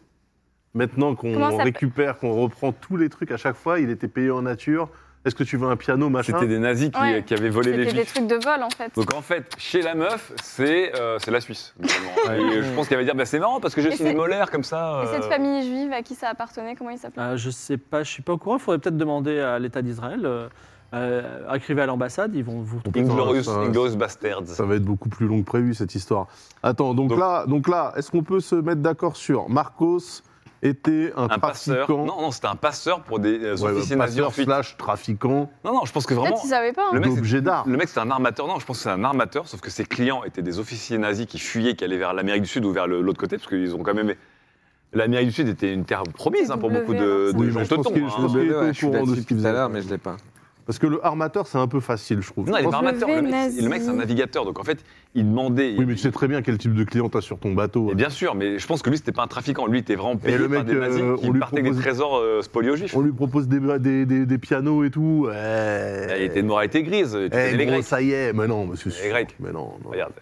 S3: maintenant
S4: Comment
S3: qu'on
S4: ça-
S3: récupère, qu'on reprend tous les trucs à chaque fois, il était payé en nature. Est-ce que tu veux un piano, machin
S2: C'était des nazis qui, euh,
S4: Ouais.
S2: qui avaient volé les
S4: C'était des
S2: juifs.
S4: trucs de vol en fait.
S2: Donc en fait, chez la meuf, c'est euh, c'est la Suisse. normalement.
S3: Ouais.
S2: Et je pense qu'elle va dire, bah, c'est marrant parce que j'ai
S4: Et
S2: aussi des
S4: c'est-
S2: molaires comme ça.
S4: Et cette
S2: euh,
S4: famille juive à qui ça appartenait, comment il s'appelait
S1: Euh, je sais pas, je suis pas au courant. Il faudrait peut-être demander à l'État d'Israël. euh, euh, écrivez à l'ambassade, ils vont vous retrouver.
S2: Inglorious,
S3: Ça-
S2: Inglorious Bastards.
S3: Ça va être beaucoup plus long que prévu, cette histoire. Attends, donc,
S2: Donc-
S3: là, donc là est-ce qu'on peut se mettre d'accord sur Marcos était un,
S2: Un passeur.
S3: trafiquant
S2: Non, non, c'était un passeur pour des euh,
S3: Ouais,
S2: officiers nazis en
S3: passeur
S2: fuite.
S3: slash trafiquant
S2: Non, non, je pense que
S4: Peut-être
S2: vraiment.
S4: qu'ils savaient pas. hein.
S2: Le mec,
S3: d'objets d'art.
S2: Le mec, c'est un armateur. Non, je pense que c'est un armateur, sauf que ses clients étaient des officiers nazis qui fuyaient, qui allaient vers l'Amérique du Sud ou vers le- l'autre côté, parce qu'ils ont quand même. L'Amérique du Sud était une terre promise hein, pour
S4: W,
S2: beaucoup de,
S4: hein,
S2: de
S3: Oui,
S2: gens
S3: mais je pense
S2: teutons,
S3: qu'il- je
S2: hein.
S3: pense qu'il était
S5: Ouais,
S3: au
S5: je suis
S3: courant de ce
S5: là-dessus
S3: qu'il
S5: tout à
S3: faisait.
S5: l'heure, mais je l'ai pas.
S3: Parce que le armateur, c'est un peu facile, je trouve.
S2: Non, il
S3: Je
S2: est
S3: pense-
S2: pas armateur. Le mec,
S4: nazi.
S2: le mec, c'est un navigateur. Donc en fait, il demandait.
S3: Oui, mais tu sais très bien quel type de client t'as sur ton bateau.
S2: Et Eh bien sûr, mais je pense que lui, c'était pas un trafiquant. Lui, il était vraiment
S3: Et
S2: payé
S3: le
S2: par
S3: mec,
S2: des nazis
S3: euh,
S2: qui
S3: on lui
S2: partaient
S3: propose-
S2: des trésors euh, spoliés aux juifs.
S3: On lui propose des, des, des- des pianos et tout. Eh.
S2: Il était de moralité grise. Tu
S3: Eh,
S2: connais les
S3: gros,
S2: Grecs.
S3: ça y est, mais non, monsieur.
S2: Les Grecs.
S3: Mais non, non.
S2: Regarde.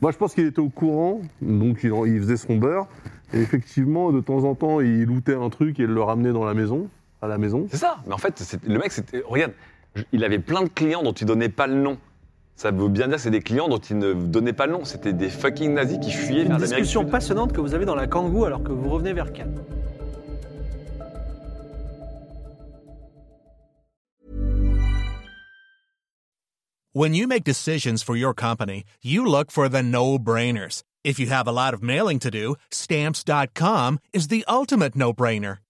S3: Moi, je pense qu'il était au courant, donc il, en- il faisait son beurre. Et effectivement, de temps en temps, il lootait un truc et il le ramenait dans la maison. à la maison.
S2: C'est ça. Mais en fait, c'est- le mec, c'était- regarde, je- il avait plein de clients dont il donnait pas le nom. Ça veut bien dire que c'est des clients dont il ne donnait pas le nom. C'était des fucking nazis qui fuyaient
S1: Une
S2: vers l'Amérique. du
S1: discussion
S2: Sud.
S1: passionnante que vous avez dans la Kangoo alors que vous revenez vers Cannes.
S8: When you make decisions for your company, you look for the no brainers. If you have a lot of mailing to do, stamps.com is the ultimate no brainer.